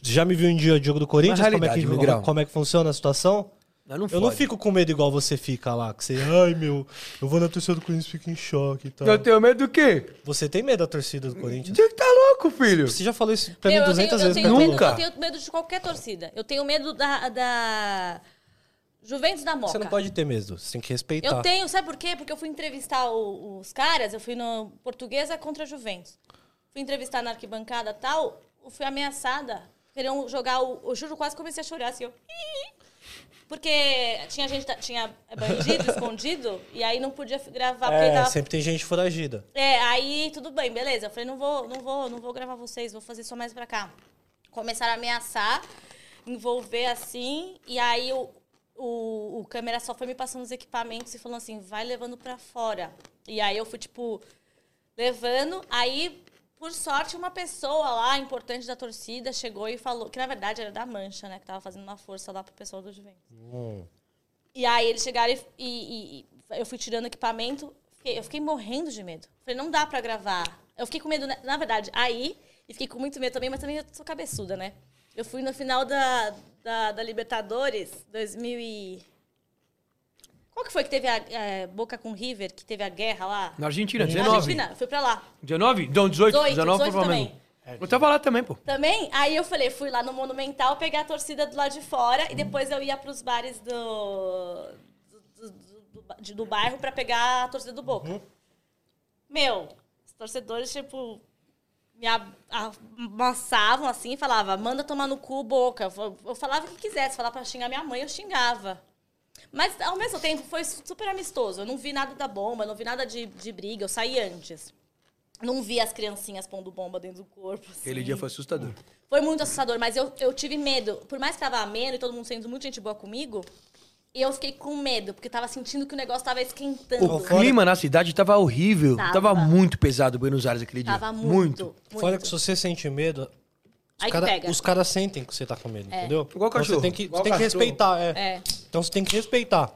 Speaker 2: Já me viu um dia o jogo do Corinthians,
Speaker 1: Uma
Speaker 2: como é, que,
Speaker 1: realidade, Miguel.
Speaker 2: como é que funciona a situação?
Speaker 1: Eu não,
Speaker 2: Eu não
Speaker 1: fode.
Speaker 2: fico com medo igual você fica lá, que você, ai meu, eu vou na torcida do Corinthians, fico em choque e tal.
Speaker 1: Eu tenho medo do quê?
Speaker 2: Você tem medo da torcida do Corinthians?
Speaker 1: Você que tá louco, filho.
Speaker 2: Você já falou isso pra mim
Speaker 3: Meu,
Speaker 2: 200
Speaker 3: eu
Speaker 2: vezes.
Speaker 3: tenho,
Speaker 2: cara.
Speaker 3: eu tenho
Speaker 1: Nunca.
Speaker 3: Medo, eu tenho medo de qualquer torcida. Eu tenho medo da, da Juventus da Moca.
Speaker 2: Você não pode ter medo, você tem que respeitar.
Speaker 3: Eu tenho, sabe por quê? Porque eu fui entrevistar o- os caras, eu fui no Portuguesa contra a Juventus. Fui entrevistar na arquibancada e tal, eu fui ameaçada. Queriam jogar o. Eu juro, quase comecei a chorar assim, eu. Porque tinha gente, da- tinha bandido escondido, e aí não podia gravar, porque
Speaker 2: É,
Speaker 3: tava
Speaker 2: sempre tem gente foragida.
Speaker 3: É, aí tudo bem, beleza. Eu falei, não vou, não vou, não vou gravar vocês, vou fazer só mais pra cá. Começaram a ameaçar, envolver assim, e aí o, o, o câmera só foi me passando os equipamentos e falando assim, vai levando pra fora. E aí eu fui, tipo, levando, aí. Por sorte, uma pessoa lá, importante da torcida, chegou e falou... Que, na verdade, era da Mancha, né? Que tava fazendo uma força lá pro pessoal do Juventus. E aí eles chegaram e, e- e eu fui tirando equipamento. Fiquei- eu fiquei morrendo de medo. Falei, não dá pra gravar. Eu fiquei com medo, né? na verdade, aí. E fiquei com muito medo também, mas também eu sou cabeçuda, né? Eu fui no final da, da, da Libertadores, 2000 e... Qual que foi que teve a eh, Boca com River, que teve a guerra lá?
Speaker 1: Na Argentina,
Speaker 3: Na
Speaker 1: 19.
Speaker 3: Argentina, fui pra lá.
Speaker 1: 19? Não, 18.
Speaker 3: 18,
Speaker 1: 19 pro
Speaker 3: 18
Speaker 1: Flamengo. Eu tava lá também, pô.
Speaker 3: Também, aí eu falei, fui lá no Monumental pegar a torcida do lado de fora e depois eu ia pros bares do. do, do- do- de- do bairro pra pegar a torcida do Boca.
Speaker 1: Uhum.
Speaker 3: Meu, os torcedores, tipo, me a- amassavam assim e falava, manda tomar no cu Boca. Eu- Eu falava o que quisesse, falar pra xingar minha mãe, eu xingava. Mas ao mesmo tempo foi su- super amistoso. Eu não vi nada da bomba, não vi nada de, de briga, eu saí antes. Não vi as criancinhas pondo bomba dentro do corpo. assim.
Speaker 1: Aquele dia foi assustador.
Speaker 3: Foi muito assustador, mas eu, eu tive medo. Por mais que tava ameno e todo mundo sendo muito gente boa comigo, eu fiquei com medo, porque tava sentindo que o negócio tava esquentando.
Speaker 1: O clima na cidade tava horrível. Tava,
Speaker 3: Tava.
Speaker 1: muito pesado Buenos Aires aquele dia.
Speaker 3: Tava muito. muito.
Speaker 2: Fora que se você sente medo, os
Speaker 3: Aí
Speaker 2: cara-
Speaker 3: pega.
Speaker 2: os caras sentem que você tá com medo, entendeu?
Speaker 1: Igual
Speaker 2: Então
Speaker 1: cachorro.
Speaker 2: Você tem que,
Speaker 4: Igual
Speaker 2: você tem que
Speaker 4: cachorro.
Speaker 2: respeitar, é.
Speaker 3: É.
Speaker 2: Então você tem que respeitar.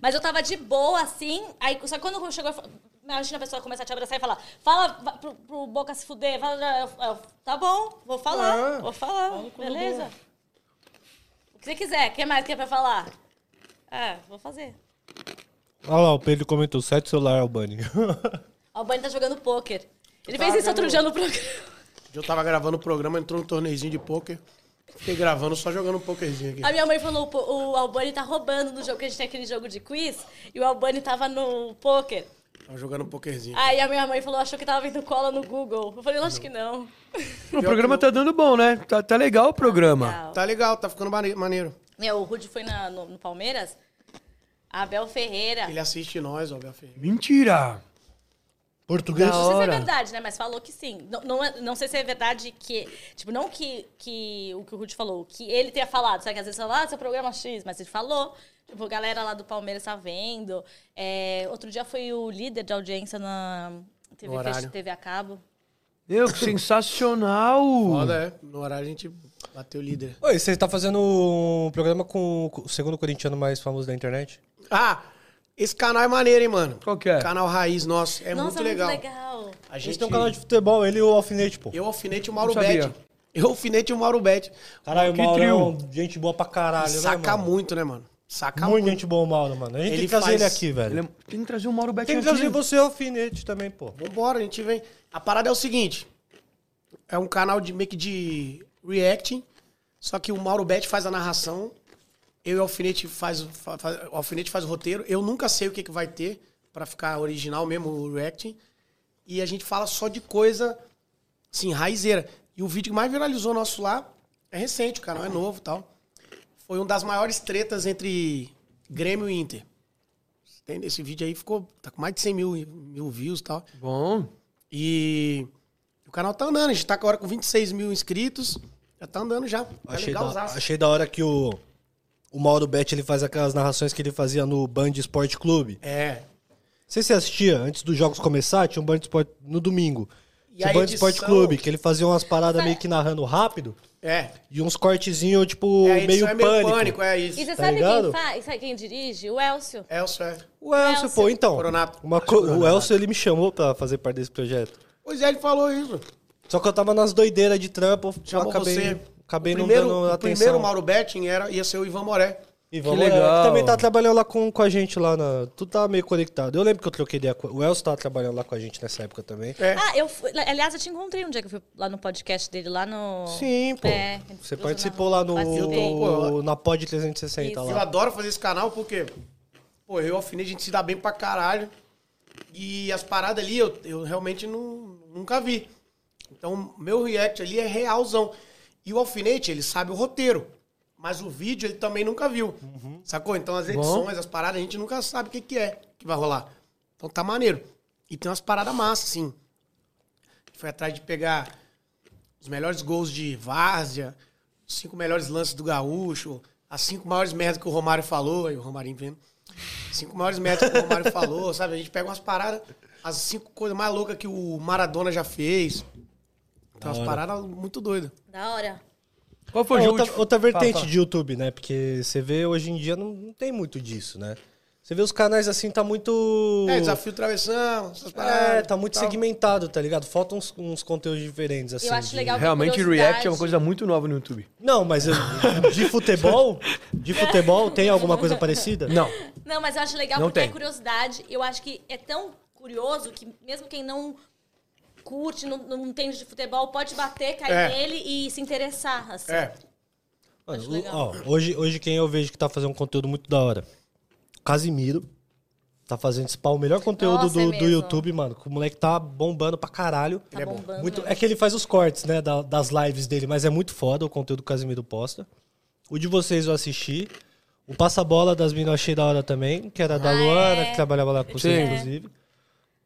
Speaker 3: Mas eu tava de boa, assim. Aí, só que quando chegou. eu fa- Imagina a pessoa começar a te abraçar e falar: fala va- pro, pro boca se fuder. Fala, eu- eu- tá bom, vou
Speaker 2: É.
Speaker 3: falar, vou falar. Beleza? O que você quiser, o que mais que é pra falar? Ah, vou fazer.
Speaker 2: Olha lá, o Pedro comentou, sete celular, é Albani.
Speaker 3: Ó, O Bunny tá jogando pôquer. Ele
Speaker 4: Tá
Speaker 3: fez isso outro
Speaker 4: vendo?
Speaker 3: dia no programa.
Speaker 4: Eu tava gravando o programa, entrou um torneizinho de pôquer. Fiquei gravando, só jogando um pokerzinho aqui.
Speaker 3: A minha mãe falou, "Pô, o Albani tá roubando no jogo, porque a gente tem aquele jogo de quiz, e o Albani tava no poker.
Speaker 4: Tava jogando um pokerzinho.
Speaker 3: Aí a minha mãe falou, achou que tava vindo cola no Google. Eu falei, lógico que não.
Speaker 1: O programa tá dando bom, né? Tá, tá legal o programa.
Speaker 3: Não.
Speaker 4: Tá legal, tá ficando mane- maneiro.
Speaker 3: Meu, o Rude foi na- no, no Palmeiras, a Abel Ferreira.
Speaker 4: Ele assiste nós, ó, Bel Ferreira.
Speaker 1: Mentira.
Speaker 2: Português?
Speaker 3: Não sei se é verdade, né? Mas falou que sim. Não, não, é- não sei se é verdade que. Tipo, não que, que o que o Rude falou, que ele tenha falado. Sabe que às vezes fala, ah, seu programa X, mas ele falou. Tipo, a galera lá do Palmeiras tá vendo. É, outro dia foi o líder de audiência na TV,
Speaker 4: No
Speaker 3: fech-
Speaker 4: horário.
Speaker 3: TV a cabo.
Speaker 1: Meu, que sensacional.
Speaker 4: Foda, é. No horário a gente bateu o líder.
Speaker 2: Oi, você tá fazendo um programa com o segundo corintiano mais famoso da internet?
Speaker 4: Ah, esse canal é maneiro, hein, mano?
Speaker 1: Qual que é?
Speaker 4: Canal Raiz nosso. É
Speaker 3: Nossa,
Speaker 4: muito legal.
Speaker 3: muito legal.
Speaker 4: A
Speaker 2: A
Speaker 4: gente,
Speaker 2: gente tem um canal de futebol, ele e o Alfinete, pô.
Speaker 4: Eu alfinete o Mauro
Speaker 1: Não sabia.
Speaker 4: Bet. Eu alfinete o Mauro Bet.
Speaker 2: Caralho, o
Speaker 1: Que
Speaker 2: Mauro é
Speaker 1: trio.
Speaker 2: um- gente boa pra caralho, né,
Speaker 4: Saca
Speaker 2: mano?
Speaker 4: muito, né, mano? Saca
Speaker 2: Muito
Speaker 4: muito.
Speaker 2: gente boa o Mauro, mano. A gente tem
Speaker 4: Ele
Speaker 2: que trazer
Speaker 4: faz-
Speaker 2: ele aqui, velho.
Speaker 1: Ele é- Tem que trazer o Mauro Betti
Speaker 2: Tem que
Speaker 1: aqui.
Speaker 2: trazer você o alfinete também, pô.
Speaker 4: Vambora, a gente vem. A parada é o seguinte: é um canal de meio que de reacting, só que o Mauro Bet faz a narração, eu e o Alfinete faz, fa- fa- o Alfinete faz o roteiro. Eu nunca sei o que, que vai ter pra ficar original mesmo o reacting. E a gente fala só de coisa assim, raizeira. E o vídeo que mais viralizou nosso lá é recente, o canal é novo e tal. Foi uma das maiores tretas entre Grêmio e Inter. Entende? Esse vídeo aí ficou. Tá com mais de 100 mil, mil views e tal.
Speaker 1: Bom.
Speaker 4: E o canal tá andando, a gente tá agora com 26 mil inscritos. Já tá andando já. Tá
Speaker 2: Achei
Speaker 4: legal
Speaker 2: da, achei da hora que o, o Mauro Betti ele faz aquelas narrações que ele fazia no Band Esporte Clube.
Speaker 4: É.
Speaker 2: Não sei se você assistia, antes dos jogos começar, tinha um Band Esporte no domingo.
Speaker 4: E
Speaker 2: Tinha
Speaker 4: a
Speaker 2: o Band
Speaker 4: edição-
Speaker 2: Esporte Clube, que ele fazia umas paradas meio que narrando rápido
Speaker 4: É.
Speaker 2: e uns cortezinhos, tipo,
Speaker 4: é, a
Speaker 2: meio,
Speaker 4: edição é
Speaker 2: pânico.
Speaker 4: é isso.
Speaker 3: E você
Speaker 2: Tá
Speaker 3: sabe
Speaker 2: ligado?
Speaker 3: quem faz? Sabe quem dirige? O Elcio.
Speaker 4: É, o é.
Speaker 2: O Elcio,
Speaker 3: Elcio.
Speaker 2: pô, então.
Speaker 4: Coronato.
Speaker 2: uma co- o Elcio, ele me chamou pra fazer parte desse projeto.
Speaker 4: Pois é, ele falou isso.
Speaker 2: Só que eu tava nas doideiras de trampo, eu
Speaker 4: Chamou
Speaker 2: acabei,
Speaker 4: você.
Speaker 2: acabei
Speaker 4: o
Speaker 2: não
Speaker 4: primeiro,
Speaker 2: dando
Speaker 4: o
Speaker 2: atenção.
Speaker 4: primeiro Mauro Betting era, ia ser o Ivan Moré.
Speaker 2: E vamos
Speaker 1: Que
Speaker 2: que
Speaker 1: legal.
Speaker 2: Que também tá trabalhando lá com, com a gente lá na. Tu tá meio conectado. Eu lembro que eu troquei ideia com. O Elcio tava trabalhando lá com a gente nessa época também.
Speaker 4: É.
Speaker 3: Ah, eu fui, aliás, eu te encontrei um dia que eu fui lá no podcast dele, lá no.
Speaker 2: Sim, pô.
Speaker 3: É, ele
Speaker 2: Você
Speaker 3: cruzou
Speaker 2: participou
Speaker 3: na-
Speaker 2: lá no.
Speaker 3: Participei.
Speaker 4: Pô,
Speaker 2: na Pod 360
Speaker 3: Isso.
Speaker 4: Eu
Speaker 2: lá.
Speaker 4: adoro fazer esse canal porque, pô, eu e o Alfinete, a gente se dá bem pra caralho. E as paradas ali eu, eu realmente não, nunca vi. Então, meu react ali é realzão. E o Alfinete, ele sabe o roteiro. Mas o vídeo ele também nunca viu. Sacou? Então as edições, as paradas, a gente nunca sabe o que, que é que vai rolar. Então tá maneiro. E tem umas paradas massas, assim. Foi atrás de pegar os melhores gols de Várzea, os cinco melhores lances do Gaúcho, as cinco maiores merdas que o Romário falou, aí o Romarinho vendo. Cinco maiores merdas que o Romário falou, sabe? A gente pega umas paradas, as cinco coisas mais loucas que o Maradona já fez. Então, umas paradas muito doidas.
Speaker 3: Da hora.
Speaker 1: Qual foi o
Speaker 2: É,
Speaker 1: jogo?
Speaker 2: outra,
Speaker 1: de-
Speaker 2: outra
Speaker 1: Fala,
Speaker 2: vertente
Speaker 1: fala.
Speaker 2: de YouTube, né? Porque você vê hoje em dia não, não tem muito disso, né? Você vê os canais assim, tá muito.
Speaker 4: É, desafio travessão, essas
Speaker 2: É,
Speaker 4: paradas.
Speaker 2: tá muito
Speaker 4: tal.
Speaker 2: segmentado, tá ligado? Faltam uns, uns conteúdos diferentes, assim.
Speaker 3: Eu acho
Speaker 2: de-
Speaker 3: legal que a
Speaker 1: Realmente, react é uma
Speaker 3: curiosidade-
Speaker 1: coisa muito nova no YouTube.
Speaker 2: Não, mas eu- de futebol, de futebol, tem alguma coisa parecida?
Speaker 1: Não.
Speaker 3: Não, mas eu acho legal
Speaker 1: Não
Speaker 3: porque
Speaker 1: tem.
Speaker 3: é curiosidade. Eu acho que é tão curioso que mesmo quem não curte, não, não entende de futebol, pode bater, cair
Speaker 4: É.
Speaker 3: nele e se interessar, assim.
Speaker 4: É.
Speaker 2: Mano,
Speaker 3: Acho legal.
Speaker 2: ó, hoje, hoje quem eu vejo que tá fazendo um conteúdo muito da hora? Casimiro. Tá fazendo esse pau, o melhor conteúdo
Speaker 3: Nossa, é
Speaker 2: do, do
Speaker 3: mesmo.
Speaker 2: YouTube, mano. que O moleque tá bombando pra caralho.
Speaker 3: Tá bombando.
Speaker 2: Muito, é que ele faz os cortes, né, da- das lives dele, mas é muito foda o conteúdo que o Casimiro posta. O de vocês eu assisti. O Passa-Bola das Minas eu achei da hora também, que era
Speaker 3: Ah,
Speaker 2: da Luana,
Speaker 3: é.
Speaker 2: que trabalhava lá com você,
Speaker 1: Sim.
Speaker 2: inclusive.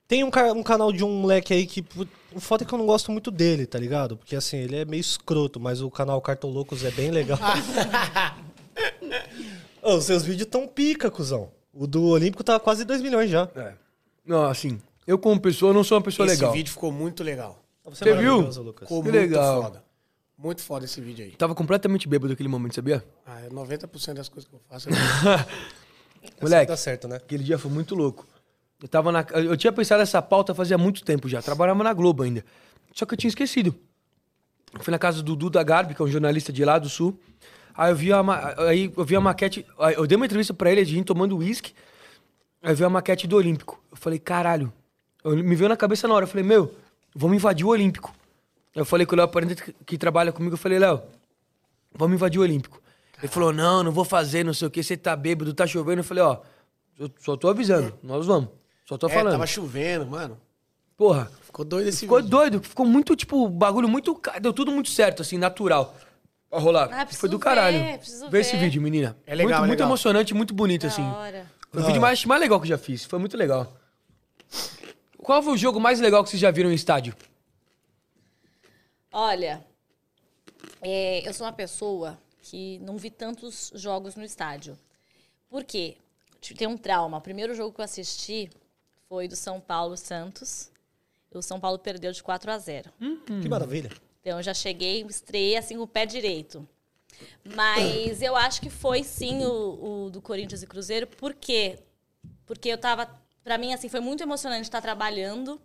Speaker 2: Tem um, ca- um canal de um moleque aí que. put- O foda é que eu não gosto muito dele, tá ligado? Porque assim, ele é meio escroto, mas o canal Cartolocos é bem legal. Ô, os seus vídeos tão pica, cuzão. O do Olímpico tá quase 2 milhões já.
Speaker 1: É. Não, assim, eu como pessoa, eu não sou uma pessoa
Speaker 4: Esse
Speaker 1: legal.
Speaker 4: vídeo ficou muito legal.
Speaker 2: Você,
Speaker 1: Você
Speaker 2: é maravilhoso,
Speaker 1: viu?
Speaker 2: Lucas.
Speaker 4: Ficou
Speaker 1: Que
Speaker 4: muito
Speaker 1: legal.
Speaker 4: foda. Muito foda esse vídeo aí.
Speaker 1: Tava completamente bêbado naquele momento, sabia?
Speaker 4: Ah, é 90% das coisas que eu faço. é-
Speaker 1: Moleque,
Speaker 2: Tá certo, né?
Speaker 1: Aquele dia foi muito louco. Eu, tava na, eu tinha pensado nessa pauta fazia muito tempo já. Trabalhava na Globo ainda. Só que eu tinha esquecido. Eu fui na casa do Duda Garbi, que é um jornalista de lá do Sul. Aí eu vi a, ma- aí eu vi a maquete... aí eu dei uma entrevista pra ele, a gente tomando uísque. Aí eu vi a maquete do Olímpico. Eu falei, caralho. Eu- me veio na cabeça na hora. Eu falei, meu, vamos invadir o Olímpico. Eu falei com o Léo Parente, que, que trabalha comigo. Eu falei, Léo, vamos invadir o Olímpico. Ele falou, não, não vou fazer, não sei o que, você tá bêbado, tá chovendo. Eu falei, ó, eu só tô avisando, nós vamos. Só tô
Speaker 4: é,
Speaker 1: falando.
Speaker 4: tava chovendo, mano.
Speaker 1: Porra,
Speaker 4: Ficou doido esse
Speaker 1: ficou
Speaker 4: vídeo.
Speaker 1: doido, ficou muito, tipo, bagulho muito, ca- deu tudo muito certo, assim, natural. Pra rolar.
Speaker 3: Ah,
Speaker 1: Foi do
Speaker 3: preciso
Speaker 1: caralho.
Speaker 3: ver, preciso
Speaker 1: Vê
Speaker 3: ver.
Speaker 1: esse vídeo, menina.
Speaker 4: É legal,
Speaker 1: Muito,
Speaker 4: é
Speaker 1: muito
Speaker 4: legal.
Speaker 1: emocionante, muito bonito,
Speaker 3: Da
Speaker 1: assim.
Speaker 3: hora.
Speaker 1: Foi o vídeo mais, mais legal que eu já fiz, foi muito legal. Qual foi o jogo mais legal que vocês já viram em estádio?
Speaker 3: Olha, é, eu sou uma pessoa que não vi tantos jogos no estádio. Por quê? Tipo, Tem um trauma. O primeiro jogo que eu assisti foi do São Paulo Santos. O São Paulo perdeu de 4 a 0.
Speaker 2: Que maravilha.
Speaker 3: Então eu já cheguei, estreiei assim com o pé direito. Mas eu acho que foi sim o, o do Corinthians e Cruzeiro, por quê? Porque eu tava. Pra mim, assim, foi muito emocionante estar trabalhando.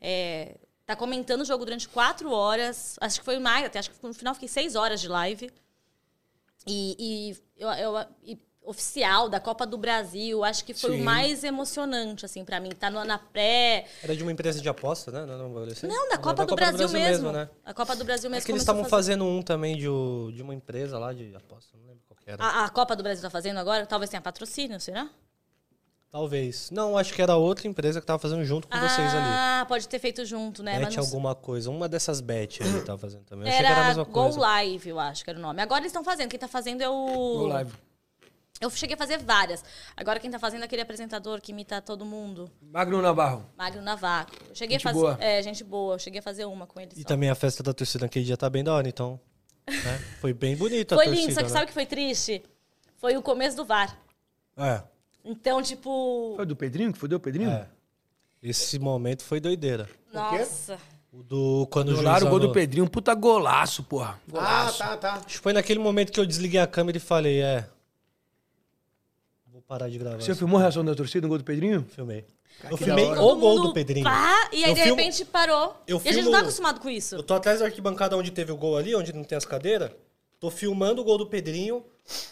Speaker 3: É, tá comentando o jogo durante quatro horas. Acho que foi mais, até acho que no final fiquei seis horas de live. E, e eu, eu- e oficial da Copa do Brasil, acho que foi o
Speaker 1: Sim.
Speaker 3: mais emocionante, assim, pra mim. Tá no- na pré.
Speaker 2: Era de uma empresa de aposta, né? Não, não,
Speaker 3: Não, da Copa, do, Brasil mesmo. né? A Copa do Brasil
Speaker 2: É
Speaker 3: mesmo.
Speaker 2: que eles
Speaker 3: começou
Speaker 2: estavam
Speaker 3: a fazer.
Speaker 2: fazendo um também de, o- de uma empresa lá de aposta, não lembro qual que era.
Speaker 3: A, a Copa do Brasil tá fazendo agora? Talvez tenha patrocínio, será?
Speaker 2: Talvez. Não, acho que era outra empresa que tava fazendo junto com vocês ali.
Speaker 3: ah, pode ter feito junto, né?
Speaker 2: Bet
Speaker 3: não-
Speaker 2: alguma coisa. Uma dessas bet aí tava fazendo também. Eu achei
Speaker 3: Era,
Speaker 2: que era a mesma
Speaker 3: Go
Speaker 2: coisa.
Speaker 3: Live, eu acho que era o nome. Agora eles estão fazendo. Quem tá fazendo é o.
Speaker 1: No live.
Speaker 3: Eu cheguei a fazer várias. Agora quem tá fazendo é aquele apresentador que imita todo mundo.
Speaker 1: Magno Navarro.
Speaker 3: Magno Navaco. Eu Cheguei
Speaker 1: Gente
Speaker 3: a fazer.
Speaker 1: boa.
Speaker 3: É, gente boa. Eu cheguei a fazer uma com ele.
Speaker 2: E tá
Speaker 3: só.
Speaker 2: também a festa da torcida naquele dia tá bem da hora, então. né? Foi bem bonita
Speaker 3: Foi
Speaker 2: a torcida.
Speaker 3: lindo, só que
Speaker 2: né?
Speaker 3: sabe o que foi triste? Foi o começo do VAR.
Speaker 2: É,
Speaker 3: Então, tipo.
Speaker 1: Foi do Pedrinho que fodeu o Pedrinho?
Speaker 2: é. Esse momento foi doideira.
Speaker 3: Nossa.
Speaker 2: O do. Quando o juiz
Speaker 1: Anularam o gol do
Speaker 2: anulou.
Speaker 1: Pedrinho, puta golaço, porra.
Speaker 4: Ah, tá, tá.
Speaker 2: Acho que Foi naquele momento que eu desliguei a câmera e falei, é. Vou parar de gravar.
Speaker 1: Você
Speaker 2: isso.
Speaker 1: filmou a reação da torcida no gol do Pedrinho?
Speaker 2: Filmei. Eu
Speaker 4: que
Speaker 2: filmei
Speaker 4: da hora.
Speaker 2: o
Speaker 3: Todo
Speaker 2: gol
Speaker 3: mundo
Speaker 2: do Pedrinho.
Speaker 3: pá, e aí,
Speaker 2: Eu
Speaker 3: de
Speaker 2: filmo-
Speaker 3: repente, parou.
Speaker 2: eu
Speaker 3: e a gente
Speaker 2: filmo-
Speaker 3: não tá acostumado com isso.
Speaker 2: Eu tô atrás da arquibancada onde teve o gol ali, onde não tem as cadeiras. Tô filmando o gol do Pedrinho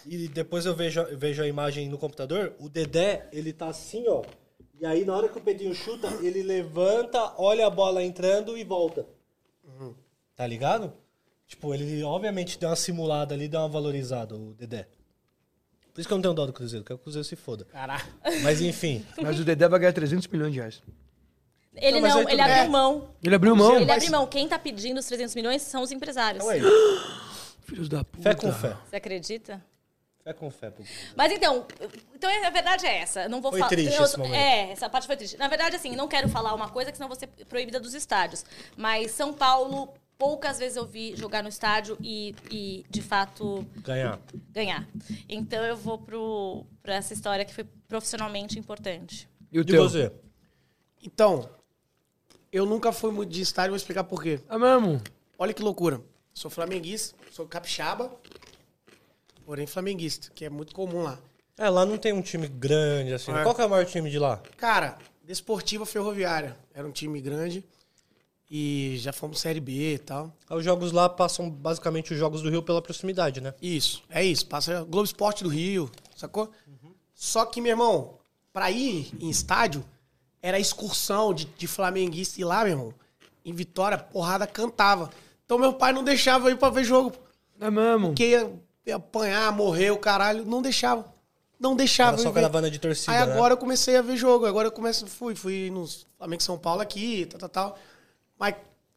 Speaker 2: e depois eu vejo, eu vejo a imagem no computador. O Dedé, ele tá assim, ó. E aí, na hora que o Pedrinho chuta, ele levanta, olha a bola entrando e volta.
Speaker 1: Uhum.
Speaker 2: Tá ligado? Tipo, ele obviamente deu uma simulada ali, deu uma valorizada, o Dedé. Por isso que eu não tenho dó do Cruzeiro, que o Cruzeiro se foda.
Speaker 4: Caraca.
Speaker 2: Mas enfim.
Speaker 1: Mas o Dedé vai ganhar 300 milhões de reais.
Speaker 3: Ele
Speaker 2: Não, mas
Speaker 3: não,
Speaker 2: aí tudo
Speaker 3: ele
Speaker 2: bem. É,
Speaker 3: abriu mão.
Speaker 1: Ele abriu mão.
Speaker 3: Ele abre mão. Quem tá pedindo os 300 milhões são os empresários.
Speaker 2: Então é isso.
Speaker 1: Filhos da puta.
Speaker 2: Fé com fé.
Speaker 3: Você acredita?
Speaker 2: Fé com fé, pô.
Speaker 3: Mas então, então a verdade é essa. Eu Não vou
Speaker 2: Foi
Speaker 3: falar.
Speaker 2: triste
Speaker 3: eu-
Speaker 2: esse momento.
Speaker 3: É, essa parte foi triste. Na verdade, assim, não quero falar uma coisa que senão você ser proibida dos estádios. Mas São Paulo, poucas vezes eu vi jogar no estádio e, e de fato
Speaker 2: Ganhar.
Speaker 3: ganhar. Então eu vou pro para essa história que foi profissionalmente importante.
Speaker 1: E o
Speaker 2: E
Speaker 1: teu?
Speaker 2: você?
Speaker 4: Então, eu nunca fui muito de estádio, vou explicar por quê.
Speaker 1: É mesmo?
Speaker 4: Olha que loucura. Sou flamenguista, sou capixaba, porém flamenguista, que é muito comum lá.
Speaker 2: É, lá não tem um time grande, assim.
Speaker 4: É.
Speaker 2: Qual que é o maior time de lá?
Speaker 4: Cara, Desportiva Ferroviária. Era um time grande. E já fomos Série B e tal.
Speaker 2: Ah, Os jogos lá passam basicamente os jogos do Rio pela proximidade, né?
Speaker 4: Isso, é isso. Passa Globo Esporte do Rio, sacou? Só que, meu irmão, pra ir em estádio, era excursão de, de flamenguista ir lá, meu irmão. Em Vitória, porrada cantava. Então meu pai não deixava eu ir pra ver jogo.
Speaker 1: É mesmo.
Speaker 4: Porque ia, ia apanhar, morrer, o caralho. Não deixava. Não deixava.
Speaker 2: Era só
Speaker 4: eu ver.
Speaker 2: caravana de torcida,
Speaker 4: Aí
Speaker 2: né?
Speaker 4: agora eu comecei a ver jogo. Agora eu começo, fui, fui no Flamengo e São Paulo aqui, tal, tal, tal. Mas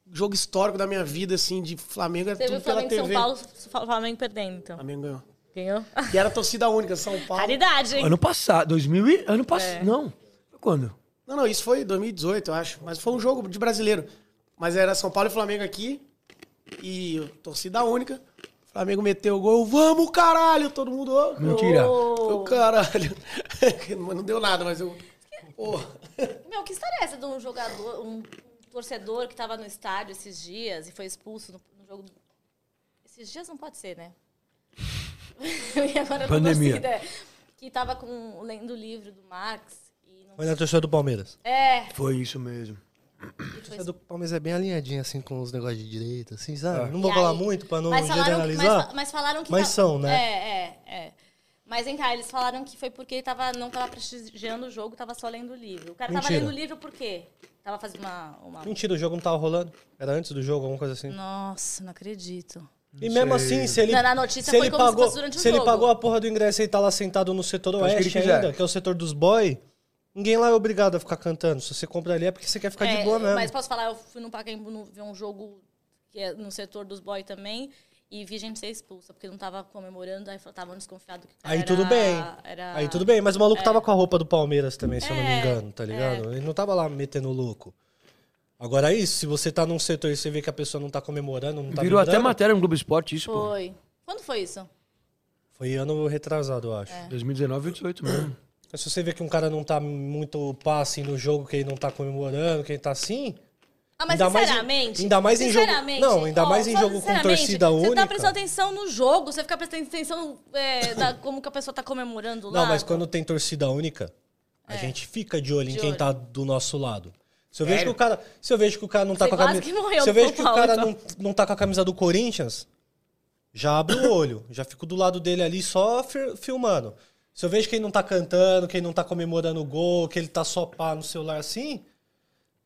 Speaker 4: jogo histórico da minha vida, assim, de Flamengo, é
Speaker 6: Você viu
Speaker 4: tudo
Speaker 6: o
Speaker 4: pela
Speaker 6: Flamengo e
Speaker 4: TV.
Speaker 6: São Paulo, Fa- Flamengo perdendo, então.
Speaker 4: Flamengo ganhou.
Speaker 6: Ganhou?
Speaker 4: E era torcida única, São Paulo.
Speaker 6: Raridade, hein?
Speaker 1: Ano passado, 2000 e... Ano passado,
Speaker 3: É.
Speaker 1: não. Foi quando?
Speaker 4: Não, não, isso foi 2018, eu acho. Mas foi um jogo de brasileiro. Mas era São Paulo e Flamengo aqui. E torcida única. O Flamengo meteu o gol. Vamos, caralho! Todo mundo. ô,
Speaker 1: Mentira.
Speaker 4: ô, Foi o caralho. Mas Não deu nada, mas eu. Porra.
Speaker 3: Meu, que história é essa de um jogador, um torcedor que tava no estádio esses dias e foi expulso no, no jogo? do- Esses dias não pode ser, né? e agora com
Speaker 1: Pandemia.
Speaker 3: torcida, que tava com, lendo o livro do Marx e não...
Speaker 2: Foi na torcida do Palmeiras.
Speaker 3: É,
Speaker 1: Foi isso mesmo.
Speaker 2: A torcida do Palmeiras é bem alinhadinha, assim, com os negócios de direita, assim, sabe? Não
Speaker 3: E
Speaker 2: vou falar
Speaker 3: aí-
Speaker 2: muito pra não
Speaker 3: mas falaram, que-
Speaker 2: generalizar.
Speaker 3: mas, mas falaram que...
Speaker 2: mas
Speaker 3: tá-
Speaker 2: são, né?
Speaker 3: É, é, é. Mas vem cá, eles falaram que foi porque ele tava, não tava prestigiando o jogo, tava só lendo o livro. O cara tava
Speaker 2: Mentira. Um
Speaker 3: lendo o livro por quê? Tava fazendo uma... uma...
Speaker 2: Mentira, o jogo não tava rolando. Era antes do jogo, alguma coisa assim.
Speaker 3: Nossa, não acredito.
Speaker 2: E mesmo assim, se ele.
Speaker 3: Na- na notícia
Speaker 2: se
Speaker 3: foi
Speaker 2: ele
Speaker 3: como se
Speaker 2: pagou,
Speaker 3: fosse durante o
Speaker 2: Se ele
Speaker 3: jogo.
Speaker 2: pagou a porra do ingresso e tá lá sentado no setor
Speaker 1: Faz o que
Speaker 2: oeste
Speaker 1: ele quiser.
Speaker 2: ainda, que é o setor dos boy, ninguém lá é obrigado a ficar cantando. Se você compra ali é porque você quer ficar de
Speaker 3: É,
Speaker 2: boa mesmo.
Speaker 3: Mas posso falar, eu fui no Pacaembu no- ver um jogo que é no setor dos boy também e vi gente ser expulsa, porque não tava comemorando, aí estavam desconfiados que o cara
Speaker 2: Aí
Speaker 3: era-
Speaker 2: tudo bem.
Speaker 3: Era...
Speaker 2: Aí tudo bem, mas o maluco tava com a roupa do Palmeiras também, se eu não me
Speaker 3: É,
Speaker 2: engano, tá ligado? Ele não tava lá metendo louco. Agora é isso, se você tá num setor e você vê que a pessoa não tá comemorando, não tá
Speaker 1: Virou até
Speaker 2: vibrando,
Speaker 1: matéria no Globo Esporte
Speaker 2: tipo,
Speaker 1: isso, pô.
Speaker 3: Foi. Quando foi isso?
Speaker 2: Foi ano retrasado, eu acho.
Speaker 3: É.
Speaker 1: 2019 e 18 mesmo.
Speaker 2: Mas se você vê que um cara não tá muito passe no jogo, que ele não tá comemorando, que ele tá assim,
Speaker 3: Ah, mas
Speaker 2: Ainda mais em-
Speaker 3: sinceramente.
Speaker 2: ainda mais em jogo-
Speaker 3: sinceramente,
Speaker 2: não, ainda mais em
Speaker 3: só
Speaker 2: jogo com
Speaker 3: sinceramente,
Speaker 2: torcida
Speaker 3: Você
Speaker 2: única.
Speaker 3: tá prestando atenção no jogo, você fica prestando atenção é, da- como que a pessoa tá comemorando lá.
Speaker 2: Não, mas quando tem torcida única, a gente fica de olho em
Speaker 3: É. De
Speaker 2: quem
Speaker 3: olho.
Speaker 2: tá do nosso lado. Se eu vejo que o cara, se eu vejo que o cara não tá
Speaker 3: Você
Speaker 2: com a
Speaker 3: quase
Speaker 2: camisa,
Speaker 3: que morreu
Speaker 2: se eu
Speaker 3: pro
Speaker 2: vejo que o
Speaker 3: São
Speaker 2: cara
Speaker 3: Paulo, então.
Speaker 2: não, não tá com a camisa do Corinthians, já abro o olho, já fico do lado dele ali só fi- filmando. Se eu vejo que ele não tá cantando, que ele não tá comemorando o gol, que ele tá só pá no celular assim,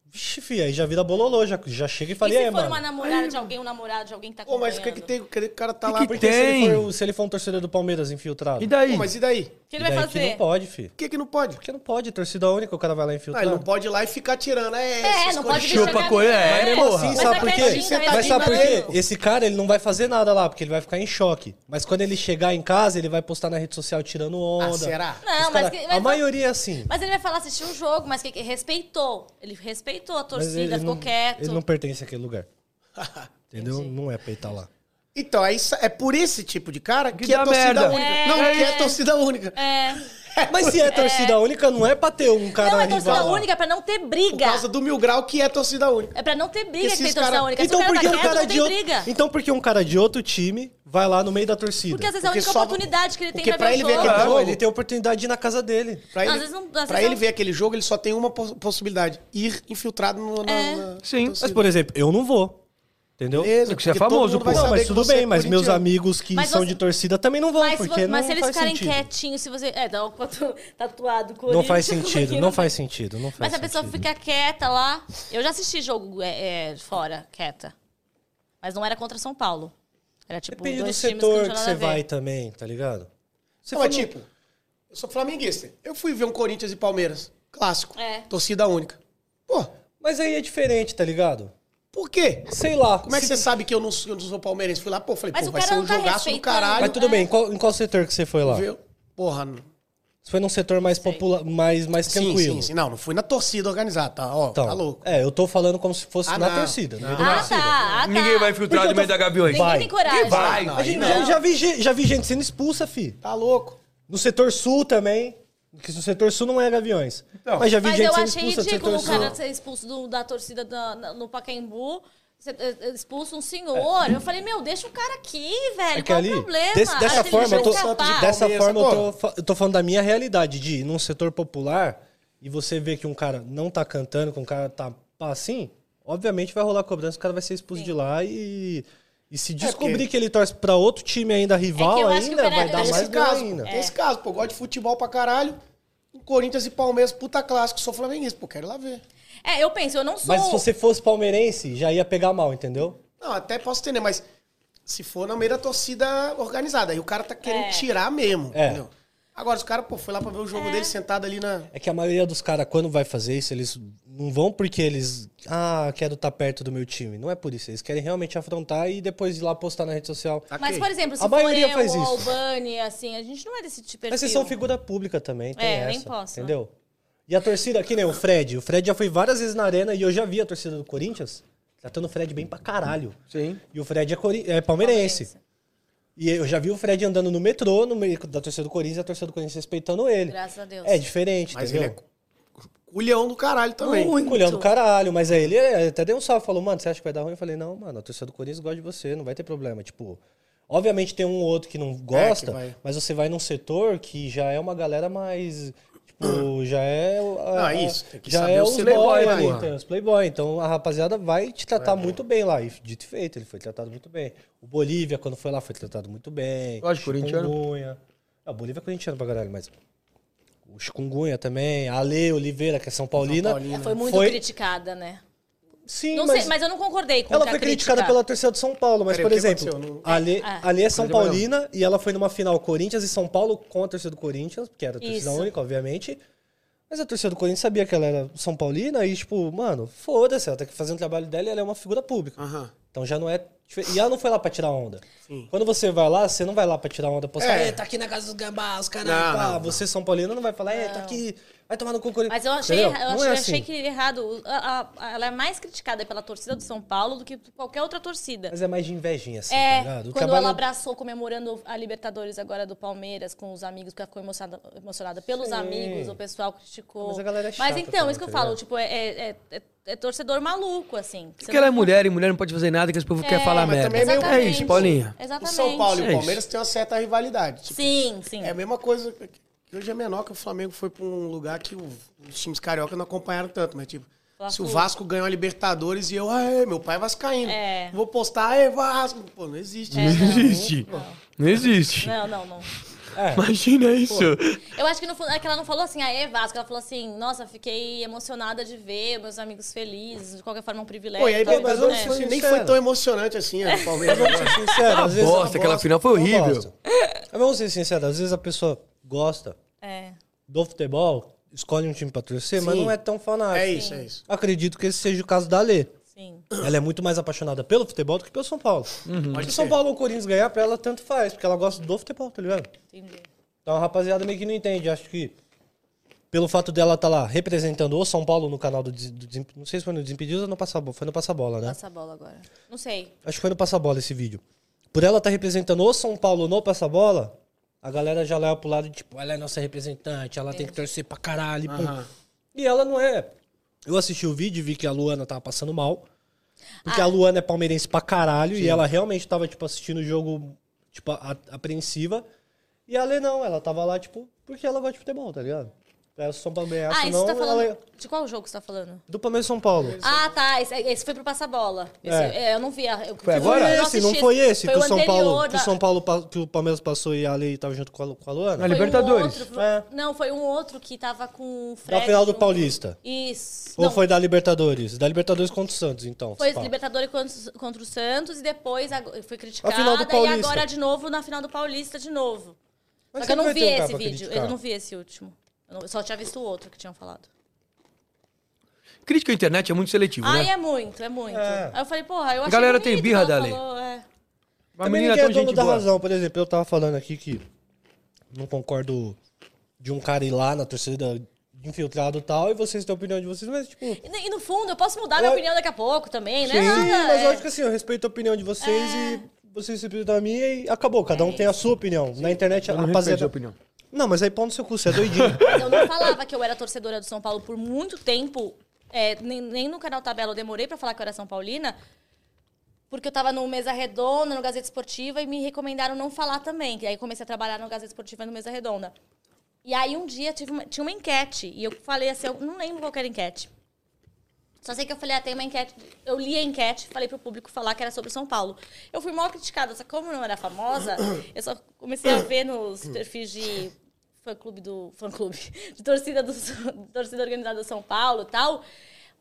Speaker 2: vixe, filho, aí já vira bololô, já, já chega e
Speaker 3: E
Speaker 2: fala, e,
Speaker 3: se
Speaker 2: aí,
Speaker 3: for
Speaker 2: mano?
Speaker 3: uma namorada de alguém, um namorado de alguém que tá
Speaker 4: Pô,
Speaker 3: comemorando?
Speaker 4: mas o que, que tem? Que o cara tá
Speaker 1: Que
Speaker 4: lá.
Speaker 1: que
Speaker 4: por-
Speaker 2: Porque se ele,
Speaker 1: Tem.
Speaker 2: for, o- se ele for um torcedor do Palmeiras infiltrado,
Speaker 1: E daí?
Speaker 4: Pô, mas e daí?
Speaker 3: O que ele
Speaker 2: e
Speaker 3: vai
Speaker 2: daí que
Speaker 3: fazer?
Speaker 2: não pode, filho.
Speaker 4: Por que, que não pode?
Speaker 2: Porque não pode, torcida única, o cara vai lá
Speaker 4: Não,
Speaker 2: infiltrar.
Speaker 4: ele não pode ir lá e ficar tirando. É,
Speaker 3: É,
Speaker 4: essas
Speaker 3: não
Speaker 4: coisas.
Speaker 3: pode
Speaker 1: Chupa
Speaker 3: deixar
Speaker 1: coisa, é,
Speaker 3: ninguém.
Speaker 1: porra.
Speaker 2: Sim,
Speaker 3: Mas
Speaker 2: sabe
Speaker 3: tá
Speaker 2: por quê?
Speaker 3: quietinho,
Speaker 4: Você tá
Speaker 3: vai
Speaker 2: Mas sabe por quê?
Speaker 3: quietinho.
Speaker 2: Esse cara, ele não vai fazer nada lá, porque ele vai ficar em choque. Mas quando ele chegar em casa, ele vai postar na rede social tirando onda.
Speaker 4: Ah, será?
Speaker 3: Não,
Speaker 2: Os
Speaker 3: mas,
Speaker 2: cara-
Speaker 3: que-
Speaker 2: a
Speaker 3: mas,
Speaker 2: maioria é assim.
Speaker 3: mas ele vai falar, assistiu o jogo, mas que, que respeitou. Ele respeitou a
Speaker 2: Mas
Speaker 3: torcida,
Speaker 2: ele
Speaker 3: ficou
Speaker 2: não,
Speaker 3: quieto.
Speaker 2: Ele não pertence àquele lugar. Entendeu? Não é pra ele tá lá.
Speaker 4: Então, é, isso, é por esse tipo de cara que,
Speaker 1: Que
Speaker 4: é
Speaker 1: dá
Speaker 4: torcida
Speaker 1: merda.
Speaker 4: única.
Speaker 3: É.
Speaker 4: Não, que é torcida única.
Speaker 3: É.
Speaker 2: Mas se é torcida única, não é pra ter um cara
Speaker 3: Não, é
Speaker 2: rival
Speaker 3: torcida
Speaker 2: lá.
Speaker 3: única, é pra não ter
Speaker 4: Por
Speaker 3: briga.
Speaker 4: causa do Mil Grau, que é torcida única.
Speaker 3: É pra não ter briga
Speaker 4: Porque
Speaker 3: que tem
Speaker 4: esses
Speaker 3: torcida
Speaker 4: cara-
Speaker 3: única. Se
Speaker 2: Então
Speaker 3: o cara
Speaker 2: por que
Speaker 3: tá
Speaker 2: um
Speaker 3: quieto,
Speaker 2: cara
Speaker 3: não
Speaker 2: de
Speaker 3: tem
Speaker 2: outro,
Speaker 3: briga.
Speaker 2: então por que um cara de outro time vai lá no meio da torcida?
Speaker 3: Porque às vezes é a
Speaker 4: Porque
Speaker 3: única
Speaker 4: só-
Speaker 3: oportunidade que ele tem
Speaker 4: porque
Speaker 3: pra
Speaker 4: pra
Speaker 3: ver
Speaker 4: ele
Speaker 3: o
Speaker 4: ver
Speaker 3: jogo.
Speaker 4: aquele
Speaker 2: Claro,
Speaker 4: jogo,
Speaker 2: ele é tem a oportunidade de ir na casa dele.
Speaker 4: Pra
Speaker 3: Não,
Speaker 4: ele,
Speaker 3: às vezes não- às vezes é um
Speaker 4: pra ele
Speaker 3: não-
Speaker 4: ver aquele jogo, ele só tem uma pos- possibilidade: ir infiltrado no, na,
Speaker 3: É.
Speaker 4: na
Speaker 1: Sim.
Speaker 2: Mas, por exemplo, eu não vou. Entendeu?
Speaker 4: Beleza,
Speaker 1: É que você é
Speaker 4: porque todo
Speaker 1: famoso,
Speaker 4: mundo vai
Speaker 1: pô.
Speaker 2: Não,
Speaker 4: saber
Speaker 2: mas
Speaker 4: que
Speaker 2: tudo
Speaker 4: você
Speaker 2: bem,
Speaker 4: é
Speaker 2: mas meus
Speaker 4: corintiano.
Speaker 2: amigos que
Speaker 3: Mas
Speaker 2: são
Speaker 3: você-
Speaker 2: de torcida também não vão,
Speaker 3: Mas, se
Speaker 2: porque
Speaker 3: você-
Speaker 2: não
Speaker 3: mas se eles
Speaker 2: faz
Speaker 3: ficarem
Speaker 2: sentido.
Speaker 3: quietinhos, se você. É, dá um quanto- tatuado,
Speaker 2: Não
Speaker 3: Corinthians,
Speaker 2: faz sentido,
Speaker 3: aqui,
Speaker 2: não faz sentido, não faz
Speaker 3: é Mas se a pessoa
Speaker 2: sentido.
Speaker 3: fica quieta lá. Eu já assisti jogo é, é, fora, quieta. Mas não era contra São Paulo. Era tipo
Speaker 2: Depende do
Speaker 3: dois times que não
Speaker 2: setor
Speaker 3: tinha
Speaker 2: que
Speaker 3: nada
Speaker 2: você
Speaker 3: a ver.
Speaker 2: vai também, tá ligado? Você
Speaker 4: Não, é
Speaker 2: falou-
Speaker 4: tipo, eu sou flamenguista. Eu fui ver um Corinthians e Palmeiras. Clássico.
Speaker 3: É.
Speaker 4: Torcida única. Pô,
Speaker 2: Mas aí é diferente, tá ligado?
Speaker 4: por quê?
Speaker 2: Sei lá.
Speaker 4: Como é que
Speaker 2: se-
Speaker 4: você sabe que eu não, sou- eu não sou palmeirense? Fui lá, pô, falei,
Speaker 3: Mas
Speaker 4: pô,
Speaker 3: o
Speaker 4: vai
Speaker 3: cara
Speaker 4: ser um
Speaker 3: não tá
Speaker 4: jogaço do
Speaker 3: respeitando.
Speaker 4: caralho.
Speaker 2: Mas tudo
Speaker 3: É.
Speaker 2: bem, qual- em qual setor que você foi lá?
Speaker 4: Viu? Porra, não-
Speaker 2: Você foi num setor mais popular, mais, mais
Speaker 4: sim,
Speaker 2: tranquilo.
Speaker 4: sim, sim. Não, não fui na torcida organizada, tá? Ó,
Speaker 2: Então,
Speaker 4: tá louco.
Speaker 2: É, eu tô falando como se fosse
Speaker 4: Ah,
Speaker 2: na
Speaker 4: não.
Speaker 2: torcida. né? no meio da
Speaker 3: Ah,
Speaker 2: torcida.
Speaker 3: tá. Ah, tá.
Speaker 1: Ninguém vai infiltrar
Speaker 2: Por que
Speaker 1: no meio
Speaker 2: eu tô-
Speaker 1: da Gaviões.
Speaker 3: Ninguém
Speaker 2: Vai.
Speaker 3: tem coragem.
Speaker 1: Vai.
Speaker 4: Não,
Speaker 2: A gente- já, já vi, ge- já vi gente sendo expulsa, fi.
Speaker 4: Tá louco.
Speaker 2: No setor sul também. Que no setor sul não é Gaviões.
Speaker 1: Então.
Speaker 2: mas já vi
Speaker 3: Mas
Speaker 2: gente
Speaker 3: eu
Speaker 2: sendo
Speaker 3: achei
Speaker 2: expulsa do
Speaker 3: ridículo
Speaker 2: setor
Speaker 3: o
Speaker 2: sul.
Speaker 3: cara ser expulso do- da torcida da- na- no Pacaembu Você, eh, expulsa um senhor. Eu falei, meu, deixa o cara aqui, velho.
Speaker 2: É que
Speaker 3: Qual
Speaker 2: ali,
Speaker 3: o problema?
Speaker 2: desse-
Speaker 3: Acho
Speaker 2: dessa
Speaker 3: que ele
Speaker 2: forma,
Speaker 3: vai
Speaker 2: eu tô,
Speaker 3: escapar.
Speaker 2: dessa
Speaker 4: Cabeça,
Speaker 2: forma eu,
Speaker 4: pô.
Speaker 2: tô, fa- eu tô falando da minha realidade, de ir num setor popular e você vê que um cara não tá cantando, que um cara tá pá, assim, obviamente vai rolar cobrança, o cara vai ser expulso de lá e, e se descobrir
Speaker 4: porque-
Speaker 2: É que ele torce pra outro time ainda rival,
Speaker 3: É que eu acho que o
Speaker 2: ainda
Speaker 3: cara-
Speaker 2: vai dar
Speaker 3: esse
Speaker 2: mais
Speaker 4: Nesse
Speaker 2: grana
Speaker 4: caso,
Speaker 2: ainda.
Speaker 4: nesse caso, pô, eu gosto de futebol pra caralho. Corinthians e Palmeiras, puta clássico, sou flamenguista, pô, quero ir lá ver.
Speaker 3: É, eu penso, eu não sou.
Speaker 2: Mas se você fosse palmeirense, já ia pegar mal, entendeu?
Speaker 4: Não, até posso entender, mas se for no meio da torcida organizada, aí o cara tá querendo tirar mesmo,
Speaker 2: É.
Speaker 4: entendeu? Agora, se o cara, pô, foi lá pra ver o jogo dele sentado ali na...
Speaker 2: É que a maioria dos caras, quando vai fazer isso, eles não vão porque eles. Ah, quero estar perto do meu time. Não é por isso. Eles querem realmente afrontar e depois ir lá postar na rede social.
Speaker 3: Mas, por exemplo, se
Speaker 2: A
Speaker 3: for
Speaker 2: maioria
Speaker 3: eu
Speaker 2: faz
Speaker 3: ou
Speaker 2: isso.
Speaker 3: Albani, assim, a gente não é desse tipo de perfil.
Speaker 2: Mas vocês são figura pública também, tem
Speaker 3: É,
Speaker 2: essa.
Speaker 3: nem posso.
Speaker 2: Entendeu? E a torcida, que nem o Fred. O Fred já foi várias vezes na arena e eu já vi a torcida do Corinthians tratando o Fred bem pra caralho.
Speaker 1: Sim.
Speaker 2: E o Fred é, cori- é palmeirense. E eu já vi o Fred andando no metrô, no meio da torcida do Corinthians, e a torcida do Corinthians respeitando ele.
Speaker 3: Graças a Deus.
Speaker 2: É diferente,
Speaker 4: Mas ele
Speaker 2: entendeu?
Speaker 4: é cu- culhão do caralho também.
Speaker 2: Muito. Culhão do caralho, mas aí ele é, até deu um salve, falou, mano, você acha que vai dar ruim? Eu falei, não, mano, a torcida do Corinthians gosta de você, não vai ter problema. Tipo, obviamente tem um ou outro que não gosta,
Speaker 4: É, vai.
Speaker 2: mas você vai num setor que já é uma galera mais. Tipo, já é. o- a-
Speaker 4: Não, é isso, tem que
Speaker 2: já
Speaker 4: saber
Speaker 2: é
Speaker 4: os
Speaker 2: os
Speaker 4: playboy, É.
Speaker 2: playboy, ali,
Speaker 4: porra.
Speaker 2: tem os playboy. Então a rapaziada vai te tratar muito bem lá. E dito e feito, ele foi tratado muito bem. O Bolívia, quando foi lá, foi tratado muito bem.
Speaker 1: Lógico, corintiano.
Speaker 2: Chikungunya. Ah, o Bolívia é corintiano pra caralho, mas. O Chikungunya também, a Ale Oliveira, que é São Paulina.
Speaker 4: Paulina.
Speaker 3: Foi muito
Speaker 2: Foi-
Speaker 3: criticada, né?
Speaker 2: Sim,
Speaker 3: Não
Speaker 2: mas,
Speaker 3: sei, mas eu não concordei com
Speaker 2: ela
Speaker 3: que a
Speaker 2: foi criticada
Speaker 3: crítica.
Speaker 2: pela torcida do São Paulo. Mas,
Speaker 4: Peraí,
Speaker 2: por
Speaker 4: o que
Speaker 2: exemplo,
Speaker 4: aconteceu? Não-
Speaker 2: a Lê,
Speaker 3: Ah.
Speaker 2: a Lê é São
Speaker 1: Mas eu não.
Speaker 2: Paulina e ela foi numa final Corinthians e São Paulo com a torcida do Corinthians, porque era a torcida
Speaker 3: Isso.
Speaker 2: única, obviamente. Mas a torcida do Corinthians sabia que ela era São Paulina e, tipo, mano, foda-se, ela tá aqui fazendo o trabalho dela e ela é uma figura pública.
Speaker 4: Aham.
Speaker 2: Então já não é. dife- E ela não foi lá pra tirar onda. Quando você vai lá, você não vai lá pra tirar onda, postar,
Speaker 4: É.
Speaker 2: é, tá aqui na casa dos gambás, os é caras.
Speaker 4: Não,
Speaker 2: pá."
Speaker 4: não, não.
Speaker 2: Você, São Paulino, não vai falar, é, tá aqui, vai tomar no concorrente.
Speaker 3: Mas eu achei, eu
Speaker 2: é
Speaker 3: achei,
Speaker 2: assim.
Speaker 3: achei que errado. O- a- a- ela é mais criticada pela torcida do São Paulo do que por qualquer outra torcida.
Speaker 2: Mas é mais de invejinha, assim, tá
Speaker 3: é,
Speaker 2: ligado? O
Speaker 3: quando ela abraçou comemorando a Libertadores agora do Palmeiras com os amigos, porque ela ficou emocionada, emocionada pelos
Speaker 2: Sim.
Speaker 3: amigos, o pessoal criticou.
Speaker 2: Mas a galera é
Speaker 3: Mas
Speaker 2: chata
Speaker 3: então,
Speaker 2: também,
Speaker 3: isso que eu
Speaker 2: tá
Speaker 3: falo,
Speaker 2: ligado?
Speaker 3: tipo, é, é- é- é torcedor maluco, assim. Você
Speaker 1: Porque ela é mulher e mulher não pode fazer nada que esse povo quer falar
Speaker 4: mas
Speaker 1: merda.
Speaker 4: também é meio
Speaker 1: É isso, Paulinha.
Speaker 4: O
Speaker 3: Exatamente.
Speaker 4: São Paulo e
Speaker 1: É
Speaker 4: o
Speaker 1: isso.
Speaker 4: Palmeiras têm uma certa rivalidade. Tipo,
Speaker 3: Sim, sim.
Speaker 4: É a mesma coisa que que hoje é menor que o Flamengo foi pra um lugar que o- os times carioca não acompanharam tanto, mas tipo, se o Vasco ganhou a Libertadores e eu, aê, meu pai é vascaíno.
Speaker 3: É.
Speaker 4: Vou postar, aê, Vasco. Pô, não existe.
Speaker 1: Não
Speaker 4: isso.
Speaker 1: existe. Não existe.
Speaker 3: Não, não, não.
Speaker 1: Imagina isso.
Speaker 3: Eu acho que, no fundo, é que ela não falou assim, ah, é Vasco. Ela falou assim, nossa, fiquei emocionada de ver meus amigos felizes. De qualquer forma, é um privilégio.
Speaker 4: Pô, e aí,
Speaker 3: tal,
Speaker 2: mas
Speaker 3: tal,
Speaker 2: vamos
Speaker 3: tal,
Speaker 2: ser
Speaker 3: né?
Speaker 4: Assim, nem
Speaker 2: sincero.
Speaker 4: foi tão emocionante assim, né, o Palmeiras.
Speaker 2: Vamos ser sincero, às vezes
Speaker 1: bosta,
Speaker 2: ela
Speaker 1: aquela final foi
Speaker 2: eu
Speaker 1: horrível.
Speaker 2: gosto. Mas vamos ser sinceros, às vezes a pessoa gosta
Speaker 3: É.
Speaker 2: do futebol, escolhe um time pra torcer, mas
Speaker 4: Sim.
Speaker 2: não é tão fanático.
Speaker 4: é isso, é isso.
Speaker 2: Acredito que esse seja o caso da Lê.
Speaker 3: Sim.
Speaker 2: Ela é muito mais apaixonada pelo futebol do que pelo São Paulo.
Speaker 4: Uhum.
Speaker 2: Se o São Paulo ou o Corinthians ganhar, pra ela tanto faz, porque ela gosta do futebol, tá ligado?
Speaker 3: Entendi.
Speaker 2: Então a rapaziada meio que não entende. Acho que pelo fato dela estar lá representando o São Paulo no canal do, Des- do Desem- Não sei se foi no Desimpedidos ou no Passabola. Foi no Passabola, né?
Speaker 3: Passa a bola agora. Não sei.
Speaker 2: Acho que foi no Passabola esse vídeo. Por ela estar representando o São Paulo no Passabola, a galera já leva pro lado de tipo, ela é nossa representante, ela tem que torcer pra caralho. e pum. E ela não é. Eu assisti o vídeo e vi que a Luana tava passando mal.
Speaker 3: Ah.
Speaker 2: Porque a Luana é palmeirense pra caralho e ela realmente tava, tipo, assistindo o jogo, tipo, a- apreensiva. E a Lê não, ela tava lá, tipo, porque ela gosta de futebol, tá ligado? Ela é São Palmeiras,
Speaker 3: Ah, isso
Speaker 2: não,
Speaker 3: você tá falando...
Speaker 2: ela é
Speaker 3: De qual jogo você tá falando?
Speaker 2: do Palmeiras e São Paulo.
Speaker 3: Ah, tá. Esse, esse foi pro passa-bola. Esse-
Speaker 2: É.
Speaker 3: é, Eu não vi. a- Eu,
Speaker 1: Foi
Speaker 3: eu
Speaker 1: agora?
Speaker 2: Não
Speaker 3: não
Speaker 2: foi
Speaker 3: assisti
Speaker 2: esse, não foi esse
Speaker 3: Foi
Speaker 2: que o
Speaker 3: o
Speaker 2: São Paulo,
Speaker 3: anterior
Speaker 2: que o
Speaker 3: da-
Speaker 2: São Paulo, pa- que o Palmeiras passou e a Lei tava junto com a, Lu- com a Luana.
Speaker 1: Ali-
Speaker 3: foi um
Speaker 1: Libertadores.
Speaker 3: outro-
Speaker 2: É.
Speaker 3: Não, foi um outro que tava com o Fred.
Speaker 2: Na final do
Speaker 3: junto.
Speaker 2: Paulista.
Speaker 3: Isso.
Speaker 2: Ou
Speaker 3: Não,
Speaker 2: foi da Libertadores? Da Libertadores contra o Santos, então.
Speaker 3: Foi
Speaker 2: pá.
Speaker 3: Libertadores contra, contra o Santos e depois ag- foi criticada.
Speaker 2: final do
Speaker 3: e
Speaker 2: Paulista.
Speaker 3: agora de novo na final do Paulista de novo.
Speaker 2: Mas
Speaker 3: Só que eu não
Speaker 2: sempre
Speaker 3: vi
Speaker 2: vai ter um
Speaker 3: esse
Speaker 2: cara pra
Speaker 3: vídeo.
Speaker 2: criticar.
Speaker 3: Eu não vi esse último. Eu não- eu só tinha visto o outro que tinham falado.
Speaker 1: Crítica à internet é muito seletivo,
Speaker 3: Ai,
Speaker 1: né?
Speaker 3: é muito, é muito.
Speaker 2: É.
Speaker 3: Aí eu falei, porra, eu achei
Speaker 1: galera tem
Speaker 3: bonito
Speaker 1: birra
Speaker 3: que ela
Speaker 1: da
Speaker 3: falou, é.
Speaker 1: Uma
Speaker 2: Também
Speaker 1: menina
Speaker 2: ninguém é
Speaker 1: tão
Speaker 2: dono
Speaker 1: gente
Speaker 2: da
Speaker 1: boa.
Speaker 2: razão. Por exemplo, eu tava falando aqui que não concordo de um cara ir lá na torcida infiltrado e tal, e vocês têm a opinião de vocês, mas tipo...
Speaker 3: E, no- e no fundo, eu posso mudar minha
Speaker 2: Eu-
Speaker 3: opinião daqui a pouco também, né?
Speaker 2: Sim,
Speaker 3: Nada,
Speaker 2: mas eu
Speaker 3: é.
Speaker 2: acho que assim, eu respeito a opinião de vocês e vocês respeitam a minha e acabou. Cada
Speaker 3: É
Speaker 2: um tem a sua opinião. Na internet, a
Speaker 1: Eu não respeito
Speaker 2: rapaziada...
Speaker 1: a opinião.
Speaker 2: Não, mas aí pão no seu cu, você é doidinho.
Speaker 3: Mas eu não falava que eu era torcedora do São Paulo por muito tempo. É, nem, nem no canal Tabela eu demorei pra falar que eu era São Paulina. porque eu tava no Mesa Redonda, no Gazeta Esportiva, e me recomendaram não falar também. Que aí eu comecei a trabalhar no Gazeta Esportiva e no Mesa Redonda. E aí um dia tive uma- tinha uma enquete, e eu falei assim, eu não lembro qual que era a enquete. Só sei que eu falei, ah, tem uma enquete. Eu li a enquete, falei pro público falar que era sobre São Paulo. Eu fui mal criticada, só que como eu não era famosa, eu só comecei a ver nos perfis de fã clube do. fã clube. De torcida do torcida organizada do São Paulo e tal.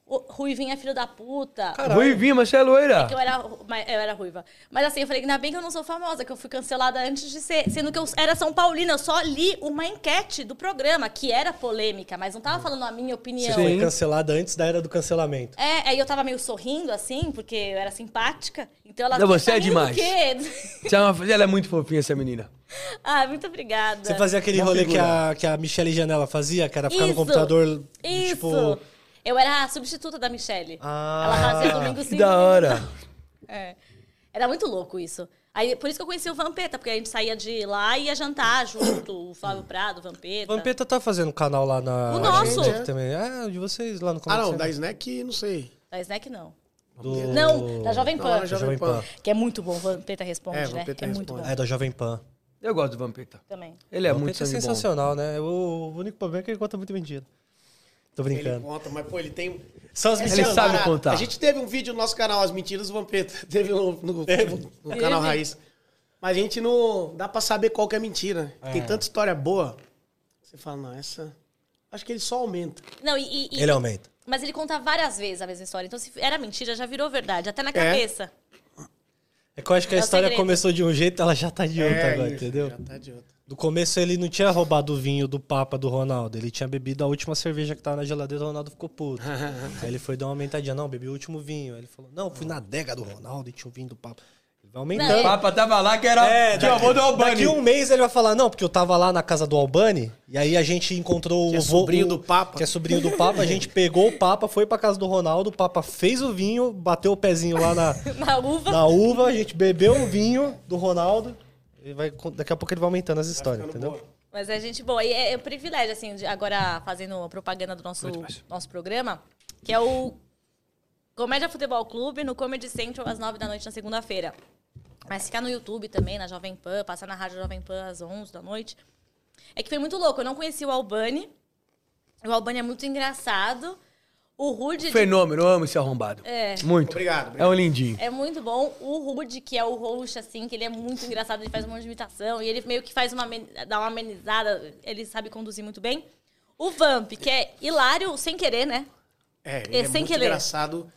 Speaker 3: O Ruivinha é filho da puta.
Speaker 1: Ruivinha, mas você é loira.
Speaker 3: Que eu era, ru- mas- eu era ruiva. Mas assim, eu falei, ainda bem que eu não sou famosa, que eu fui cancelada antes de ser. Sendo que eu era São Paulina, eu só li uma enquete do programa, que era polêmica, mas não tava falando a minha
Speaker 2: Você
Speaker 3: opinião.
Speaker 2: foi cancelada antes da era do cancelamento.
Speaker 3: É, aí eu tava meio sorrindo, assim, porque eu era simpática. Então ela.
Speaker 1: Não, você é
Speaker 3: rindo do
Speaker 1: demais.
Speaker 3: quê?
Speaker 1: Você é uma- Ela é muito fofinha, essa menina.
Speaker 3: ah, muito obrigada.
Speaker 2: Você fazia aquele
Speaker 1: Uma
Speaker 2: rolê que
Speaker 1: figura.
Speaker 2: a, que a Michelle Janela fazia, que era ficar no
Speaker 3: Isso.
Speaker 2: computador,
Speaker 3: Isso!
Speaker 2: tipo...
Speaker 3: Eu era a substituta da Michelle.
Speaker 2: Ah.
Speaker 3: ela fazia domingo
Speaker 1: Que
Speaker 3: sim.
Speaker 1: da
Speaker 3: domingo
Speaker 1: hora.
Speaker 3: É. Era muito louco isso. Aí, por isso que eu conheci o Vampeta, porque a gente saía de lá e ia jantar junto. O Flávio Prado, o Vampeta.
Speaker 2: Vampeta tá fazendo canal lá na...
Speaker 3: O nosso.
Speaker 2: na internet Também. Ah, o de vocês lá no
Speaker 4: Ah, não,
Speaker 2: Comedy
Speaker 4: da
Speaker 2: Central.
Speaker 4: Snack, não sei.
Speaker 3: Da Snack, não.
Speaker 2: Do-
Speaker 3: Não, da Jovem
Speaker 4: Não,
Speaker 3: Pan.
Speaker 4: da Jovem Pan.
Speaker 3: Que é muito bom, o Vampeta Responde, né?
Speaker 4: É, Vampeta
Speaker 3: é muito
Speaker 4: Responde.
Speaker 3: bom
Speaker 2: É, da Jovem Pan.
Speaker 1: Eu gosto do Vampeta.
Speaker 3: também.
Speaker 1: Ele é
Speaker 2: O
Speaker 1: muito
Speaker 2: Vampeta é
Speaker 1: sangue bom.
Speaker 2: sensacional, né? O o único problema é que ele conta muito mentira. Tô
Speaker 4: Ele
Speaker 2: brincando.
Speaker 4: conta, mas pô, ele tem. um-
Speaker 2: Só as
Speaker 1: Ele
Speaker 2: mentiras.
Speaker 1: sabe
Speaker 4: Cara,
Speaker 1: contar.
Speaker 4: A gente teve um vídeo no nosso canal, As Mentiras do Vampeta. Teve um no, no canal Raiz. Mas a gente não dá pra saber qual que é mentira. né? Tem tanta história boa. Você fala, não, essa. Acho que ele só aumenta.
Speaker 3: Não, e, e-
Speaker 2: Ele é um- aumenta.
Speaker 3: Mas ele conta várias vezes a mesma história. Então, se era mentira, já virou verdade. Até na cabeça.
Speaker 2: É que eu acho que a
Speaker 3: É o
Speaker 2: história
Speaker 3: segredo.
Speaker 2: começou de um jeito, ela já tá de outro
Speaker 4: É,
Speaker 2: agora,
Speaker 4: isso,
Speaker 2: entendeu?
Speaker 4: Já tá de outra.
Speaker 2: Do começo ele não tinha roubado o vinho do Papa do Ronaldo, ele tinha bebido a última cerveja que tava na geladeira, o Ronaldo ficou puto. Aí ele foi dar uma aumentadinha, não, bebi o último vinho. Aí ele falou, não, fui na adega do Ronaldo e tinha o vinho do Papa. Ele vai
Speaker 1: O
Speaker 2: aumentando.
Speaker 1: Papa tava lá que era.
Speaker 2: É,
Speaker 1: Tinha avô do Albani.
Speaker 2: daqui um mês ele vai falar, não, porque eu tava lá na casa do Albani, e aí a gente encontrou
Speaker 4: Que é
Speaker 2: o vô-
Speaker 4: sobrinho
Speaker 2: o-
Speaker 4: do Papa.
Speaker 2: Que é sobrinho do Papa, a gente pegou o Papa, foi pra casa do Ronaldo, o Papa fez o vinho, bateu o pezinho lá na,
Speaker 3: Na uva.
Speaker 2: na uva, a gente bebeu o vinho do Ronaldo. Ele vai, daqui a pouco ele vai aumentando as histórias, entendeu?
Speaker 3: Mas é gente boa. E é, é um privilégio, assim, de- agora fazendo propaganda do nosso, nosso programa, que é o Comédia Futebol Clube no Comedy Central às 9 da noite na segunda-feira. Mas ficar no YouTube também, na Jovem Pan, passar na Rádio Jovem Pan às 11 da noite. É que foi muito louco. Eu não conheci o Albani. O Albani é muito engraçado. O Rude de
Speaker 1: um Fenômeno, eu amo esse arrombado.
Speaker 3: É.
Speaker 1: Muito.
Speaker 4: Obrigado, obrigado.
Speaker 1: É um lindinho.
Speaker 3: É muito bom. O Rude, que é o host, assim, que ele é muito engraçado, ele faz um monte de imitação. E ele meio que faz uma amen- dá uma amenizada, ele sabe conduzir muito bem. O Vamp, que é hilário sem querer, né?
Speaker 4: É, ele
Speaker 3: É,
Speaker 4: é,
Speaker 3: sem
Speaker 4: muito
Speaker 3: querer.
Speaker 4: engraçado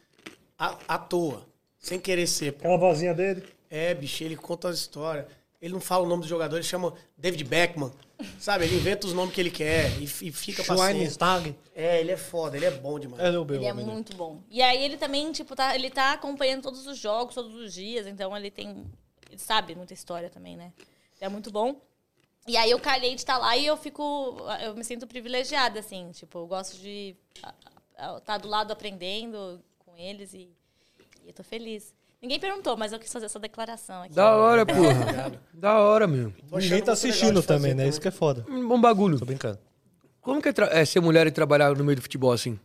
Speaker 4: à, à toa. Sem querer ser. pô.
Speaker 2: Aquela vozinha dele.
Speaker 4: É, bicho, ele conta as histórias. Ele não fala o nome do jogador, ele chama David Beckman. Sabe, ele inventa os nomes que ele quer e, f- e fica pra sempre.
Speaker 2: Schweinstag.
Speaker 4: É, ele é foda, ele é bom demais.
Speaker 2: É, não, meu,
Speaker 3: Ele é
Speaker 2: menino.
Speaker 3: muito bom. E aí ele também, tipo, tá, ele tá acompanhando todos os jogos, todos os dias, então ele tem. Ele sabe muita história também, né? É muito bom. E aí eu calhei de estar lá e eu fico. Eu me sinto privilegiada, assim. Tipo, eu gosto de estar tá do lado aprendendo com eles e, e eu tô feliz. Ninguém perguntou, mas eu quis fazer essa declaração aqui.
Speaker 1: Da hora, porra. da hora mesmo.
Speaker 2: Ninguém tá assistindo também, né? Isso que é foda.
Speaker 1: Um bom bagulho.
Speaker 2: Tô brincando.
Speaker 1: Como que é, tra- é ser mulher e trabalhar no meio do futebol assim?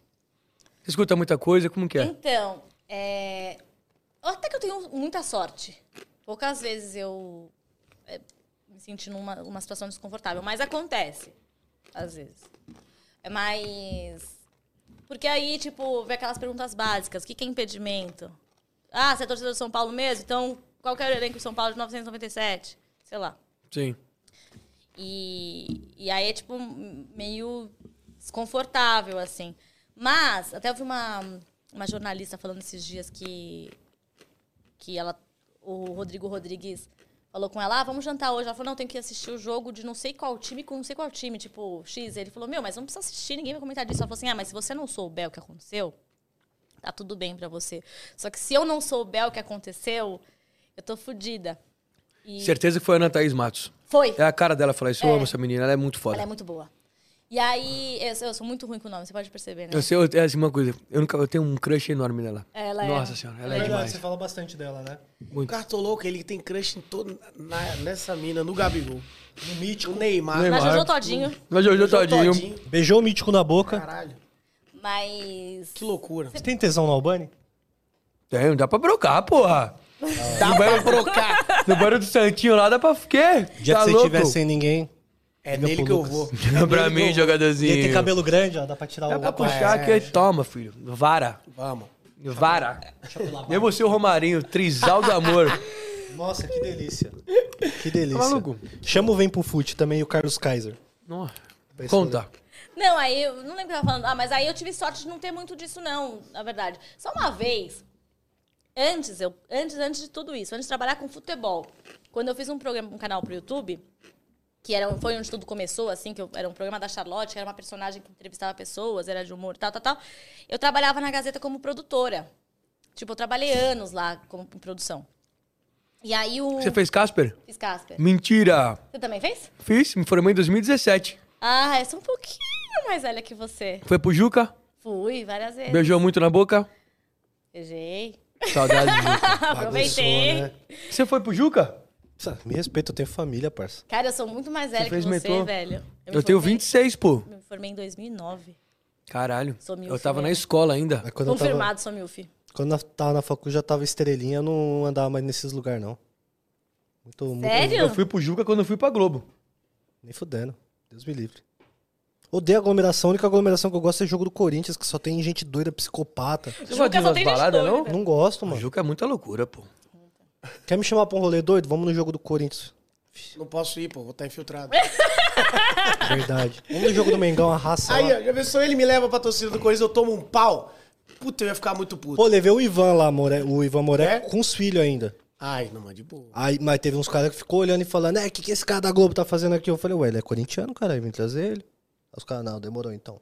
Speaker 1: Você escuta muita coisa, como que é?
Speaker 3: Então, é... até que eu tenho muita sorte. Poucas vezes eu é, me senti numa uma situação desconfortável, mas acontece, às vezes. É mais... Porque aí, tipo, vem aquelas perguntas básicas. O que que é impedimento? Ah, você é torcedor do São Paulo mesmo? Então, qual que é o elenco de São Paulo de 997? Sei lá.
Speaker 1: Sim.
Speaker 3: E, e aí é, tipo, meio desconfortável, assim. Mas, até eu vi uma, uma jornalista falando esses dias que, que ela, o Rodrigo Rodrigues falou com ela, ah, vamos jantar hoje. Ela falou, não, tem que assistir o jogo de não sei qual time com não sei qual time, tipo, X. Ele falou, meu, mas não precisa assistir, ninguém vai comentar disso. Ela falou assim, ah, mas se você não souber o que aconteceu, tá tudo bem pra você. Só que se eu não souber o que aconteceu, eu tô fodida. E
Speaker 1: Certeza que foi a Ana Thaís Matos.
Speaker 3: foi.
Speaker 1: É a cara dela falar isso. Eu amo essa menina, ela é muito foda.
Speaker 3: Ela é muito boa. E aí, eu, sou- eu sou muito ruim com o nome, você pode perceber, né?
Speaker 1: Eu sei, eu, é assim, uma coisa. Eu, nunca, eu tenho um crush enorme nela.
Speaker 3: Ela é-
Speaker 1: Nossa senhora, ela é,
Speaker 2: Verdade,
Speaker 1: demais.
Speaker 2: você fala bastante dela, né?
Speaker 4: O Cartoloco, ele tem crush em todo, na- nessa mina, no Gabigol,
Speaker 2: No mítico.
Speaker 4: no Neymar.
Speaker 1: Neymar.
Speaker 3: Na Jojo Todinho,
Speaker 1: Mas Jojo
Speaker 4: no
Speaker 1: Todinho.
Speaker 2: Beijou o mítico na boca.
Speaker 4: Caralho,
Speaker 3: mas.
Speaker 4: que loucura.
Speaker 2: Você tem tesão no Albani?
Speaker 1: é, Tem, dá pra brocar, porra.
Speaker 4: Dá pra brocar.
Speaker 1: No banheiro do Santinho lá dá pra quê?
Speaker 2: Dia
Speaker 1: tá
Speaker 2: que você
Speaker 1: louco?
Speaker 2: estiver sem ninguém.
Speaker 4: É
Speaker 2: Liga
Speaker 4: nele
Speaker 2: pro
Speaker 4: que eu
Speaker 2: Lucas.
Speaker 4: vou.
Speaker 1: pra mim,
Speaker 2: E
Speaker 1: jogadorzinho.
Speaker 2: ele tem cabelo grande, ó. Dá pra tirar
Speaker 1: Dá
Speaker 2: o... É.
Speaker 1: pra puxar aqui, toma, filho. Vara.
Speaker 4: Vamos.
Speaker 1: Vara. Eu vou ser o Romarinho, trisal do amor.
Speaker 2: Nossa, que delícia. Que delícia.
Speaker 1: maluco?
Speaker 2: Chama o Vem Pro Fute também e o Carlos Kaiser.
Speaker 1: Nossa. Conta.
Speaker 3: Não, aí eu não lembro o que eu tava falando. Ah, mas aí eu tive sorte de não ter muito disso, não, na verdade. Só uma vez, antes, eu, antes, antes de tudo isso, antes de trabalhar com futebol, quando eu fiz um programa, um canal pro YouTube, que era, um, foi onde tudo começou, assim, que eu- era um programa da Charlotte, que era uma personagem que entrevistava pessoas, era de humor, tal, tal, tal. Eu trabalhava na Gazeta como produtora. Tipo, eu trabalhei anos lá como em produção. E aí o.
Speaker 1: Você fez Casper?
Speaker 3: Fiz Casper.
Speaker 1: Mentira.
Speaker 3: Você também fez?
Speaker 1: Fiz, me formei em 2017.
Speaker 3: Ah, eu sou um pouquinho mais velha que você.
Speaker 1: Foi pro Juca,
Speaker 3: Fui várias vezes.
Speaker 1: beijou muito na boca.
Speaker 3: Beijei.
Speaker 1: Saudade de Juca.
Speaker 3: Aproveitei.
Speaker 2: Bagunçou, né?
Speaker 1: Você foi pro Juca?
Speaker 2: Pô, Me respeita, eu tenho família, parça.
Speaker 3: Cara, eu sou muito mais velha
Speaker 1: fez
Speaker 3: que você,
Speaker 1: metrô?
Speaker 3: velho. me
Speaker 1: Eu tenho
Speaker 3: formei-
Speaker 1: 26, pô.
Speaker 3: Me formei em 2009.
Speaker 1: Caralho.
Speaker 3: Sou milf
Speaker 1: Eu tava na
Speaker 3: mesmo.
Speaker 1: escola ainda.
Speaker 2: Aí quando eu tava-
Speaker 3: Confirmado, sou milf.
Speaker 2: Quando eu tava na facu já tava estrelinha, eu não andava mais nesses lugares, não. Muito, muito-
Speaker 3: Sério?
Speaker 1: Eu fui pro Juca quando eu fui pra Globo.
Speaker 2: Nem fudendo. Deus me livre. Odeio aglomeração. A única aglomeração que eu gosto é jogo do Corinthians, que só tem gente doida, psicopata.
Speaker 1: Você
Speaker 3: Juca
Speaker 1: gosta de
Speaker 3: só
Speaker 1: umas
Speaker 3: tem né? gente
Speaker 1: baladas,
Speaker 3: doida,
Speaker 1: não?
Speaker 3: velho.
Speaker 2: Não gosto,
Speaker 1: O
Speaker 2: mano.
Speaker 1: Juca é muita loucura, pô.
Speaker 2: Quer me chamar pra um rolê doido? Vamos no jogo do Corinthians.
Speaker 4: Não posso ir, pô. Vou estar infiltrado.
Speaker 2: Verdade. Vamos no jogo do Mengão, a raça.
Speaker 4: Aí,
Speaker 2: lá.
Speaker 4: ó, já pensou ele me leva pra torcida do Corinthians, eu tomo um pau? Puta, eu ia ficar muito puto.
Speaker 2: Pô, levei o Ivan lá, More... o Ivan Moré,
Speaker 4: É?
Speaker 2: com os filhos ainda.
Speaker 4: Ai, não, mas de boa.
Speaker 2: Aí, mas teve uns caras que ficou olhando e falando, é, o que, que esse cara da Globo tá fazendo aqui? Eu falei, ué, ele é corintiano, caralho, vem trazer ele. Aí os caras, não, demorou então.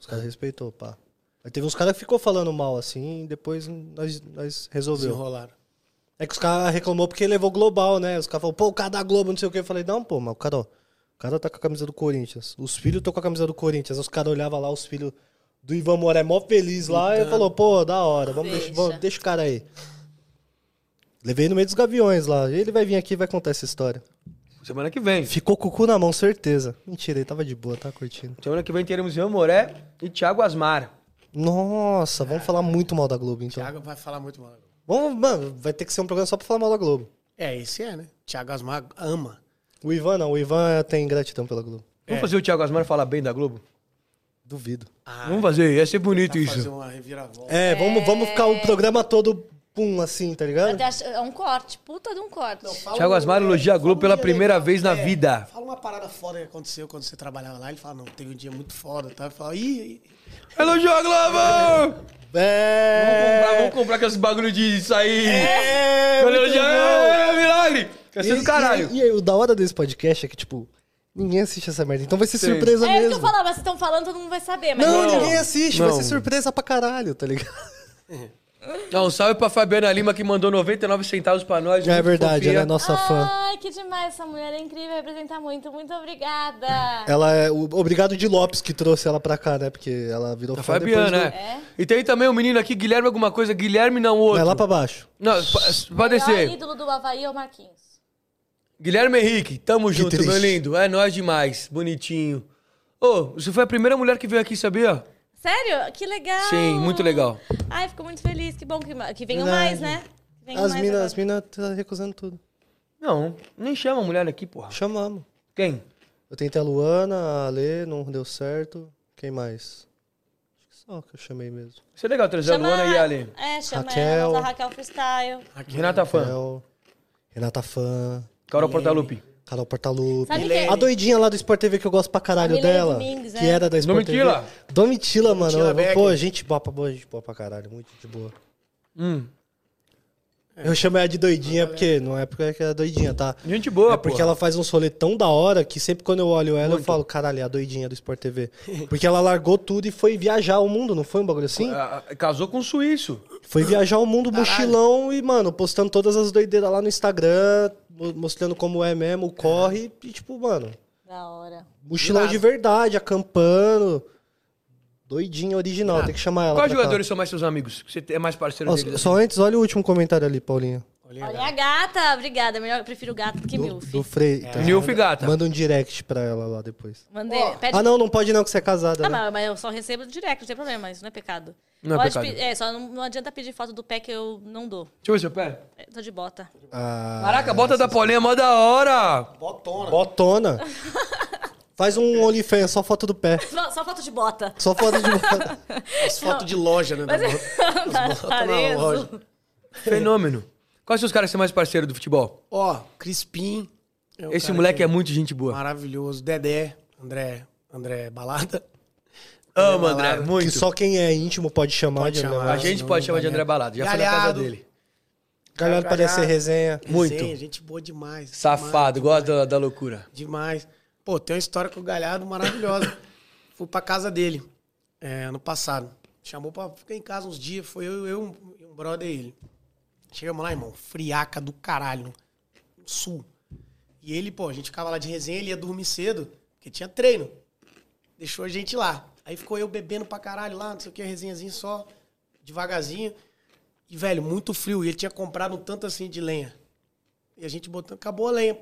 Speaker 2: Os caras respeitou, pá. Aí teve uns caras que ficou falando mal, assim, e depois nós, nós resolveu.
Speaker 4: Desenrolaram.
Speaker 2: É que os caras reclamou porque levou global, né? Os caras falaram, pô, o cara da Globo, não sei o que. Eu falei, não, pô, mas o cara, ó, o cara tá com a camisa do Corinthians. Os filhos estão com a camisa do Corinthians. Aí Os caras olhavam lá, os filhos do Ivan Moré, mó feliz lá, e falou, pô, da hora, vamos deixa, vamos- deixa o cara aí. Levei no meio dos gaviões lá. Ele vai vir aqui e vai contar essa história.
Speaker 1: Semana que vem.
Speaker 2: Ficou com o cu na mão, certeza. Mentira, ele tava de boa, tá curtindo.
Speaker 1: Semana que vem teremos Ian Moré e Thiago Asmar.
Speaker 2: Nossa, vamos falar muito mal da Globo, então.
Speaker 4: Thiago vai falar muito mal.
Speaker 2: Vamos, mano, vai ter que ser um programa só pra falar mal da Globo.
Speaker 4: É, esse é, né? Thiago Asmar ama.
Speaker 2: O Ivan não, o Ivan tem gratidão pela Globo.
Speaker 1: Vamos fazer o Thiago Asmar falar bem da Globo?
Speaker 2: Duvido.
Speaker 1: Vamos fazer, ia ser
Speaker 2: tá
Speaker 1: bonito
Speaker 4: Vai fazer
Speaker 1: isso.
Speaker 4: uma reviravolta.
Speaker 2: É, Vamos, vamos ficar o programa todo pum, assim, tá ligado?
Speaker 3: Até acho- É um corte, puta de um corte.
Speaker 4: Fala
Speaker 1: Thiago
Speaker 4: um-
Speaker 1: Asmar elogia a Globo pela primeira vez na vida.
Speaker 4: É, Fala uma parada foda que aconteceu quando você trabalhava lá. Ele fala, não, teve um dia muito foda, tá? Eu falo, ih, ih.
Speaker 1: Elogiou a Globo!
Speaker 2: um- É,
Speaker 1: Vamos comprar, vamos comprar com esses bagulho de sair.
Speaker 2: é,
Speaker 1: Quando
Speaker 2: muito
Speaker 1: elogia,
Speaker 2: bom. Tá
Speaker 1: é, milagre! Quer ser do
Speaker 2: E-
Speaker 1: caralho.
Speaker 2: E, e aí, o da hora desse podcast é que, tipo, ninguém assiste essa merda. Então vai ser
Speaker 1: Sim.
Speaker 2: surpresa
Speaker 3: É isso que eu
Speaker 2: mesmo.
Speaker 3: falava, vocês estão falando, todo mundo vai saber. Mas
Speaker 2: Não,
Speaker 3: então,
Speaker 2: ninguém é assiste,
Speaker 1: Não.
Speaker 2: vai ser surpresa pra caralho, tá ligado?
Speaker 1: Não, um salve pra Fabiana Lima que mandou 99 centavos pra nós.
Speaker 2: É
Speaker 1: muito
Speaker 2: verdade,
Speaker 1: fofinha.
Speaker 2: ela é nossa fã.
Speaker 3: Ai, que demais, essa mulher é incrível, representa muito, muito obrigada.
Speaker 2: Ela é. o- Obrigado de Lopes que trouxe ela pra cá, né? Porque ela virou
Speaker 1: A
Speaker 2: fã depois.
Speaker 1: Fabiana,
Speaker 2: do...
Speaker 1: é. E tem também um menino aqui, Guilherme alguma coisa, Guilherme não, outro.
Speaker 2: Vai lá pra baixo.
Speaker 1: Não, pa-
Speaker 3: O
Speaker 1: pode
Speaker 3: maior
Speaker 1: descer.
Speaker 3: ídolo do Havaí é o Marquinhos.
Speaker 1: Guilherme Henrique, tamo junto,
Speaker 2: triste.
Speaker 1: meu lindo. É nóis demais, bonitinho. Ô, você foi a primeira mulher que veio aqui, sabia?
Speaker 3: Sério? Que legal.
Speaker 1: Sim, muito legal.
Speaker 3: Ai, fico muito feliz, que bom que, que venham
Speaker 2: Verdade.
Speaker 3: mais, né? Que venham
Speaker 2: As
Speaker 3: mais
Speaker 2: minas
Speaker 3: agora.
Speaker 2: as mina tá recusando tudo.
Speaker 1: Não, nem chama a mulher aqui, porra.
Speaker 2: Chamamos.
Speaker 1: Quem?
Speaker 2: Eu tentei a Luana, a Ale, não deu certo. Quem mais? Acho que só que eu chamei mesmo.
Speaker 1: Isso é legal, trazer a Luana e a Ale.
Speaker 3: É, chama
Speaker 2: Raquel.
Speaker 3: elas, a Raquel Freestyle.
Speaker 1: Renata Fã,
Speaker 2: Raquel, Renata Fã,
Speaker 1: Carol Portalupi.
Speaker 2: Carol Portalupe.
Speaker 3: Sabe quem?
Speaker 2: A doidinha lá do Sport TV que eu gosto pra caralho
Speaker 3: A Milene
Speaker 2: dela.
Speaker 3: Domingues,
Speaker 2: que
Speaker 3: é.
Speaker 2: era da Sport
Speaker 1: Domitila.
Speaker 2: TV. Domitila, mano.
Speaker 4: Domitila Becker.
Speaker 2: pô, gente boa pra boa, gente boa pra caralho. Muito de boa.
Speaker 1: Hum,
Speaker 2: Eu chamo ela de doidinha porque não é porque ela é doidinha, tá?
Speaker 1: gente boa,
Speaker 2: é porque
Speaker 1: porra.
Speaker 2: ela faz uns rolê tão da hora que sempre quando eu olho ela, eu falo, caralho, é a doidinha do Sport TV. Porque ela largou tudo e foi viajar o mundo, não foi um bagulho assim?
Speaker 1: Ah, ah, Casou com um suíço.
Speaker 2: Foi viajar o mundo mochilão e, mano, postando todas as doideiras lá no Instagram, mo- mostrando como é mesmo, o corre. E, tipo, mano,
Speaker 3: Da hora.
Speaker 2: mochilão de verdade, acampando. Doidinha original, tem que chamar ela.
Speaker 1: Quais
Speaker 2: pra cá.
Speaker 1: jogadores são mais seus amigos? Você é mais parceiro
Speaker 2: Ó,
Speaker 1: deles?
Speaker 2: só antes, olha o último comentário ali, Paulinha.
Speaker 4: Olha,
Speaker 3: Olha a gata, obrigada. Melhor, eu prefiro gato do que
Speaker 2: Do,
Speaker 3: milf.
Speaker 2: do Frei.
Speaker 4: É.
Speaker 2: tá?
Speaker 1: Milf e gata.
Speaker 2: Manda um direct pra ela lá depois.
Speaker 3: Mandei, pede
Speaker 2: Ah, não, não pode não, que você é casada.
Speaker 3: Ah,
Speaker 2: né?
Speaker 3: mas, mas eu só recebo direto, não tem problema, isso não é pecado.
Speaker 1: Não é
Speaker 3: Pode
Speaker 1: pecado.
Speaker 3: pe- é, só não, não adianta pedir foto do pé que eu não dou.
Speaker 1: Deixa eu ver seu pé.
Speaker 3: É, tô de bota.
Speaker 2: Ah,
Speaker 1: Caraca, bota da Paulinha é mó da hora.
Speaker 4: Botona.
Speaker 2: botona. Faz um OnlyFans, só foto do pé.
Speaker 3: Só, só foto de bota.
Speaker 2: Só foto de botona.
Speaker 4: As fotos de loja, né? da bota- as botas na
Speaker 3: Pareço.
Speaker 4: loja.
Speaker 1: Fenômeno. Quais são os caras que são mais parceiros do futebol?
Speaker 4: Ó, Crispim. é um
Speaker 1: Esse
Speaker 4: cara
Speaker 1: moleque
Speaker 4: que
Speaker 1: é muito gente boa.
Speaker 4: Maravilhoso. Dedé, André, André Balada.
Speaker 1: Amo, André,
Speaker 4: Balada.
Speaker 1: muito.
Speaker 2: Que né? só quem é íntimo pode chamar
Speaker 4: Pode
Speaker 2: de
Speaker 4: chamar.
Speaker 1: A
Speaker 2: chamar.
Speaker 1: gente pode chamar de André Balado. Já foi na casa
Speaker 4: Galhardo.
Speaker 1: dele.
Speaker 2: Galhardo parece ser resenha.
Speaker 1: Muito.
Speaker 4: Resenha, gente boa demais.
Speaker 1: Safado,
Speaker 4: demais,
Speaker 1: gosta da, da loucura.
Speaker 4: Demais. Pô, tem uma história com o Galhardo maravilhosa. Fui pra casa dele, é, ano passado. Chamou pra ficar em casa uns dias. Foi eu, eu e um brother e ele. Chegamos lá, irmão. Friaca do caralho. No sul. E ele, pô, a gente ficava lá de resenha, ele ia dormir cedo, porque tinha treino. Deixou a gente lá. Aí ficou eu bebendo pra caralho lá, não sei o que, resenhazinha só, devagarzinho. E, velho, muito frio. E ele tinha comprado um tanto assim de lenha. E a gente botando, acabou a lenha.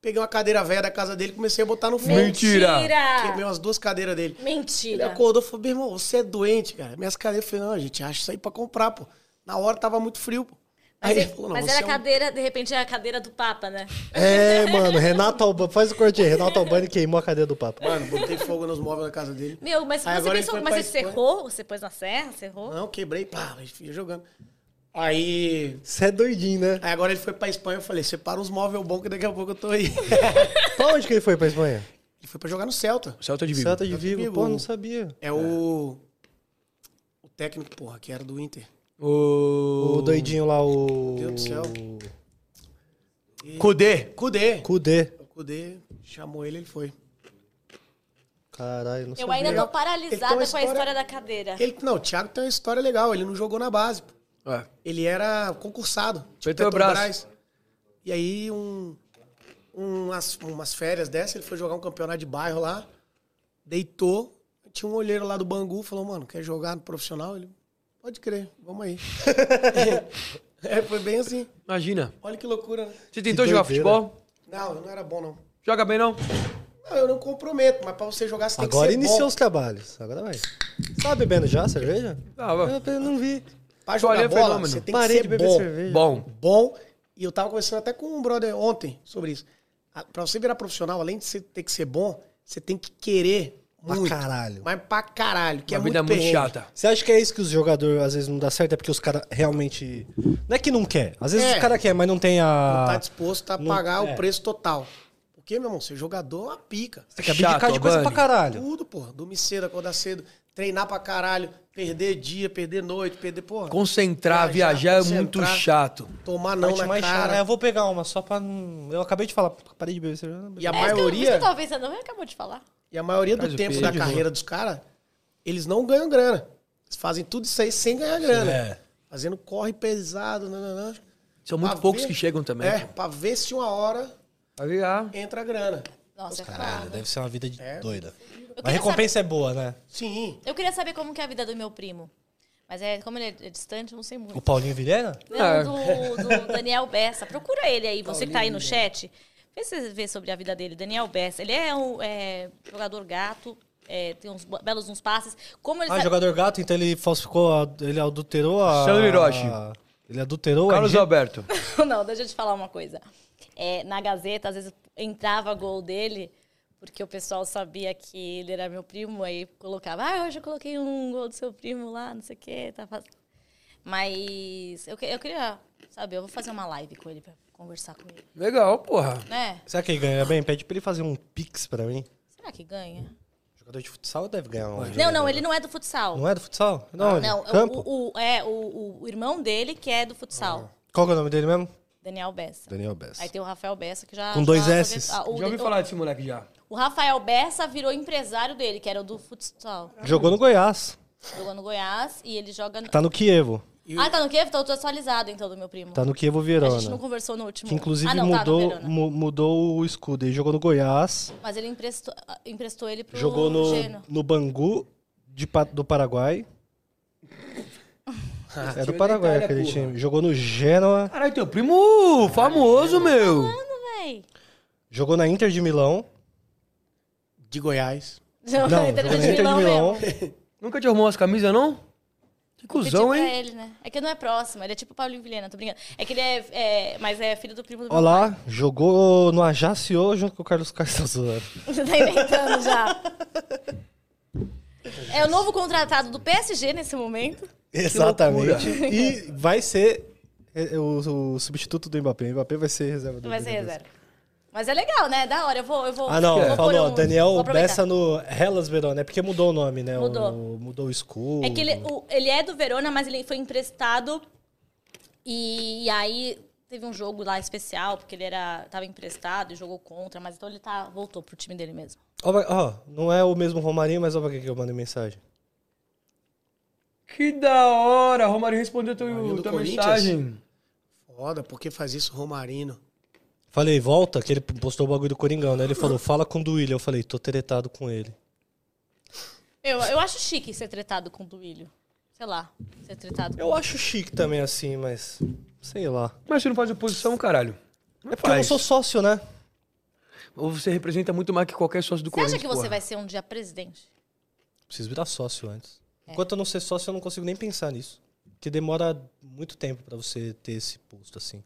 Speaker 4: Peguei uma cadeira velha da casa dele e comecei a botar no fogo.
Speaker 1: Mentira.
Speaker 4: Queimei umas duas cadeiras dele. Ele
Speaker 3: Mentira!
Speaker 4: acordou e falou, meu irmão, você é doente, cara. Minhas cadeiras, eu falei, não, a gente acha isso aí pra comprar, pô. Na hora tava muito frio, pô.
Speaker 3: Mas,
Speaker 4: Aí
Speaker 3: é-
Speaker 4: ele falou, não,
Speaker 3: mas
Speaker 4: você
Speaker 3: era
Speaker 4: é
Speaker 3: a
Speaker 4: um
Speaker 3: cadeira, de repente, é a cadeira do Papa, né?
Speaker 2: É, mano, Renato Albani. Faz o corte aí. Renato Albani queimou a cadeira do papo.
Speaker 4: Mano, botei fogo nos móveis da casa dele.
Speaker 3: Meu, mas
Speaker 4: Aí
Speaker 3: você
Speaker 4: agora ele
Speaker 3: pensou,
Speaker 4: foi
Speaker 3: mas
Speaker 4: pra
Speaker 3: você
Speaker 4: Espanha. Ah,
Speaker 3: serrou? Você pôs na serra, serrou?
Speaker 4: Não, quebrei, pá, mas ia jogando. Aí,
Speaker 2: Você é doidinho, né?
Speaker 4: aí agora ele foi pra Espanha, eu falei, separa uns móveis bons que daqui a pouco eu tô aí.
Speaker 2: Pra onde que ele foi pra Espanha?
Speaker 4: ele foi pra jogar no Celta.
Speaker 1: O Celta de Vigo.
Speaker 2: Celta de Vigo.
Speaker 4: Vigo.
Speaker 2: Pô, não sabia.
Speaker 4: É o... O técnico, porra, que era do Inter.
Speaker 1: O
Speaker 2: O doidinho lá, o...
Speaker 4: Meu Deus do céu.
Speaker 1: Cudê.
Speaker 4: Cudê.
Speaker 2: Cudê.
Speaker 4: O Cudê chamou ele, ele foi.
Speaker 2: Caralho, não
Speaker 3: Eu
Speaker 2: sabia.
Speaker 3: ainda tô
Speaker 4: Ele tem
Speaker 3: paralisada
Speaker 4: uma
Speaker 3: com a história
Speaker 4: Então, história-
Speaker 3: da cadeira.
Speaker 4: Ele, não, o Thiago tem uma história legal, ele não jogou na base, pô.
Speaker 1: É.
Speaker 4: Ele era concursado.
Speaker 1: Petrobras.
Speaker 4: E aí, um, umas, umas férias dessa, ele foi jogar um campeonato de bairro lá, deitou. Tinha um olheiro lá do Bangu, falou, mano, quer jogar no profissional? Ele, pode crer, vamos aí. é, foi bem assim.
Speaker 1: Imagina.
Speaker 4: Olha que loucura, né?
Speaker 1: Você tentou jogar
Speaker 2: doideira.
Speaker 1: futebol?
Speaker 4: Não, eu não era bom, não.
Speaker 1: Joga bem, não?
Speaker 4: Não, eu não comprometo, mas pra você jogar, você tem
Speaker 2: Agora
Speaker 4: que ser
Speaker 2: iniciou
Speaker 4: bom.
Speaker 2: os trabalhos. Agora vai. Tá bebendo já a cerveja?
Speaker 1: Tava.
Speaker 2: Eu não vi.
Speaker 4: Pra
Speaker 1: Olha, é
Speaker 4: jogar bola,
Speaker 1: fenômeno.
Speaker 4: você tem
Speaker 2: Parei de
Speaker 4: que ser
Speaker 2: beber
Speaker 4: bom.
Speaker 2: cerveja.
Speaker 1: Bom.
Speaker 4: bom. E eu tava conversando até com um brother ontem sobre isso. A- Pra você virar profissional, além de você ter que ser bom, você tem que querer
Speaker 2: Pra
Speaker 4: muito.
Speaker 2: caralho.
Speaker 4: Mas pra caralho, que
Speaker 1: A
Speaker 4: é
Speaker 1: vida é
Speaker 4: muito,
Speaker 1: muito
Speaker 4: perrengue.
Speaker 1: chata.
Speaker 2: Você acha que é isso que os jogadores às vezes não dá certo? É porque os caras realmente. Não é que não quer. Às vezes
Speaker 4: É.
Speaker 2: os caras querem, mas não tem
Speaker 4: Não tá
Speaker 2: a.
Speaker 4: disposto a
Speaker 2: Não-
Speaker 4: pagar
Speaker 2: é.
Speaker 4: o preço total. Porque, meu irmão, ser jogador é uma pica.
Speaker 2: Você quer abdicar de coisa pra
Speaker 1: Albani.
Speaker 2: caralho.
Speaker 4: Tudo, porra. Dormir cedo, acordar cedo, treinar pra caralho, perder dia, perder noite, perder, porra.
Speaker 1: Concentrar, viajar,
Speaker 4: Viajar,
Speaker 1: é muito
Speaker 4: concentrar.
Speaker 1: chato.
Speaker 4: Tomar
Speaker 2: A
Speaker 4: não
Speaker 2: parte
Speaker 4: na
Speaker 2: mais chata. é,
Speaker 4: cara.
Speaker 2: Eu vou pegar uma só pra. não- Eu acabei de falar, parei de beber cerveja. não bebi.
Speaker 4: E a
Speaker 3: É isso que eu- isso que
Speaker 4: maioria...
Speaker 3: eu tava pensando, ele acabou de falar.
Speaker 4: E a maioria
Speaker 1: Faz o
Speaker 4: do tempo
Speaker 1: peso,
Speaker 4: da
Speaker 1: de boa.
Speaker 4: carreira dos caras, eles não ganham grana. Eles fazem tudo isso aí sem ganhar grana.
Speaker 1: É.
Speaker 4: Fazendo corre pesado, nananã.
Speaker 1: São muito
Speaker 4: Pra
Speaker 1: poucos
Speaker 4: ver-
Speaker 1: que chegam também. ah.
Speaker 4: É, pra ver se uma hora
Speaker 1: Vai virar.
Speaker 4: entra a grana.
Speaker 3: Nossa, é foda.
Speaker 2: Caralho, deve ser uma vida de doida. Mas a
Speaker 3: queria
Speaker 2: recompensa é boa, né?
Speaker 4: Sim.
Speaker 3: Eu queria saber como que é a vida do meu primo. Mas é, como ele é distante, eu não sei muito.
Speaker 2: O Paulinho Vilhena?
Speaker 1: Ah.
Speaker 3: Não, do, do Daniel Bessa. Procura ele aí, você que tá aí no chat. Vê se você vê sobre a vida dele. Daniel Bessa. Ele é um é, jogador gato, é, tem uns bo- belos uns passes. Como ele
Speaker 2: Ah,
Speaker 3: sabe-
Speaker 2: jogador gato, então ele falsificou, a- ele adulterou a.
Speaker 1: Sandro Hiroshi.
Speaker 2: Ele adulterou
Speaker 1: Carlos
Speaker 2: a.
Speaker 1: Alberto.
Speaker 3: Não, deixa eu te falar uma coisa. É, na Gazeta, às vezes entrava gol dele, porque o pessoal sabia que ele era meu primo, aí colocava, ah, hoje eu coloquei um gol do seu primo lá, não sei o quê. Tá faz... Mas eu, que- eu queria saber, eu vou fazer uma live com ele pra conversar com ele.
Speaker 1: Legal, porra.
Speaker 3: Né?
Speaker 2: Será que ele ganha bem? Pede pra ele fazer um pix pra mim.
Speaker 3: Será que ganha?
Speaker 2: Jogador de futsal deve ganhar um.
Speaker 3: Não, não, ele não é do futsal.
Speaker 2: Não é do futsal? Não,
Speaker 3: Não,
Speaker 2: campo.
Speaker 3: o, o- é, o, o- o irmão dele que é do futsal,
Speaker 2: Qual que é o nome dele mesmo?
Speaker 3: Daniel Bessa.
Speaker 2: Daniel Bess.
Speaker 3: Aí tem o Rafael Bessa que já.
Speaker 2: Com dois
Speaker 3: já-
Speaker 2: S's.
Speaker 3: Ah, o,
Speaker 1: Já ouvi
Speaker 3: o-
Speaker 1: falar desse moleque já.
Speaker 3: O Rafael Bessa virou empresário dele, que era o do futsal.
Speaker 2: Jogou no Goiás.
Speaker 3: Jogou no Goiás e ele joga. No...
Speaker 2: Tá no Kievo.
Speaker 3: Ah, tá no Kiev? Tá atualizado então do meu primo.
Speaker 2: Tá no Kievo
Speaker 3: A gente não
Speaker 2: Verona.
Speaker 3: conversou no último.
Speaker 2: Que inclusive
Speaker 3: ah, não,
Speaker 2: mudou,
Speaker 3: Tá no Verona.
Speaker 2: mu- mudou o escudo. Ele jogou no Goiás,
Speaker 3: Mas ele emprestou, ah, emprestou ele pro
Speaker 2: jogou no,
Speaker 3: Geno.
Speaker 2: no Bangu de Pa- do Paraguai.
Speaker 4: Ah,
Speaker 2: É do Paraguai aquele time. Jogou no Genoa,
Speaker 1: Caralho, teu primo uh, famoso, meu.
Speaker 3: Véi.
Speaker 2: jogou na Inter de Milão.
Speaker 4: De Goiás.
Speaker 2: Não,
Speaker 3: tá
Speaker 2: jogou na Inter
Speaker 3: é
Speaker 2: de Milão.
Speaker 1: Nunca te arrumou as camisas, não? Que cuzão,
Speaker 3: Pedi pra
Speaker 1: hein?
Speaker 3: ele, né? É que não é próximo, ele é tipo Paulinho Vilhena, tô brincando. É que ele é, é- Mas é filho do primo do meu
Speaker 2: Olá, jogou no Ajaccio junto com o Carlos Castanzola.
Speaker 3: Você tá inventando já. É o novo contratado do PSG nesse momento.
Speaker 2: Exatamente. E vai ser é, o, o substituto do Mbappé. O Mbappé vai ser reserva do
Speaker 3: Vai ser
Speaker 2: Benitez.
Speaker 3: reserva. Mas é legal, né? Da hora. Eu vou. Eu vou
Speaker 2: Ah, não,
Speaker 3: vou pôr
Speaker 2: falou.
Speaker 3: um- vou
Speaker 2: Daniel
Speaker 3: aproveitar.
Speaker 2: Bessa no Hellas Verona. É porque mudou o nome, né?
Speaker 3: Mudou.
Speaker 2: O, mudou o escudo.
Speaker 3: É que ele, o- ele é do Verona, mas ele foi emprestado. E, e aí teve um jogo lá especial, porque ele era, tava emprestado e jogou contra, mas então ele tá, voltou pro time dele mesmo.
Speaker 2: Ó, pra- ó, não é o mesmo Romarinho, mas olha pra que que eu mandei mensagem.
Speaker 1: Que da hora. Romário respondeu teu,
Speaker 4: do
Speaker 1: tua
Speaker 4: Corinthians?
Speaker 1: mensagem.
Speaker 4: Foda, por que faz isso, Romarino?
Speaker 2: Falei, volta, que ele postou o bagulho do Coringão, né? Ele falou, fala com o Duílio. Eu falei, tô teretado com ele.
Speaker 3: Eu, eu acho chique ser tretado com o Duílio. Sei lá, ser tretado
Speaker 2: Eu acho chique também assim, mas sei lá.
Speaker 1: Mas você não faz oposição, caralho.
Speaker 2: É porque eu não
Speaker 1: faz.
Speaker 2: sou sócio, né?
Speaker 1: Ou você representa muito mais que qualquer sócio do
Speaker 3: Você
Speaker 1: Corinthians.
Speaker 3: acha que você
Speaker 1: porra.
Speaker 3: vai ser um dia presidente?
Speaker 2: Preciso virar sócio antes.
Speaker 3: É.
Speaker 2: Enquanto eu não ser sócio, eu não consigo nem pensar nisso. Porque demora muito tempo pra você ter esse posto, assim.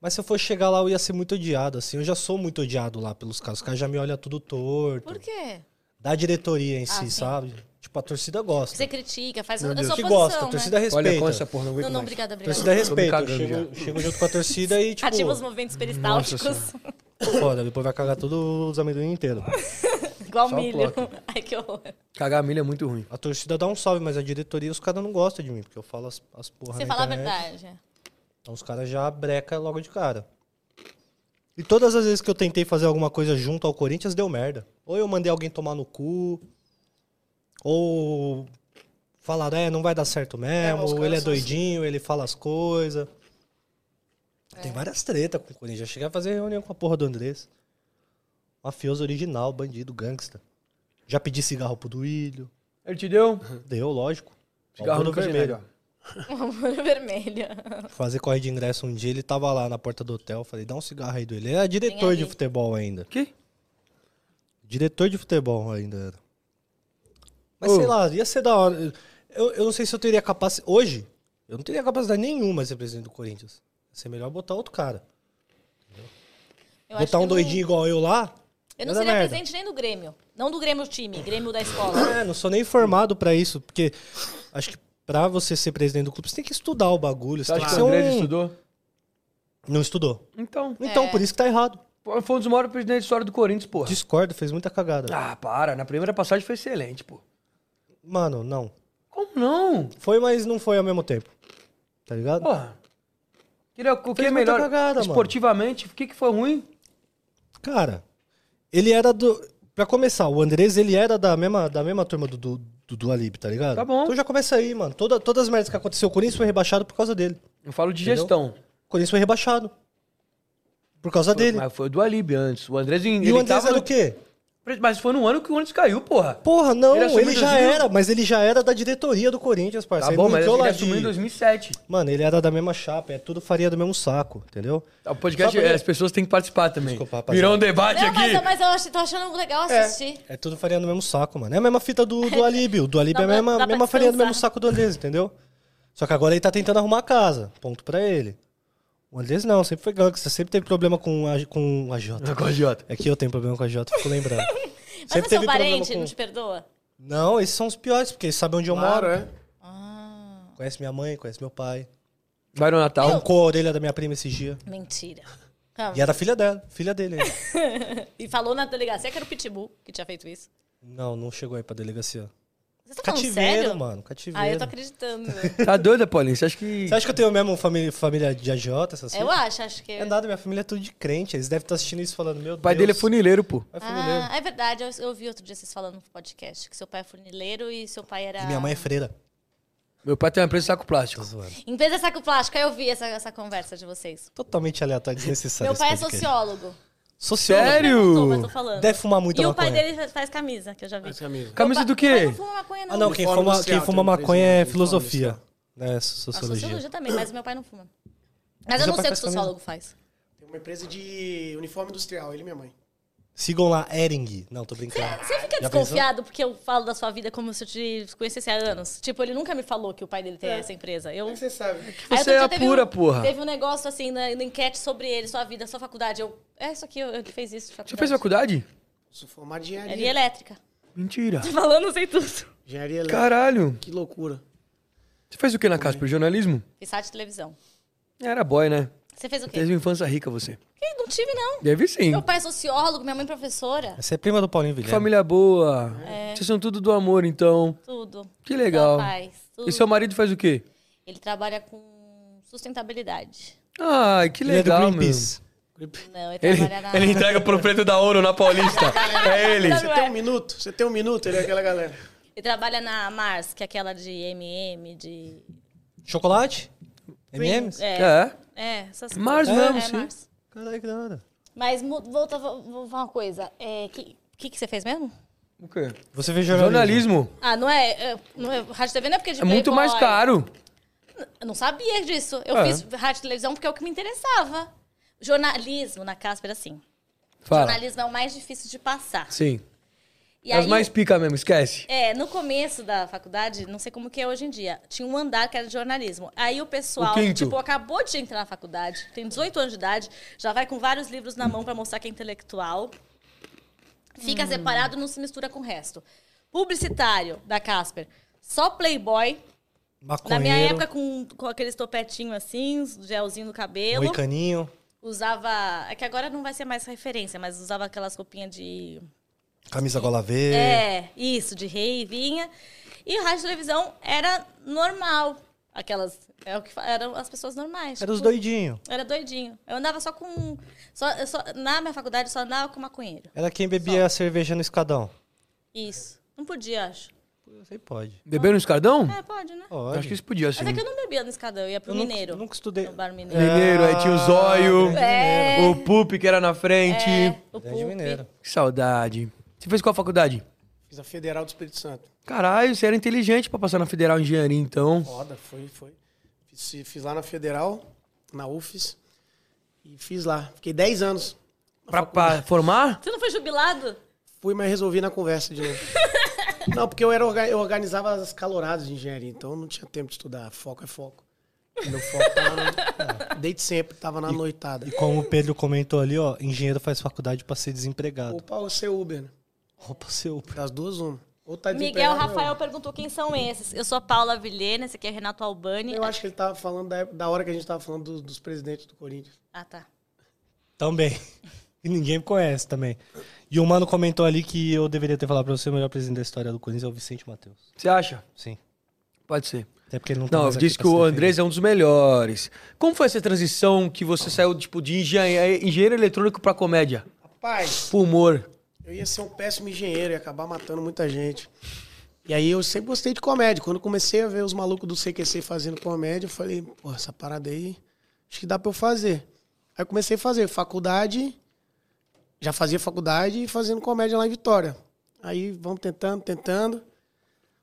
Speaker 2: Mas se eu for chegar lá, eu ia ser muito odiado, assim. Eu já sou muito odiado lá pelos caras. Os caras já me olham tudo torto.
Speaker 3: Por quê? Ah,
Speaker 2: Da diretoria em si,
Speaker 3: sim.
Speaker 2: sabe? Tipo, a torcida gosta.
Speaker 3: Você critica, faz a
Speaker 2: que
Speaker 3: sua posição,
Speaker 2: gosta, a
Speaker 3: né?
Speaker 2: torcida
Speaker 1: Olha,
Speaker 2: respeita.
Speaker 1: com essa porra, não aguento
Speaker 3: Não, não,
Speaker 1: mais.
Speaker 3: obrigada,
Speaker 2: A
Speaker 3: obrigada.
Speaker 2: torcida respeita. Eu
Speaker 1: cagando
Speaker 2: chego, chego junto com a torcida e, tipo...
Speaker 3: Ativa os movimentos peristálticos.
Speaker 2: Foda, depois vai cagar todos os amendoim inteiros.
Speaker 3: Igual
Speaker 1: Só
Speaker 3: milho.
Speaker 2: um
Speaker 1: coloca.
Speaker 3: Ai, que horror.
Speaker 1: Cagar a milha é muito ruim.
Speaker 2: A torcida dá um salve, mas a diretoria, os caras não gostam de mim, porque eu falo as, as porra
Speaker 3: Você
Speaker 2: na
Speaker 3: fala a
Speaker 2: internet.
Speaker 3: verdade.
Speaker 2: Então os caras já breca logo de cara. E todas as vezes que eu tentei fazer alguma coisa junto ao Corinthians, deu merda. Ou eu mandei alguém tomar no cu, ou falaram, é, não vai dar certo mesmo,
Speaker 4: É, os
Speaker 2: ou
Speaker 4: caras
Speaker 2: ele é
Speaker 4: são assim.
Speaker 2: doidinho, ele fala as coisas.
Speaker 4: É.
Speaker 2: Tem várias tretas com o Corinthians. Já cheguei a fazer reunião com a porra do Andrés. Mafioso original, bandido, gangsta. Já pedi cigarro pro Duílio.
Speaker 1: Ele te deu?
Speaker 2: Deu, lógico.
Speaker 1: Cigarro né,
Speaker 2: Álvaro
Speaker 1: no vermelho.
Speaker 3: Uma mulher vermelha.
Speaker 2: fazer corre de ingresso um dia, ele tava lá na porta do hotel, falei, dá um cigarro aí do ele. Ele era
Speaker 3: Tem
Speaker 2: diretor
Speaker 3: ali.
Speaker 2: de futebol ainda.
Speaker 1: Que?
Speaker 2: Diretor de futebol ainda era. Mas
Speaker 1: Ô.
Speaker 2: sei lá, ia ser da hora. Eu, eu não sei se eu teria capacidade. Hoje, eu não teria capacidade nenhuma de ser presidente do Corinthians. Ia ser melhor botar outro cara.
Speaker 3: Eu acho que
Speaker 2: botar
Speaker 3: eu
Speaker 2: um
Speaker 3: não-
Speaker 2: doidinho igual eu lá.
Speaker 3: Eu não
Speaker 2: ia dar
Speaker 3: seria
Speaker 2: merda.
Speaker 3: presidente nem do Grêmio. Não do Grêmio time, Grêmio da escola.
Speaker 2: É, não sou nem formado pra isso, porque acho que pra você ser presidente do clube, você tem que estudar o bagulho. Você
Speaker 1: Você acha que
Speaker 2: tem que ser
Speaker 1: o Andrés
Speaker 2: um-
Speaker 1: estudou?
Speaker 2: Não estudou.
Speaker 1: Então.
Speaker 2: Então,
Speaker 3: É.
Speaker 2: por isso que tá errado.
Speaker 1: Pô, Foi um dos maiores presidentes da história do Corinthians, porra.
Speaker 2: Discordo, fez muita cagada.
Speaker 1: Ah, para. Na primeira passagem foi excelente, pô.
Speaker 2: Mano, não.
Speaker 1: Como não?
Speaker 2: Foi, mas não foi ao mesmo tempo. Tá ligado?
Speaker 1: Porra. Queria- O que é
Speaker 2: Fez muita
Speaker 1: melhor
Speaker 2: cagada, mano.
Speaker 1: esportivamente? O que, que foi ruim?
Speaker 2: Cara, ele era do. Pra começar, o Andrés, ele era da mesma, da mesma turma do, do, do Dua Lipa, tá ligado?
Speaker 1: Tá bom.
Speaker 2: Então já começa aí, mano. Toda, todas as merdas que aconteceu, o Corinthians foi rebaixado por causa dele.
Speaker 1: Eu falo de
Speaker 2: Entendeu?
Speaker 1: gestão.
Speaker 2: O Corinthians foi rebaixado. Por causa dele.
Speaker 1: Mas foi do Alib antes. O Andrés.
Speaker 2: E o Andrés era o quê?
Speaker 1: Mas foi no ano que o Corinthians caiu, porra.
Speaker 2: Porra, não,
Speaker 1: Ele
Speaker 2: ele,
Speaker 1: assumiu em
Speaker 2: já
Speaker 1: 2000.
Speaker 2: era, mas ele já era da diretoria do Corinthians,
Speaker 1: Tá
Speaker 2: parceiro.
Speaker 1: bom,
Speaker 2: não
Speaker 1: mas
Speaker 2: entrou
Speaker 1: ele
Speaker 2: lá
Speaker 1: assumiu
Speaker 2: de-
Speaker 1: em 2007.
Speaker 2: Mano, ele era da mesma chapa, é tudo faria do mesmo saco, entendeu?
Speaker 1: É
Speaker 2: é,
Speaker 1: O podcast,
Speaker 2: Só pra-
Speaker 1: as pessoas têm que participar também.
Speaker 2: Desculpa, rapaziada.
Speaker 1: Virou um debate
Speaker 3: Não, mas, é eu-
Speaker 1: aqui.
Speaker 3: mas eu acho- tô achando legal assistir.
Speaker 2: É tudo farinha do mesmo saco, mano. É a mesma fita do, do Alib. O do Alib
Speaker 3: Dá
Speaker 2: é a
Speaker 3: pra- dá
Speaker 2: mesma,
Speaker 3: pra
Speaker 2: mesma farinha do
Speaker 3: descansar.
Speaker 2: mesmo saco do Andrés, entendeu? Só que agora ele tá tentando arrumar a casa. Ponto pra ele. O Andrés não, sempre foi gangsta, sempre teve problema com a, com a Jota.
Speaker 1: Com a Jota.
Speaker 2: É que eu tenho problema com a Jota, fico lembrando.
Speaker 3: Mas não é seu parente, não te perdoa?
Speaker 2: Não, esses são os piores, porque eles sabem onde eu
Speaker 4: Claro,
Speaker 2: moro.
Speaker 4: é.
Speaker 2: Conhece minha mãe, conhece meu pai.
Speaker 1: Vai no Natal.
Speaker 2: Arrancou a orelha da minha prima esse dia.
Speaker 3: Mentira. Ah,
Speaker 2: E era filha dela, filha dele. ainda.
Speaker 3: E falou na delegacia que era o Pitbull que tinha feito isso.
Speaker 2: não, não chegou aí pra delegacia.
Speaker 3: Você tá falando
Speaker 2: Cativeiro,
Speaker 3: sério?
Speaker 2: mano, cativeiro.
Speaker 3: Ah, eu tô acreditando.
Speaker 1: Tá doida, Paulinho? Você acha que.
Speaker 2: Você acha que eu tenho mesmo família, família de agiota, essas
Speaker 3: eu
Speaker 2: fitas?
Speaker 3: acho, acho que...
Speaker 2: É nada, minha família é tudo de crente. Eles devem estar assistindo isso falando, meu Deus.
Speaker 1: O pai dele é funileiro, pô.
Speaker 2: É funileiro.
Speaker 3: Ah, é verdade. Eu, eu vi outro dia vocês falando no podcast que seu pai é funileiro e seu pai era.
Speaker 2: E minha mãe é freira.
Speaker 1: Meu pai tem uma empresa de saco plástico.
Speaker 3: Empresa saco plástico. Aí eu vi essa, essa conversa de vocês.
Speaker 2: Totalmente aleatório, desnecessário.
Speaker 3: Meu
Speaker 2: esse
Speaker 3: pai é
Speaker 2: podcast.
Speaker 3: sociólogo.
Speaker 2: Sociólogo.
Speaker 3: Não, mas
Speaker 1: Sério?
Speaker 3: tô falando.
Speaker 2: Deve fumar muito
Speaker 3: E o pai
Speaker 2: maconha.
Speaker 3: dele é fa- faz camisa, que eu já vi.
Speaker 4: Essa camisa.
Speaker 1: Camisa
Speaker 3: Meu
Speaker 1: do
Speaker 3: pa- Meu pai
Speaker 1: quê?
Speaker 3: não fuma maconha, não.
Speaker 2: Ah, não, quem
Speaker 4: Uniforme
Speaker 2: fuma,
Speaker 4: industrial,
Speaker 2: quem fuma
Speaker 4: tem um
Speaker 2: maconha é
Speaker 4: presidente, uniforme
Speaker 2: filosofia.
Speaker 4: industrial.
Speaker 2: É,
Speaker 3: A
Speaker 2: sociologia.
Speaker 3: sociologia também, mas meu pai não fuma. Mas
Speaker 2: Seu
Speaker 3: eu não
Speaker 2: pai
Speaker 3: sei o
Speaker 2: faz
Speaker 3: que o sociólogo faz.
Speaker 4: Tem uma empresa de uniforme industrial, ele e minha mãe.
Speaker 2: Sigam lá, Ering. Não, tô brincando.
Speaker 3: Você fica
Speaker 2: Já
Speaker 3: desconfiado porque eu falo da sua vida como se eu te conhecesse há anos. Tipo, ele nunca me falou que o pai dele tem essa empresa. Eu
Speaker 4: Como você sabe?
Speaker 3: Aí
Speaker 1: Você
Speaker 3: outro
Speaker 1: é
Speaker 3: dia
Speaker 1: a
Speaker 3: teve
Speaker 1: pura,
Speaker 3: um-
Speaker 1: porra.
Speaker 3: Teve um negócio assim, na, na enquete sobre ele, sua vida, sua faculdade. Eu, é isso aqui, eu, eu que fiz isso.
Speaker 1: Você fez faculdade?
Speaker 4: Sou formado em
Speaker 3: Ele é
Speaker 4: engenharia.
Speaker 3: elétrica.
Speaker 1: Mentira.
Speaker 3: Falando, eu sei tudo.
Speaker 4: Engenharia elétrica.
Speaker 1: Caralho.
Speaker 4: Que loucura.
Speaker 1: Você fez o que na Casper? Jornalismo?
Speaker 3: Fiz site de televisão.
Speaker 1: Era boy, né?
Speaker 3: Você fez o quê?
Speaker 1: Teve uma infância rica você.
Speaker 3: Que? Não tive, não.
Speaker 1: Deve sim.
Speaker 3: Meu pai é sociólogo, minha mãe é professora.
Speaker 2: Essa é prima do Paulinho Vilhena.
Speaker 1: Família boa. Vocês são tudo do amor, então.
Speaker 3: Tudo.
Speaker 1: Que legal.
Speaker 3: Rapaz, tudo.
Speaker 1: E seu marido faz o quê?
Speaker 3: Ele trabalha com sustentabilidade.
Speaker 1: Ai, que
Speaker 2: Ele é do
Speaker 1: legal, meu.
Speaker 2: Greenpeace.
Speaker 3: Não, ele, é
Speaker 1: Ele,
Speaker 3: trabalha na...
Speaker 1: ele entrega pro preto da ouro na Paulista. É ele.
Speaker 4: Você tem um minuto? Você tem um minuto? Ele é aquela galera.
Speaker 3: ele trabalha na Mars, que é aquela de MM, de...
Speaker 2: Chocolate? M&M's?
Speaker 3: É,
Speaker 1: É.
Speaker 3: é essas
Speaker 1: Mars
Speaker 3: coisas.
Speaker 1: mesmo,
Speaker 3: é,
Speaker 1: sim.
Speaker 3: Mars.
Speaker 2: Caralho, que da hora.
Speaker 3: Mas mu- volta, vou, vou falar uma coisa. É, que, que que você fez mesmo?
Speaker 1: O quê?
Speaker 2: Você vê jornalismo.
Speaker 1: Jornalismo.
Speaker 3: Ah, não é, é, não é- Rádio TV não é porque é de
Speaker 1: É muito
Speaker 3: Playboy.
Speaker 1: mais caro.
Speaker 3: Eu não sabia disso. Eu
Speaker 1: É.
Speaker 3: fiz rádio e televisão porque é o que me interessava. Jornalismo na Casper, assim.
Speaker 1: Fala.
Speaker 3: Jornalismo é o mais difícil de passar.
Speaker 1: Sim.
Speaker 3: E
Speaker 1: As
Speaker 3: aí,
Speaker 1: mais pica mesmo, esquece.
Speaker 3: É, no começo da faculdade, não sei como que é hoje em dia, tinha um andar que era de jornalismo. Aí o pessoal,
Speaker 1: O quinto.
Speaker 3: tipo, acabou de entrar na faculdade, tem 18 anos de idade, já vai com vários livros na mão pra mostrar que é intelectual.
Speaker 1: Hum.
Speaker 3: Fica separado, não se mistura com o resto. Publicitário da Casper, só Playboy. Na minha época, com, com aqueles topetinhos assim, gelzinho no
Speaker 2: um
Speaker 3: cabelo.
Speaker 2: Moicaninho.
Speaker 3: Usava. É que agora não vai ser mais referência, mas usava aquelas roupinhas de
Speaker 2: Camisa gola V.
Speaker 3: é, isso, de rei, vinha. E rádio e televisão era normal. Aquelas. É o que fa- eram as pessoas normais.
Speaker 2: Era os
Speaker 3: tipo,
Speaker 2: doidinhos.
Speaker 3: Era doidinho. Eu andava só com. um, Só, eu só- na minha faculdade só andava com maconheiro.
Speaker 2: Era quem bebia a cerveja no escadão.
Speaker 3: Isso. Não podia, acho.
Speaker 2: Eu sei, pode.
Speaker 1: Beber no um escardão?
Speaker 3: É, pode, né?
Speaker 2: Pode.
Speaker 1: Acho que assim. isso podia, sim.
Speaker 3: Mas é que eu não bebia no escadão, eu ia pro
Speaker 2: Eu nunca-
Speaker 3: Mineiro.
Speaker 2: nunca estudei.
Speaker 3: No bar Mineiro.
Speaker 1: Mineiro, aí tinha o Zóio,
Speaker 3: É.
Speaker 1: o Pup que era na frente.
Speaker 3: O
Speaker 2: Grande
Speaker 3: Pupi.
Speaker 2: É mineiro.
Speaker 1: Que saudade. Você fez qual faculdade?
Speaker 4: Fiz a Federal do Espírito Santo.
Speaker 1: Caralho, você era inteligente pra passar na Federal Engenharia, então.
Speaker 4: Foda, foi, foi. Fiz, fiz lá na Federal, na UFES. E fiz lá. Fiquei 10 anos.
Speaker 1: Pra, pra formar?
Speaker 3: Você não foi jubilado?
Speaker 4: Fui, mas resolvi na conversa de novo. não, porque eu, era, orga- eu organizava as caloradas de engenharia, então não tinha tempo de estudar. Foco é foco. Meu foco tava na, É, desde sempre, tava na noitada.
Speaker 2: Como o Pedro comentou ali, ó, engenheiro faz faculdade pra ser
Speaker 4: Ou
Speaker 2: desempregado.
Speaker 4: pra ou ser Uber, né?
Speaker 2: Opa, seu.
Speaker 4: Das duas, uma. Ou tá
Speaker 3: Miguel
Speaker 4: desempregado, né?
Speaker 3: Rafael perguntou quem são esses. Eu sou a Paula Vilhena, esse aqui é Renato Albani.
Speaker 4: Eu acho que ele tava falando da, época- da hora que a gente tava falando do- dos presidentes do Corinthians.
Speaker 3: Ah, tá.
Speaker 2: Também. E ninguém me conhece também. E o mano comentou ali que eu deveria ter falado pra você o melhor presidente da história do Corinthians é o Vicente Matheus.
Speaker 1: Você acha?
Speaker 2: Sim.
Speaker 1: Pode ser.
Speaker 2: Até porque ele não tá
Speaker 1: Não,
Speaker 2: mais
Speaker 1: eu
Speaker 2: aqui
Speaker 1: disse
Speaker 2: pra
Speaker 1: que
Speaker 2: se
Speaker 1: o
Speaker 2: defender.
Speaker 1: Andrés é um dos melhores. Como foi essa transição que você saiu, tipo, de engenhe- engenheiro eletrônico pra comédia?
Speaker 4: Rapaz,
Speaker 1: Pro humor.
Speaker 4: eu ia ser um péssimo engenheiro, ia acabar matando muita gente. E aí eu sempre gostei de comédia. Quando eu comecei a ver os malucos do CQC fazendo comédia, eu falei, pô, essa parada aí, acho que dá pra eu fazer. Aí eu comecei a fazer faculdade, já fazia faculdade e fazendo comédia lá em Vitória. Aí vamos tentando, tentando.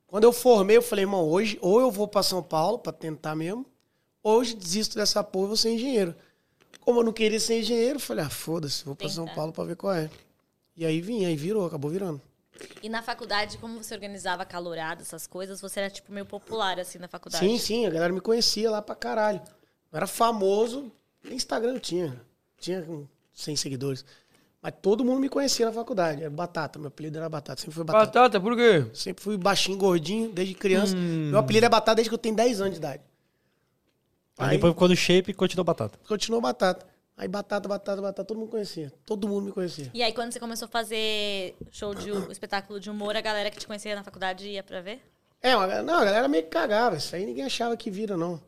Speaker 4: Quando eu formei, eu falei, irmão, hoje ou eu vou pra São Paulo pra tentar mesmo, ou hoje desisto dessa porra e vou ser engenheiro. Como eu não queria ser engenheiro, eu falei, ah, foda-se, vou pra São Paulo pra ver qual é. E aí vim, aí virou, acabou virando.
Speaker 3: E na faculdade, como você organizava calorado, essas coisas, você era tipo meio popular assim na faculdade.
Speaker 4: Sim, sim, a galera me conhecia lá pra caralho. Eu era famoso, nem Instagram eu tinha. Tinha com 100 seguidores. Mas todo mundo me conhecia na faculdade. Era Batata, meu apelido era Batata, sempre foi Batata.
Speaker 1: Batata, por quê?
Speaker 4: Sempre fui baixinho, gordinho, desde criança. Meu apelido é Batata desde que eu tenho 10 anos de idade.
Speaker 2: Aí depois ficou no shape e continuou batata.
Speaker 4: Continuou Batata. Aí Batata, Batata, Batata, todo mundo conhecia. Todo mundo me conhecia.
Speaker 3: E aí, quando você começou a fazer show de um espetáculo de humor, a galera que te conhecia na faculdade ia pra ver?
Speaker 4: É, uma- não, a galera meio que cagava. Isso aí ninguém achava que vira, não.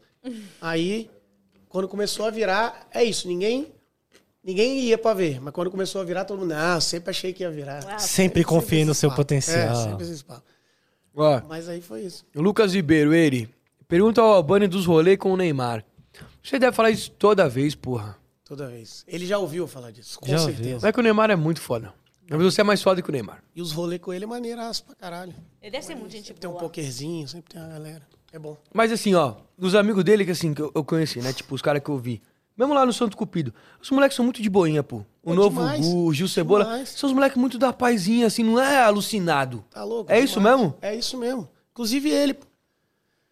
Speaker 4: Aí, quando começou a virar, é isso. Ninguém ninguém ia pra ver. Mas quando começou a virar, todo mundo, ah, eu sempre achei que ia virar.
Speaker 3: Uau.
Speaker 2: Sempre confie no seu
Speaker 4: Ah, É,
Speaker 2: potencial.
Speaker 4: sempre esses papos.
Speaker 1: Ó,
Speaker 4: Mas aí foi isso.
Speaker 1: Lucas Ribeiro, ele. Pergunta ao Albani dos rolês com o Neymar. Você deve falar isso toda vez, porra.
Speaker 4: Toda vez. Ele já ouviu eu falar disso, com
Speaker 2: Já ouviu.
Speaker 4: certeza.
Speaker 1: Não é que o Neymar é muito foda. Mas você é mais foda que o Neymar.
Speaker 4: E os rolês com ele é maneiraço pra caralho.
Speaker 3: Ele deve ser muito gente
Speaker 4: Tem um
Speaker 3: boa.
Speaker 4: pokerzinho, sempre tem uma galera. É bom.
Speaker 1: Mas assim, ó, os amigos dele que assim, que eu, eu conheci, né? Tipo, os caras que eu vi. Mesmo lá no Santo Cupido. Os moleques são muito de boinha, pô. O
Speaker 4: É
Speaker 1: Novo
Speaker 4: demais,
Speaker 1: Gu, o Gil Cebola.
Speaker 4: demais.
Speaker 1: São os moleques muito da pazinha, assim, não é alucinado.
Speaker 4: Tá louco?
Speaker 1: É isso
Speaker 4: demais.
Speaker 1: mesmo?
Speaker 4: É isso mesmo. Inclusive ele. pô.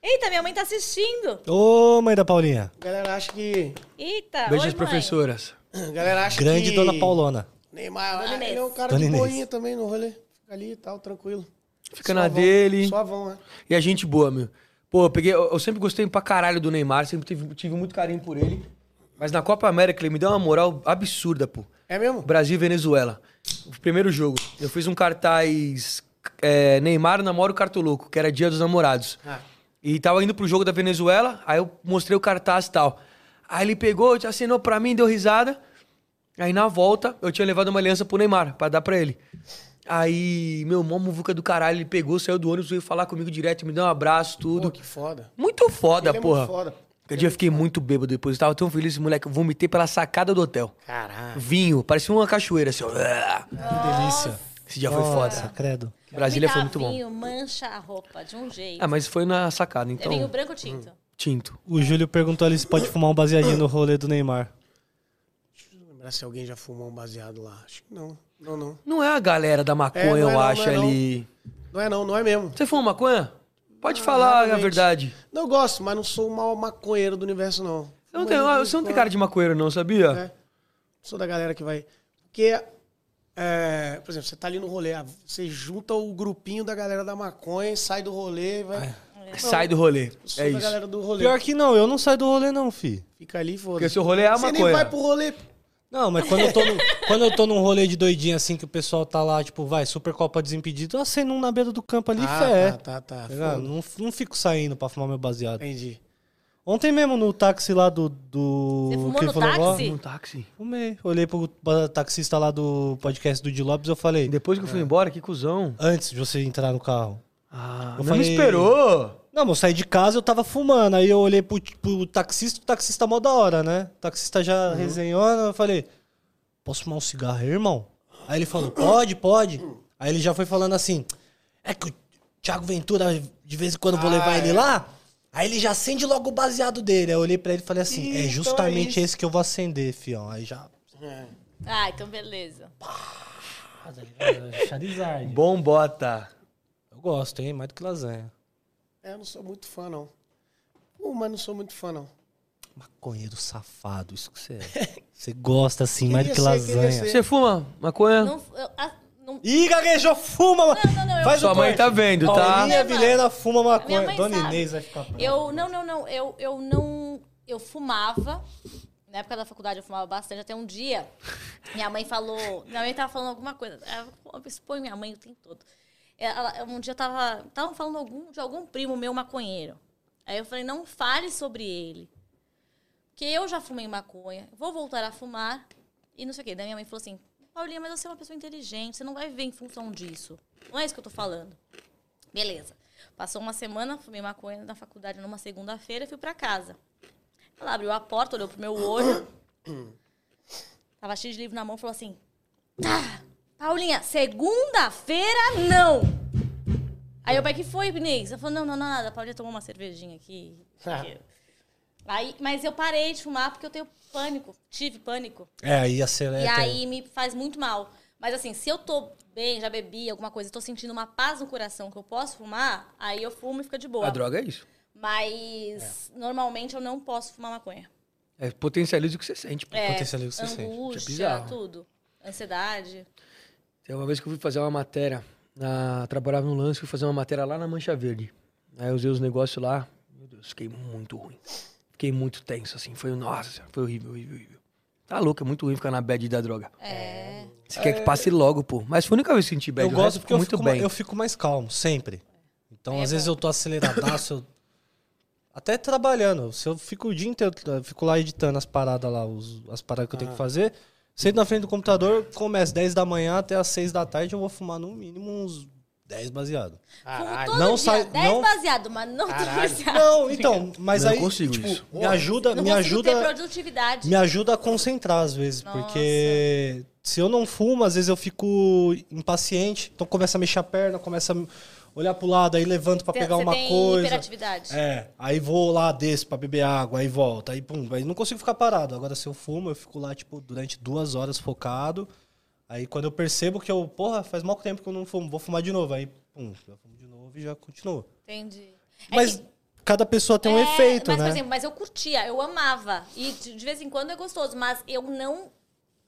Speaker 3: Eita, minha mãe tá assistindo.
Speaker 2: Ô, mãe da Paulinha.
Speaker 4: A galera acha que.
Speaker 3: Eita,
Speaker 1: Beijos
Speaker 3: oi,
Speaker 1: às
Speaker 3: mãe.
Speaker 1: professoras.
Speaker 4: A galera acha
Speaker 2: Grande
Speaker 4: que-
Speaker 2: Dona Paulona.
Speaker 4: Neymar,
Speaker 3: Dona
Speaker 4: ah,
Speaker 3: Inês.
Speaker 4: ele é um cara
Speaker 2: Dona
Speaker 4: de
Speaker 2: Inês.
Speaker 4: boinha também no rolê. Fica ali e tal, tranquilo.
Speaker 1: Fica na dele.
Speaker 4: Suavão, né?
Speaker 1: E a gente boa, meu. Pô, eu, peguei, eu, eu sempre gostei pra caralho do Neymar, sempre tive, tive muito carinho por ele. Mas na Copa América ele me deu uma moral absurda, pô.
Speaker 4: É mesmo?
Speaker 1: Brasil e Venezuela. O primeiro jogo. Eu fiz um cartaz é, Neymar namora o Cartoloco, que era Dia dos Namorados.
Speaker 4: Ah.
Speaker 1: E tava indo pro jogo da Venezuela, aí eu mostrei o cartaz e tal. Aí ele pegou, assinou pra mim, deu risada. Aí na volta, eu tinha levado uma aliança pro Neymar, pra dar pra ele. Aí, meu, mó muvuca do caralho, ele pegou, saiu do ônibus, veio falar comigo direto, me deu um abraço, tudo.
Speaker 4: Pô, que foda.
Speaker 1: Muito foda,
Speaker 4: Ele é muito
Speaker 1: porra.
Speaker 4: foda.
Speaker 1: Aquele dia eu fiquei muito bêbado depois, eu tava tão feliz, moleque, eu vomitei pela sacada do hotel.
Speaker 4: Caralho.
Speaker 1: Vinho, parecia uma cachoeira, assim, ó.
Speaker 2: delícia.
Speaker 1: Esse dia foi foda.
Speaker 2: credo.
Speaker 1: Brasília
Speaker 3: Me dá
Speaker 1: foi muito bom.
Speaker 3: vinho, mancha a roupa de um jeito.
Speaker 1: Ah, mas foi na sacada,
Speaker 3: É vinho
Speaker 1: então.
Speaker 3: branco ou tinto?
Speaker 1: Tinto.
Speaker 2: O Júlio perguntou ali se pode fumar um baseadinho no rolê do Neymar.
Speaker 4: Lembrar se alguém já fumou um baseado lá. Acho que não. Não, não.
Speaker 1: Não é a galera da maconha,
Speaker 4: É, não é
Speaker 1: eu
Speaker 4: não,
Speaker 1: acho,
Speaker 4: não é não.
Speaker 1: ali.
Speaker 4: Não é não, não é mesmo.
Speaker 1: Você fuma maconha? Pode falar a
Speaker 4: raramente.
Speaker 1: verdade.
Speaker 4: Não eu gosto, mas não sou o maior maconheiro do universo, não.
Speaker 1: Você não,
Speaker 4: Fumo
Speaker 1: tem,
Speaker 4: de vez
Speaker 1: você não
Speaker 4: em
Speaker 1: tem
Speaker 4: quando.
Speaker 1: cara de maconheiro, não, sabia?
Speaker 4: É. Sou da galera que vai. Porque, é, por exemplo, você tá ali no rolê, ah, você junta o grupinho da galera da maconha, sai do rolê, vai.
Speaker 1: Sai do rolê.
Speaker 4: É. Sou
Speaker 1: Ah, É
Speaker 4: da
Speaker 1: isso.
Speaker 4: galera do rolê.
Speaker 2: Pior que não, eu não saio do rolê não, fi.
Speaker 4: Fica ali, foda.
Speaker 1: Porque seu rolê é a
Speaker 4: Você
Speaker 1: maconha.
Speaker 4: nem vai pro rolê.
Speaker 2: Não, mas quando eu, tô no, quando eu tô num rolê de doidinha assim, que o pessoal tá lá, tipo, vai, Supercopa Desimpedido, eu acendo um na beira do campo ali, fé.
Speaker 4: tá, tá, tá.
Speaker 2: Tá ligado?
Speaker 4: foda.
Speaker 2: Não, não fico saindo pra fumar meu baseado.
Speaker 4: Entendi.
Speaker 2: Ontem mesmo no táxi lá do. do
Speaker 3: Você fumou
Speaker 2: ele
Speaker 3: no
Speaker 2: falou agora,
Speaker 3: táxi?
Speaker 1: Um táxi.
Speaker 2: Fumei. Olhei pro ba- taxista lá do podcast do Di Lopes eu falei,
Speaker 1: E depois que
Speaker 4: É.
Speaker 1: eu fui embora, que cuzão.
Speaker 2: antes de você entrar no carro.
Speaker 1: Ah, não
Speaker 2: Eu
Speaker 1: me
Speaker 2: falei-
Speaker 1: esperou.
Speaker 2: Não, mas eu saí de casa eu tava fumando. Aí eu olhei pro, pro taxista, o taxista mó da hora, né? O taxista já resenhando, eu falei, posso fumar um cigarro aí, irmão? Aí ele falou, pode, pode. Aí ele já foi falando assim, é que o Thiago Ventura, de vez em quando eu vou levar ele lá. Aí ele já acende logo o baseado dele. Aí eu olhei pra ele e falei assim, é
Speaker 4: Então é
Speaker 2: justamente
Speaker 4: isso."
Speaker 2: esse que eu vou acender, fião. Aí já...
Speaker 3: Ah, então beleza.
Speaker 2: Charizard.
Speaker 1: Bom bota.
Speaker 2: Eu gosto, hein? Mais do que lasanha.
Speaker 4: É, eu não sou muito fã, não. Uh, mas não sou muito fã, não.
Speaker 2: Maconheiro safado, isso que você é. Você gosta assim, mais do que
Speaker 4: Queria ser, queria
Speaker 2: lasanha.
Speaker 4: ser.
Speaker 1: Você fuma maconha?
Speaker 3: Não, eu- ah, não-
Speaker 2: Ih, gaguejou, fuma! Não,
Speaker 3: não, não, eu-
Speaker 2: Faz
Speaker 1: Sua
Speaker 2: o
Speaker 1: mãe
Speaker 2: corte.
Speaker 1: tá vendo, tá?
Speaker 2: Paulinha Vilena fuma
Speaker 3: Minha
Speaker 2: maconha.
Speaker 3: mãe
Speaker 2: Dona
Speaker 3: sabe.
Speaker 2: Inês vai ficar brava.
Speaker 3: Eu não, não, não. Eu, eu não. Eu fumava. Na época da faculdade eu fumava bastante. Até um dia, minha mãe falou. Minha mãe tava falando alguma coisa. Ela expõe minha mãe o tempo todo. Ela, um dia tava. Estavam falando algum, de algum primo meu maconheiro. Aí eu falei, não fale sobre ele. Porque eu já fumei maconha, vou voltar a fumar. E não sei o quê. Daí minha mãe falou assim: Paulinha, mas você é uma pessoa inteligente, você não vai viver em função disso. Não é isso que eu tô falando. Beleza. Passou uma semana, fumei maconha na faculdade numa segunda-feira e fui pra casa. Ela abriu a porta, olhou pro meu olho. Tava cheio de livro na mão falou assim: Tá, Paulinha, segunda-feira não! Aí eu, pai, que foi, Inês? Ela falou: Não, não, não, nada. A Paulinha tomou uma cervejinha aqui. Aí, mas eu parei de fumar porque eu tenho pânico. Tive pânico.
Speaker 2: É, aí acelera.
Speaker 3: E aí me faz muito mal. Mas assim, se eu tô bem, já bebi alguma coisa, tô sentindo uma paz no coração que eu posso fumar, aí eu fumo e fica de boa.
Speaker 1: A droga é isso.
Speaker 2: É.
Speaker 3: Mas normalmente eu não posso fumar maconha.
Speaker 1: É potencializa o que você sente, pô.
Speaker 3: É,
Speaker 2: Acontece ali o que você
Speaker 1: Isso é
Speaker 3: angústia,
Speaker 1: bizarro.
Speaker 3: tudo. Ansiedade.
Speaker 1: Tem uma vez que eu fui fazer uma matéria, na, trabalhava no lance, fui fazer uma matéria lá na Mancha Verde. Aí eu usei os negócios lá, meu Deus, fiquei muito ruim. Fiquei muito tenso, assim, foi, nossa, foi horrível, horrível, horrível. Tá louco, é muito ruim ficar na bad da droga.
Speaker 3: É.
Speaker 1: Você quer que passe logo, pô. Mas foi a única vez que eu senti bad.
Speaker 2: eu
Speaker 1: o
Speaker 2: gosto
Speaker 1: resto
Speaker 2: porque eu
Speaker 1: muito
Speaker 2: fico,
Speaker 1: bem.
Speaker 2: ma- eu fico mais calmo, sempre. Então,
Speaker 3: É
Speaker 2: às vezes
Speaker 3: bom.
Speaker 2: eu tô aceleradaço. eu- Até trabalhando. Se eu fico o dia inteiro, eu fico lá editando as paradas lá, os- as paradas que eu
Speaker 3: Ah.
Speaker 2: tenho que fazer. Sento na frente do computador, começa 10 da manhã até as 6 da tarde, eu vou fumar no mínimo uns 10 baseados.
Speaker 3: Fumo
Speaker 4: Caralho.
Speaker 3: todo
Speaker 2: não
Speaker 3: dia,
Speaker 2: sai-
Speaker 3: 10
Speaker 2: não-
Speaker 3: baseado, mas não tô
Speaker 4: Caralho.
Speaker 3: baseado.
Speaker 2: Não, então, mas
Speaker 1: Não, eu
Speaker 2: aí.
Speaker 1: consigo isso.
Speaker 2: Me ajuda,
Speaker 3: Não
Speaker 2: me
Speaker 3: consigo
Speaker 2: ajuda.
Speaker 3: ter produtividade.
Speaker 2: Me ajuda a concentrar às vezes,
Speaker 3: Nossa.
Speaker 2: porque se eu não fumo, às vezes eu fico impaciente, então começa a mexer a perna, começa a olhar pro lado, aí levanto pra
Speaker 3: Você-
Speaker 2: pegar
Speaker 3: você
Speaker 2: uma
Speaker 3: tem
Speaker 2: coisa.
Speaker 3: hiperatividade.
Speaker 2: É, aí vou lá, desço pra beber água, aí volta, aí pum, aí não consigo ficar parado. Agora se eu fumo, eu fico lá, tipo, durante duas horas focado. Aí quando eu percebo que eu, porra, faz mal tempo que eu não fumo, vou fumar de novo. Aí, pum, já fumo de novo e já continuo.
Speaker 3: Entendi. É
Speaker 2: Mas
Speaker 3: que-
Speaker 2: cada pessoa tem um
Speaker 3: é,
Speaker 2: efeito,
Speaker 3: mas,
Speaker 2: né?
Speaker 3: por exemplo, mas eu curtia, eu amava. E de de vez em quando é gostoso, mas eu não.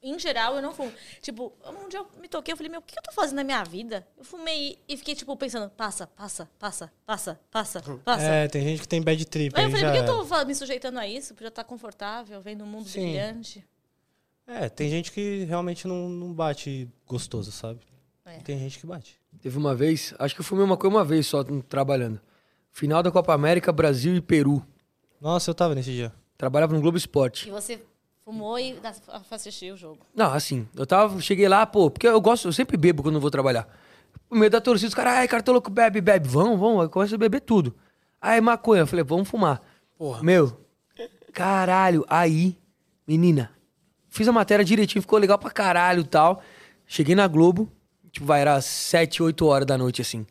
Speaker 3: Em geral, eu não fumo. Tipo, um dia eu me toquei, eu falei, meu, o que eu tô fazendo na minha vida? Eu fumei e fiquei, tipo, pensando, passa, passa, passa, passa, passa, passa.
Speaker 2: É, tem gente que tem bad trip.
Speaker 3: Aí eu
Speaker 2: aí
Speaker 3: falei,
Speaker 2: já
Speaker 3: por que eu
Speaker 2: é.
Speaker 3: tô fa- me sujeitando a isso? Pra eu estar confortável, vendo um mundo
Speaker 2: Sim.
Speaker 3: brilhante.
Speaker 2: É, tem gente que realmente não, não bate gostoso, sabe?
Speaker 3: É.
Speaker 2: Tem gente que bate.
Speaker 1: Teve uma vez, acho que eu fumei uma coisa uma vez só, trabalhando. Final da Copa América, Brasil e Peru.
Speaker 2: Nossa, eu tava nesse dia.
Speaker 1: Trabalhava no Globo Esporte.
Speaker 3: E você fumou e nas- assistiu o jogo.
Speaker 1: Não, assim, eu tava, cheguei lá, pô, porque eu gosto, eu sempre bebo quando eu vou trabalhar. O medo da torcida, os caras, ai, cara, tô louco, bebe, bebe. Vão, vão, aí começa a beber tudo. Aí, maconha, eu falei, vamos fumar.
Speaker 4: Porra.
Speaker 1: Meu, caralho, aí, menina, fiz a matéria direitinho, ficou legal pra caralho e tal. Cheguei na Globo, tipo, vai, era 7, 8 horas da noite, assim.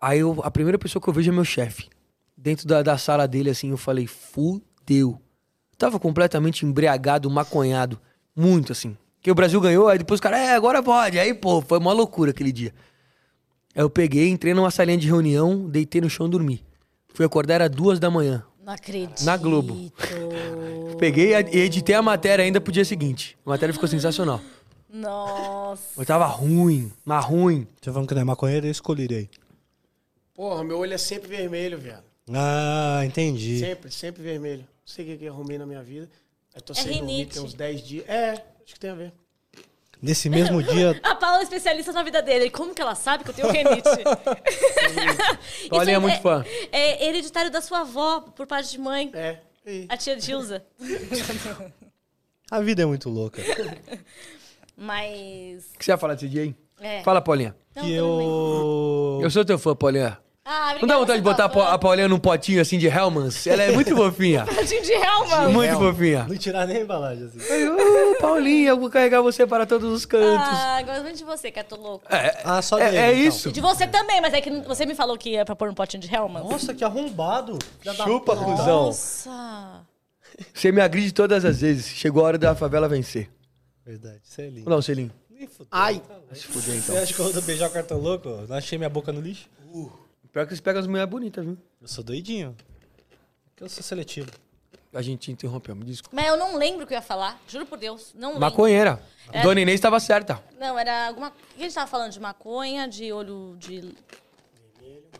Speaker 1: Aí eu, a primeira pessoa que eu vejo é meu chefe. Dentro da, da sala dele, assim, eu falei, fudeu. Tava completamente embriagado, maconhado. Muito, assim. Que o Brasil ganhou, aí depois o cara, é, agora pode. Aí, pô, foi uma loucura aquele dia. Aí eu peguei, entrei numa salinha de reunião, deitei no chão e dormi. Fui acordar, era duas da manhã.
Speaker 3: Não acredito.
Speaker 1: Na Globo. Peguei e editei a matéria ainda pro dia seguinte. A matéria ficou sensacional.
Speaker 3: Nossa.
Speaker 1: Eu tava ruim, mas ruim.
Speaker 2: Você falando que não é maconheiro, eu escolherei.
Speaker 4: Porra, meu olho é sempre vermelho, viado.
Speaker 2: Ah, entendi.
Speaker 4: Sempre, sempre vermelho. Não sei o que que eu arrumei na minha vida. Eu tô sem dormir,
Speaker 3: É rinite.
Speaker 4: tem uns 10 dias. É, acho que tem a ver.
Speaker 2: Nesse mesmo dia,
Speaker 3: A Paula é especialista na vida dele. Como que ela sabe que eu tenho renite? Isso
Speaker 1: Paulinha é muito fã.
Speaker 3: É hereditário da sua avó, por parte de mãe.
Speaker 4: É. E-
Speaker 3: A tia Dilza.
Speaker 2: a vida é muito louca.
Speaker 3: Mas.
Speaker 1: O que você ia falar desse dia, hein?
Speaker 3: É.
Speaker 1: Fala, Paulinha.
Speaker 3: Não,
Speaker 2: que
Speaker 3: tudo bem.
Speaker 2: eu.
Speaker 1: Eu sou teu fã, Paulinha.
Speaker 3: Ah, obrigada,
Speaker 1: Não dá vontade de botar a
Speaker 3: Paula.
Speaker 1: Pa- a Paulinha num potinho assim de Hellmans? Ela é muito fofinha.
Speaker 3: Tadinho de Helma.
Speaker 1: muito fofinha.
Speaker 2: Não tirar nem a embalagem assim.
Speaker 1: Ô, Uh, Paulinha, eu vou carregar você para todos os cantos.
Speaker 3: Ah, gosto muito de você, Cato Louco.
Speaker 1: É,
Speaker 2: Ah, só
Speaker 1: é-
Speaker 2: dele,
Speaker 1: é
Speaker 2: então.
Speaker 1: isso.
Speaker 3: De você também, mas é que você me falou que ia pra pôr um potinho de Helma.
Speaker 2: Nossa, que arrombado. Filha da
Speaker 1: Chupa,
Speaker 2: puta.
Speaker 1: cuzão.
Speaker 3: Nossa.
Speaker 1: Você me agride todas as vezes. Chegou a hora da favela vencer.
Speaker 2: Verdade, isso é lindo.
Speaker 1: Não, Celinho.
Speaker 2: Nem fudeu. tá
Speaker 4: Ai,
Speaker 1: Vai se fuder,
Speaker 2: Você
Speaker 1: então.
Speaker 2: acha que eu vou beijar o cartão louco? Não achei minha boca no lixo?
Speaker 1: Pior que você pega as mulheres bonitas, viu?
Speaker 2: Eu sou doidinho. É que Eu sou seletivo.
Speaker 1: A gente interrompeu, me desculpa.
Speaker 3: Mas eu não lembro o que eu ia falar. Juro por Deus. Não lembro.
Speaker 1: Maconheira. Dona Inês estava certa.
Speaker 3: Não, era alguma. O que a gente tava falando? De maconha, de olho de.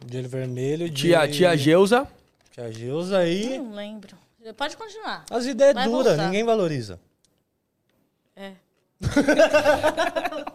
Speaker 2: De olho vermelho, de.
Speaker 1: Tia, tia Geusa.
Speaker 2: Tia Geusa aí.
Speaker 3: Não lembro. Pode continuar.
Speaker 2: As ideias
Speaker 3: Vai
Speaker 2: duras,
Speaker 3: voltar.
Speaker 2: ninguém valoriza.
Speaker 3: É.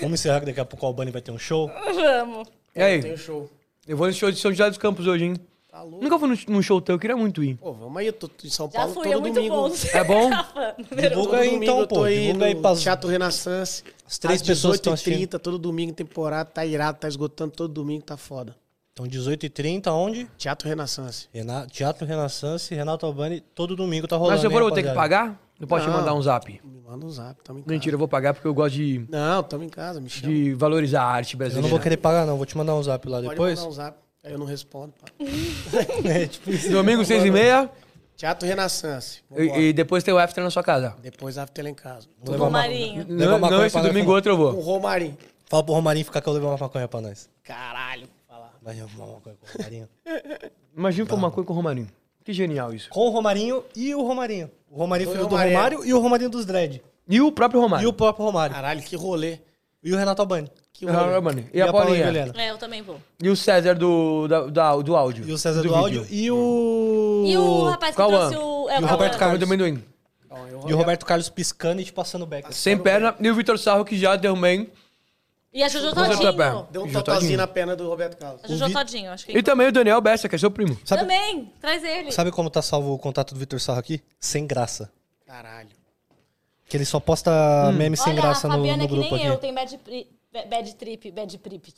Speaker 2: Vamos encerrar que daqui a pouco o Albani vai ter um show.
Speaker 3: Vamos.
Speaker 1: E aí?
Speaker 4: tem um show.
Speaker 1: Eu vou no show de São José dos Campos hoje, hein?
Speaker 4: Tá louco.
Speaker 1: Nunca fui num- num show teu, eu queria muito ir.
Speaker 4: Pô, vamos aí, eu tô em São
Speaker 3: Já
Speaker 4: Paulo
Speaker 3: fui,
Speaker 4: todo
Speaker 3: é muito
Speaker 4: domingo.
Speaker 3: bom.
Speaker 1: É bom?
Speaker 4: Tá
Speaker 2: Divulga aí então,
Speaker 4: eu tô
Speaker 2: pô.
Speaker 4: aí
Speaker 2: Divulga
Speaker 4: no
Speaker 2: aí pras
Speaker 4: Teatro Renaissance.
Speaker 2: as três
Speaker 4: às
Speaker 2: pessoas que estão assistindo.
Speaker 4: 18h30, todo domingo, temporada, tá irado, tá esgotando todo domingo, tá foda.
Speaker 2: Então, 18h30, onde?
Speaker 4: Teatro Renaissance.
Speaker 2: Rena- Teatro Renaissance, Renato Albani, todo domingo tá rolando.
Speaker 1: Mas se eu for,
Speaker 2: hein,
Speaker 1: eu vou ter que
Speaker 2: rapaziada?
Speaker 1: pagar? né, Não posso te
Speaker 4: Não.
Speaker 1: mandar um zap.
Speaker 4: Me manda um zap, tamo em casa.
Speaker 1: Mentira, eu vou pagar porque eu gosto de,
Speaker 4: Não, tamo em casa, me chama.
Speaker 1: de valorizar a arte
Speaker 2: Eu
Speaker 1: brasileira.
Speaker 2: não vou querer pagar, não. Vou te mandar um zap lá
Speaker 4: Pode
Speaker 2: depois.
Speaker 4: mandar um zap, aí eu não respondo. pá.
Speaker 2: É, tipo isso.
Speaker 1: Domingo, seis e meia.
Speaker 4: Teatro Renaissance. vambora.
Speaker 1: E, e depois tem o after na sua casa.
Speaker 4: Depois after lá em casa.
Speaker 2: Vou levar
Speaker 3: Do
Speaker 2: uma-
Speaker 3: Marinho.
Speaker 2: Leva
Speaker 1: Não,
Speaker 2: maconha
Speaker 1: não esse
Speaker 2: pra nós
Speaker 1: domingo,
Speaker 2: fumar.
Speaker 1: outro eu
Speaker 4: Com o
Speaker 1: vou.
Speaker 4: Romarinho.
Speaker 2: Fala pro Romarinho ficar que eu levo uma maconha pra nós.
Speaker 4: Caralho. falar.
Speaker 2: Vai levar uma maconha com o Romarinho.
Speaker 1: Imagina fumar coisa com o Romarinho. Que genial isso.
Speaker 2: com o Romarinho e o Romarinho. O Romarinho
Speaker 4: Foi
Speaker 2: filho
Speaker 4: o
Speaker 2: do
Speaker 4: Romarinho.
Speaker 2: Romário e o Romarinho dos Dread.
Speaker 1: E o próprio Romário.
Speaker 2: E o próprio Romário.
Speaker 4: Caralrio, que rolê.
Speaker 2: E o Renato Albani.
Speaker 4: Que
Speaker 1: Ah,
Speaker 4: rolê.
Speaker 1: mano. E a Paulinha.
Speaker 2: Vilhena.
Speaker 3: É, eu também vou.
Speaker 1: E o César do, da- da- do áudio.
Speaker 2: E o César do,
Speaker 1: vídeo.
Speaker 2: áudio. E o...
Speaker 3: E o rapaz que
Speaker 1: Cauã.
Speaker 3: trouxe o. É,
Speaker 2: E o
Speaker 3: Cauã.
Speaker 2: Roberto Carlos.
Speaker 1: Carmen do Ah, Amendoim.
Speaker 4: Ó, eu-
Speaker 2: E o Roberto Carlos piscando e te passando back.
Speaker 3: Assim.
Speaker 1: Sem perna. E o Vitor Sarro, que já deu bem.
Speaker 3: E a Jojo
Speaker 1: Vou soltar a
Speaker 3: Todinho.
Speaker 1: perna.
Speaker 4: Deu um
Speaker 1: Juntou
Speaker 4: totozinho
Speaker 1: aqui.
Speaker 4: na perna do Roberto Carlos.
Speaker 3: A Jojo Todinho, acho que.
Speaker 1: E também o Daniel Bessa, que é seu primo.
Speaker 2: Sabe,
Speaker 3: Também! Traz ele.
Speaker 2: sabe como tá salvo o contato do Vitor Sarro aqui? Sem graça.
Speaker 4: Caralho.
Speaker 2: Que ele só posta meme sem
Speaker 3: Hum. Olha,
Speaker 2: graça
Speaker 3: a
Speaker 2: no,
Speaker 3: Fabiana
Speaker 2: no
Speaker 3: é que nem
Speaker 2: grupo aqui.
Speaker 3: eu, tem bad, pri- ba- bad trip, bad trip.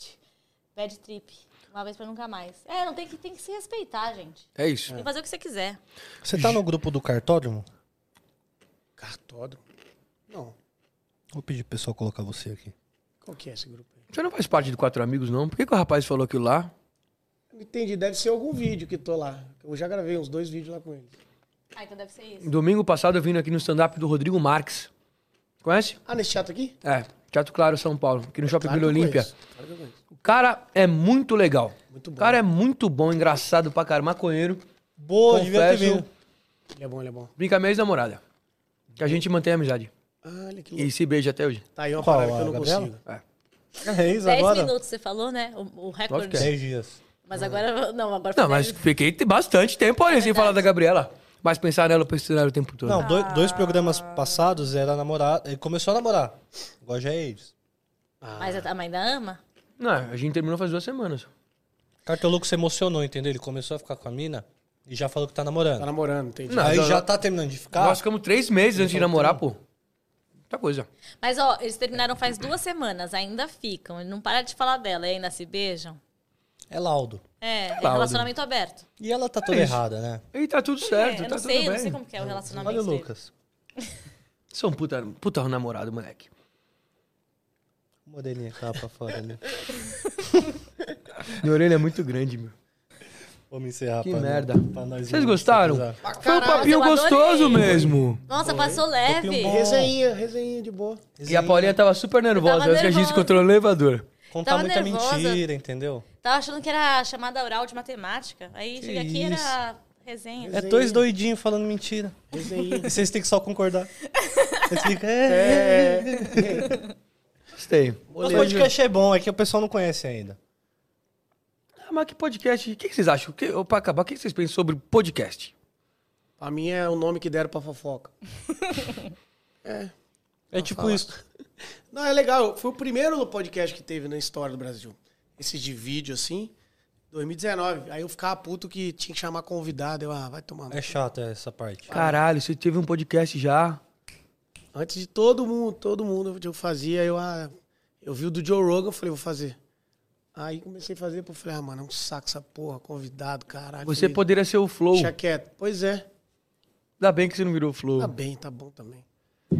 Speaker 3: Bad trip. Uma vez pra nunca mais. É, não tem que, tem que se respeitar, gente.
Speaker 1: É isso.
Speaker 3: Tem que fazer o que você quiser.
Speaker 2: Você tá no grupo do cartódromo?
Speaker 4: Cartódromo. Não.
Speaker 2: Vou pedir pro pessoal colocar você aqui.
Speaker 4: Qual que é esse grupo aí?
Speaker 1: Você não faz parte de Quatro Amigos, não? Por que, que o rapaz falou aquilo lá?
Speaker 4: Não entendi, deve ser algum vídeo que tô lá. Eu já gravei uns dois vídeos lá com ele.
Speaker 3: Ah, então deve ser isso.
Speaker 1: Domingo passado eu vim aqui no stand-up do Rodrigo Marques. Conhece?
Speaker 4: Ah, nesse teatro aqui?
Speaker 1: É, Teatro Claro, São Paulo, aqui no Shopping
Speaker 4: Claro que
Speaker 1: Vila
Speaker 4: eu
Speaker 1: Olímpia.
Speaker 4: conheço, Claro que eu conheço.
Speaker 1: O cara é muito legal.
Speaker 4: Muito
Speaker 1: O
Speaker 4: bom.
Speaker 1: cara é muito bom, engraçado pra caralho, maconheiro.
Speaker 2: Boa, devia ter
Speaker 1: Confesso,
Speaker 2: vindo.
Speaker 4: Ele é bom, ele é bom.
Speaker 1: brinca minha ex-namorada. Que a gente mantém a amizade.
Speaker 4: Ah, olha que louco.
Speaker 1: E se beija até hoje.
Speaker 4: Tá aí uma
Speaker 2: Qual,
Speaker 4: parada que eu
Speaker 2: a
Speaker 4: não
Speaker 2: Gabriela?
Speaker 4: consigo.
Speaker 2: É isso
Speaker 3: 10
Speaker 2: agora?
Speaker 3: minutos você falou, né? O, o
Speaker 1: Lógico que
Speaker 3: recorde.
Speaker 1: é.
Speaker 2: 10 dias.
Speaker 3: Mas agora. Não, agora
Speaker 1: Não,
Speaker 3: foi
Speaker 1: mas
Speaker 3: 10.
Speaker 1: fiquei bastante tempo
Speaker 3: É
Speaker 1: aí sem falar da Gabriela. Mas pensar nela, eu pensei nela o tempo todo.
Speaker 2: Não,
Speaker 3: Ah.
Speaker 2: dois, dois programas passados era namorar. Ele começou a namorar. Agora já é ex.
Speaker 3: Mas a mãe ainda ama?
Speaker 1: Não, a gente terminou faz duas semanas.
Speaker 2: Cara, que o louco se emocionou, entendeu? Ele começou a ficar com a mina e já falou que tá
Speaker 4: Tá
Speaker 2: namorando.
Speaker 4: namorando, entendi.
Speaker 1: Não,
Speaker 2: Aí
Speaker 1: não,
Speaker 2: já
Speaker 1: não.
Speaker 2: tá terminando de ficar.
Speaker 1: Nós ficamos três meses antes de namorar, pô. Muita coisa.
Speaker 3: Mas ó, eles terminaram faz duas semanas, ainda ficam. Ele não para de falar dela e ainda se beijam.
Speaker 2: É laudo.
Speaker 3: É, é
Speaker 1: Cláudio.
Speaker 3: relacionamento aberto.
Speaker 2: E ela tá toda
Speaker 1: É isso.
Speaker 2: errada, né?
Speaker 1: E tá tudo certo,
Speaker 3: é, eu
Speaker 1: tá
Speaker 3: não
Speaker 1: tudo
Speaker 3: sei, eu não
Speaker 1: bem.
Speaker 3: sei como que é o relacionamento.
Speaker 2: Olha o
Speaker 3: dele.
Speaker 2: Lucas.
Speaker 1: Sou um puta, puta namorado, moleque.
Speaker 2: Moreninha que tava pra fora ali.
Speaker 1: Minha orelha é muito grande, meu.
Speaker 2: Vamos encerrar,
Speaker 1: Que
Speaker 2: pra-
Speaker 1: merda.
Speaker 2: pra nós
Speaker 1: Vocês
Speaker 2: não
Speaker 1: gostaram?
Speaker 2: precisar.
Speaker 1: Foi um papinho
Speaker 3: eu adorei.
Speaker 1: gostoso mesmo.
Speaker 3: Nossa, passou leve.
Speaker 2: bom.
Speaker 4: Resenha, resenha de boa.
Speaker 1: E a Paulinha tava super nervosa
Speaker 3: tava
Speaker 1: antes que a gente
Speaker 3: nervosa.
Speaker 1: encontrou no elevador.
Speaker 2: Contar
Speaker 3: Tava
Speaker 2: muita
Speaker 3: nervosa.
Speaker 2: mentira, entendeu?
Speaker 3: Tava achando que era chamada oral de matemática. Aí cheguei aqui era resenha.
Speaker 2: É dois doidinhos falando mentira.
Speaker 4: Resenha.
Speaker 2: E vocês têm que só concordar. Vocês ficam, é.
Speaker 4: É,
Speaker 1: Gostei.
Speaker 2: O podcast é bom, é que o pessoal não conhece ainda.
Speaker 1: Ah, mas que podcast? O que, que vocês acham? Que, ô, pra acabar, o que, que vocês pensam sobre podcast?
Speaker 4: pra mim é o nome que deram pra fofoca.
Speaker 2: É tipo isso.
Speaker 4: Não, é legal. Foi o primeiro podcast que teve na história do Brasil. Esse de vídeo, assim, 2019. Aí eu ficava puto que tinha que chamar convidado. Eu, ah, vai tomando.
Speaker 2: É chato essa parte.
Speaker 1: Caralho, você teve um podcast já?
Speaker 4: Antes de todo mundo, todo mundo eu fazia, eu, ah, eu vi o do Joe Rogan, eu falei, vou fazer. Aí comecei a fazer, eu falei, ah, mano, é um saco essa porra, convidado, caralho.
Speaker 1: Você
Speaker 4: Falei,
Speaker 1: poderia ser o Flow.
Speaker 4: Deixa quieto. Pois é.
Speaker 1: Ainda bem que você não virou o Flow.
Speaker 4: Tá bem, tá bom também.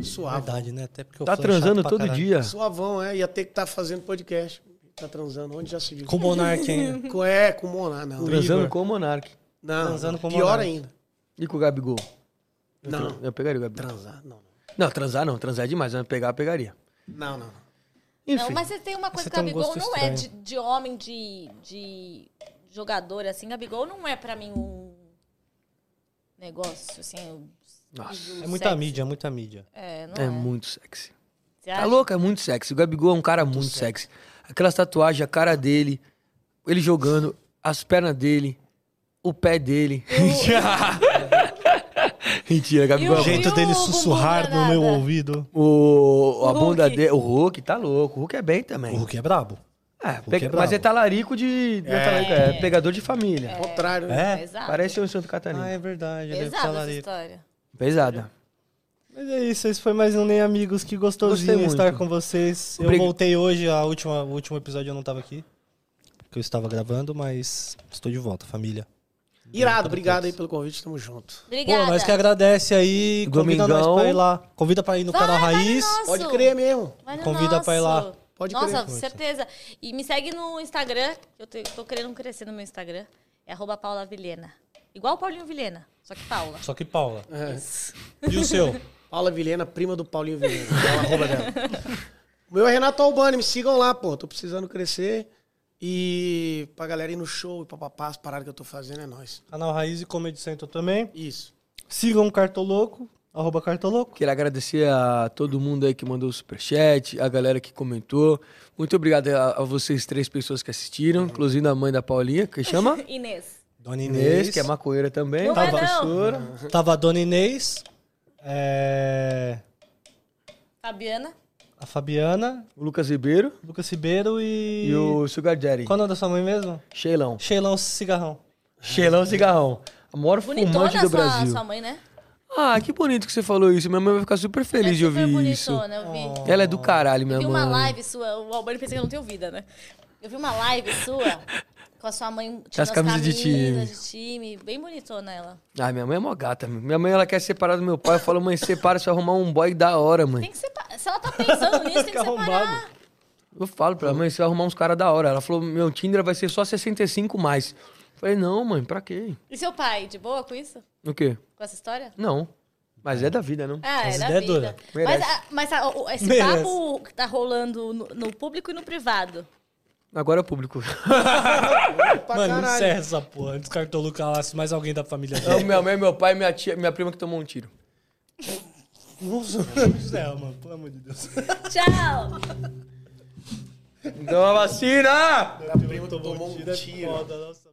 Speaker 4: Suave.
Speaker 2: Verdade, né? Até porque Ah, eu
Speaker 1: Tá
Speaker 2: sou chato
Speaker 1: transando
Speaker 2: pra
Speaker 1: todo
Speaker 2: caralho.
Speaker 1: dia.
Speaker 4: Suavão, é. Ia ter que estar fazendo podcast. Tá transando, onde já se viu?
Speaker 2: Com o Monark ainda.
Speaker 4: Com- É, com o Monar, não.
Speaker 1: Transando
Speaker 2: Igor.
Speaker 1: com o Monark.
Speaker 4: Não,
Speaker 2: Transando com o
Speaker 4: pior
Speaker 2: Monark.
Speaker 4: ainda.
Speaker 1: E com o Gabigol.
Speaker 2: Ah.
Speaker 4: Não,
Speaker 1: Eu pegaria o Gabigol.
Speaker 4: transar, não.
Speaker 1: Não, transar não. Transar é demais. Mas pegar, eu pegaria.
Speaker 4: Não, não.
Speaker 1: Enfim.
Speaker 3: Não, mas você tem uma coisa
Speaker 2: Você
Speaker 3: que o
Speaker 2: tem um
Speaker 3: Gabigol
Speaker 2: gosto
Speaker 3: não é de,
Speaker 2: estranho.
Speaker 3: de homem, de, de jogador, assim. Gabigol não é pra mim um negócio, assim. um-
Speaker 1: Nossa,
Speaker 2: É muita mídia, é muita mídia.
Speaker 3: É, não
Speaker 1: é
Speaker 3: é.
Speaker 1: muito sexy.
Speaker 3: Você
Speaker 1: Tá
Speaker 3: acha?
Speaker 1: louco? É muito sexy. O Gabigol é um cara muito sexy. Aquelas tatuagens, a cara dele, ele jogando, as pernas dele, o pé dele. Mentira, Gabigol.
Speaker 3: E
Speaker 1: é
Speaker 2: O
Speaker 1: um-
Speaker 2: jeito
Speaker 3: e o
Speaker 2: dele
Speaker 3: bumbum
Speaker 2: sussurrar no
Speaker 3: danada?
Speaker 2: meu ouvido.
Speaker 1: O, a
Speaker 3: O
Speaker 1: bunda
Speaker 3: Hulk.
Speaker 1: dele. O Hulk tá louco. O Hulk é bem também.
Speaker 2: O Hulk é brabo.
Speaker 1: É,
Speaker 2: Hulk
Speaker 1: pega-
Speaker 2: é brabo.
Speaker 1: mas é talarico de. não É. talarico, é pegador de família.
Speaker 4: Contrário, né?
Speaker 2: É?
Speaker 3: Exato.
Speaker 1: Parece o Santo Catarina.
Speaker 2: Ah, é verdade. ele é
Speaker 3: Pesada essa
Speaker 2: talarico.
Speaker 3: história.
Speaker 1: Pesada.
Speaker 2: Mas é isso, esse foi mais um Nem Amigos, que
Speaker 1: Gostei
Speaker 2: gostosinho
Speaker 1: muito.
Speaker 2: estar com vocês. Eu
Speaker 1: Obrigado.
Speaker 2: voltei hoje, a última, o último episódio eu não tava aqui, porque eu estava gravando, mas estou de volta, família.
Speaker 4: Irado, obrigado aí pelo convite, tamo junto.
Speaker 3: Obrigada.
Speaker 2: Pô, nós que agradece aí, convida
Speaker 1: Domingão.
Speaker 2: nós pra ir lá. Convida pra ir no canal Raiz.
Speaker 3: Nosso.
Speaker 4: Pode crer mesmo.
Speaker 3: Vai no
Speaker 2: Convida pra ir lá.
Speaker 3: nosso.
Speaker 4: Pode
Speaker 3: Nossa,
Speaker 4: crer.
Speaker 3: certeza. E me segue no Instagram, que eu te- tô querendo crescer no meu Instagram. É arroba Paula Vilhena. Igual o Paulinho Vilhena, só que Paula.
Speaker 2: Só que Paula.
Speaker 4: É.
Speaker 2: E o seu?
Speaker 4: Paula Vilhena, prima do Paulinho Vilhena. Olha a arroba dela. O meu é Renato Albani, me sigam lá, pô. Tô precisando crescer. E pra galera ir no show e papapá, as paradas que eu tô fazendo é nóis.
Speaker 2: canal Raiz e Comedy Central também.
Speaker 4: Isso.
Speaker 2: Sigam o Cartoloco, arroba Cartoloco.
Speaker 1: Queria agradecer a todo mundo aí que mandou o superchat, a galera que comentou. Muito obrigado a, a vocês três pessoas que assistiram, inclusive a mãe da Paulinha, que chama
Speaker 3: Inês.
Speaker 2: Dona
Speaker 1: Inês, que é maconheira também,
Speaker 3: Não
Speaker 1: tá
Speaker 3: é, não.
Speaker 1: professora.
Speaker 2: Tava a Dona Inês, é,
Speaker 3: Fabiana.
Speaker 1: Um
Speaker 2: a Fabiana,
Speaker 1: O Lucas Ribeiro
Speaker 2: o Lucas Ribeiro e...
Speaker 1: e o Sugar Jerry.
Speaker 2: Qual é o nome da sua mãe mesmo?
Speaker 1: Sheilão.
Speaker 2: Sheilão Cigarrão.
Speaker 1: Sheilão Cigarrão. A maior
Speaker 3: Ah. Bonitona
Speaker 1: fumante
Speaker 3: sua,
Speaker 1: do Brasil.
Speaker 3: sua mãe, né?
Speaker 1: Ah, que bonito que você falou isso. Minha mãe vai ficar super feliz de
Speaker 3: é super
Speaker 1: ouvir isso.
Speaker 3: bonitona, eu vi.
Speaker 1: Ela é do caralho,
Speaker 3: Eu
Speaker 1: minha
Speaker 3: vi
Speaker 1: mãe.
Speaker 3: uma live sua, o Albani pensa que eu não tenho vida, né? Eu vi uma live sua com a sua mãe tirando
Speaker 1: as camisas de
Speaker 3: camisas de time, bem bonitona ela.
Speaker 1: Ah, minha mãe é mó gata. meu. Minha mãe ela quer separar do meu pai. Eu falo, mãe, separa se eu arrumar um boy da hora, mãe.
Speaker 3: Tem que separar. Se ela tá pensando nisso, tem que
Speaker 2: Que arrombado.
Speaker 3: separar.
Speaker 1: Eu falo pra ela, mãe, você vai arrumar uns caras da hora. Ela falou, meu Tinder vai ser só 65 mais. Falei, não, mãe, pra quê?
Speaker 3: E seu pai, de boa com isso?
Speaker 1: O quê?
Speaker 3: Com essa história?
Speaker 1: Não. Mas é da vida, não?
Speaker 3: Ah,
Speaker 7: Essa
Speaker 3: é da
Speaker 7: ideia é
Speaker 3: vida.
Speaker 7: dura.
Speaker 3: Mas,
Speaker 1: Merece.
Speaker 3: a- mas a- o- esse
Speaker 7: Merece.
Speaker 3: papo que tá rolando no, no público e no privado.
Speaker 1: Agora é público.
Speaker 4: Pra
Speaker 2: Mano,
Speaker 4: caralho.
Speaker 2: encerra essa porra. Descartou o Lucas, mais alguém da família
Speaker 1: É
Speaker 2: dele.
Speaker 1: o meu mãe, meu pai, minha tia, minha prima que tomou um tiro.
Speaker 2: Meu Deus do céu, mano. Pelo amor de Deus.
Speaker 3: Tchau!
Speaker 1: Então a vacina!
Speaker 4: Minha prima tomou um tiro.
Speaker 2: Foda, nossa.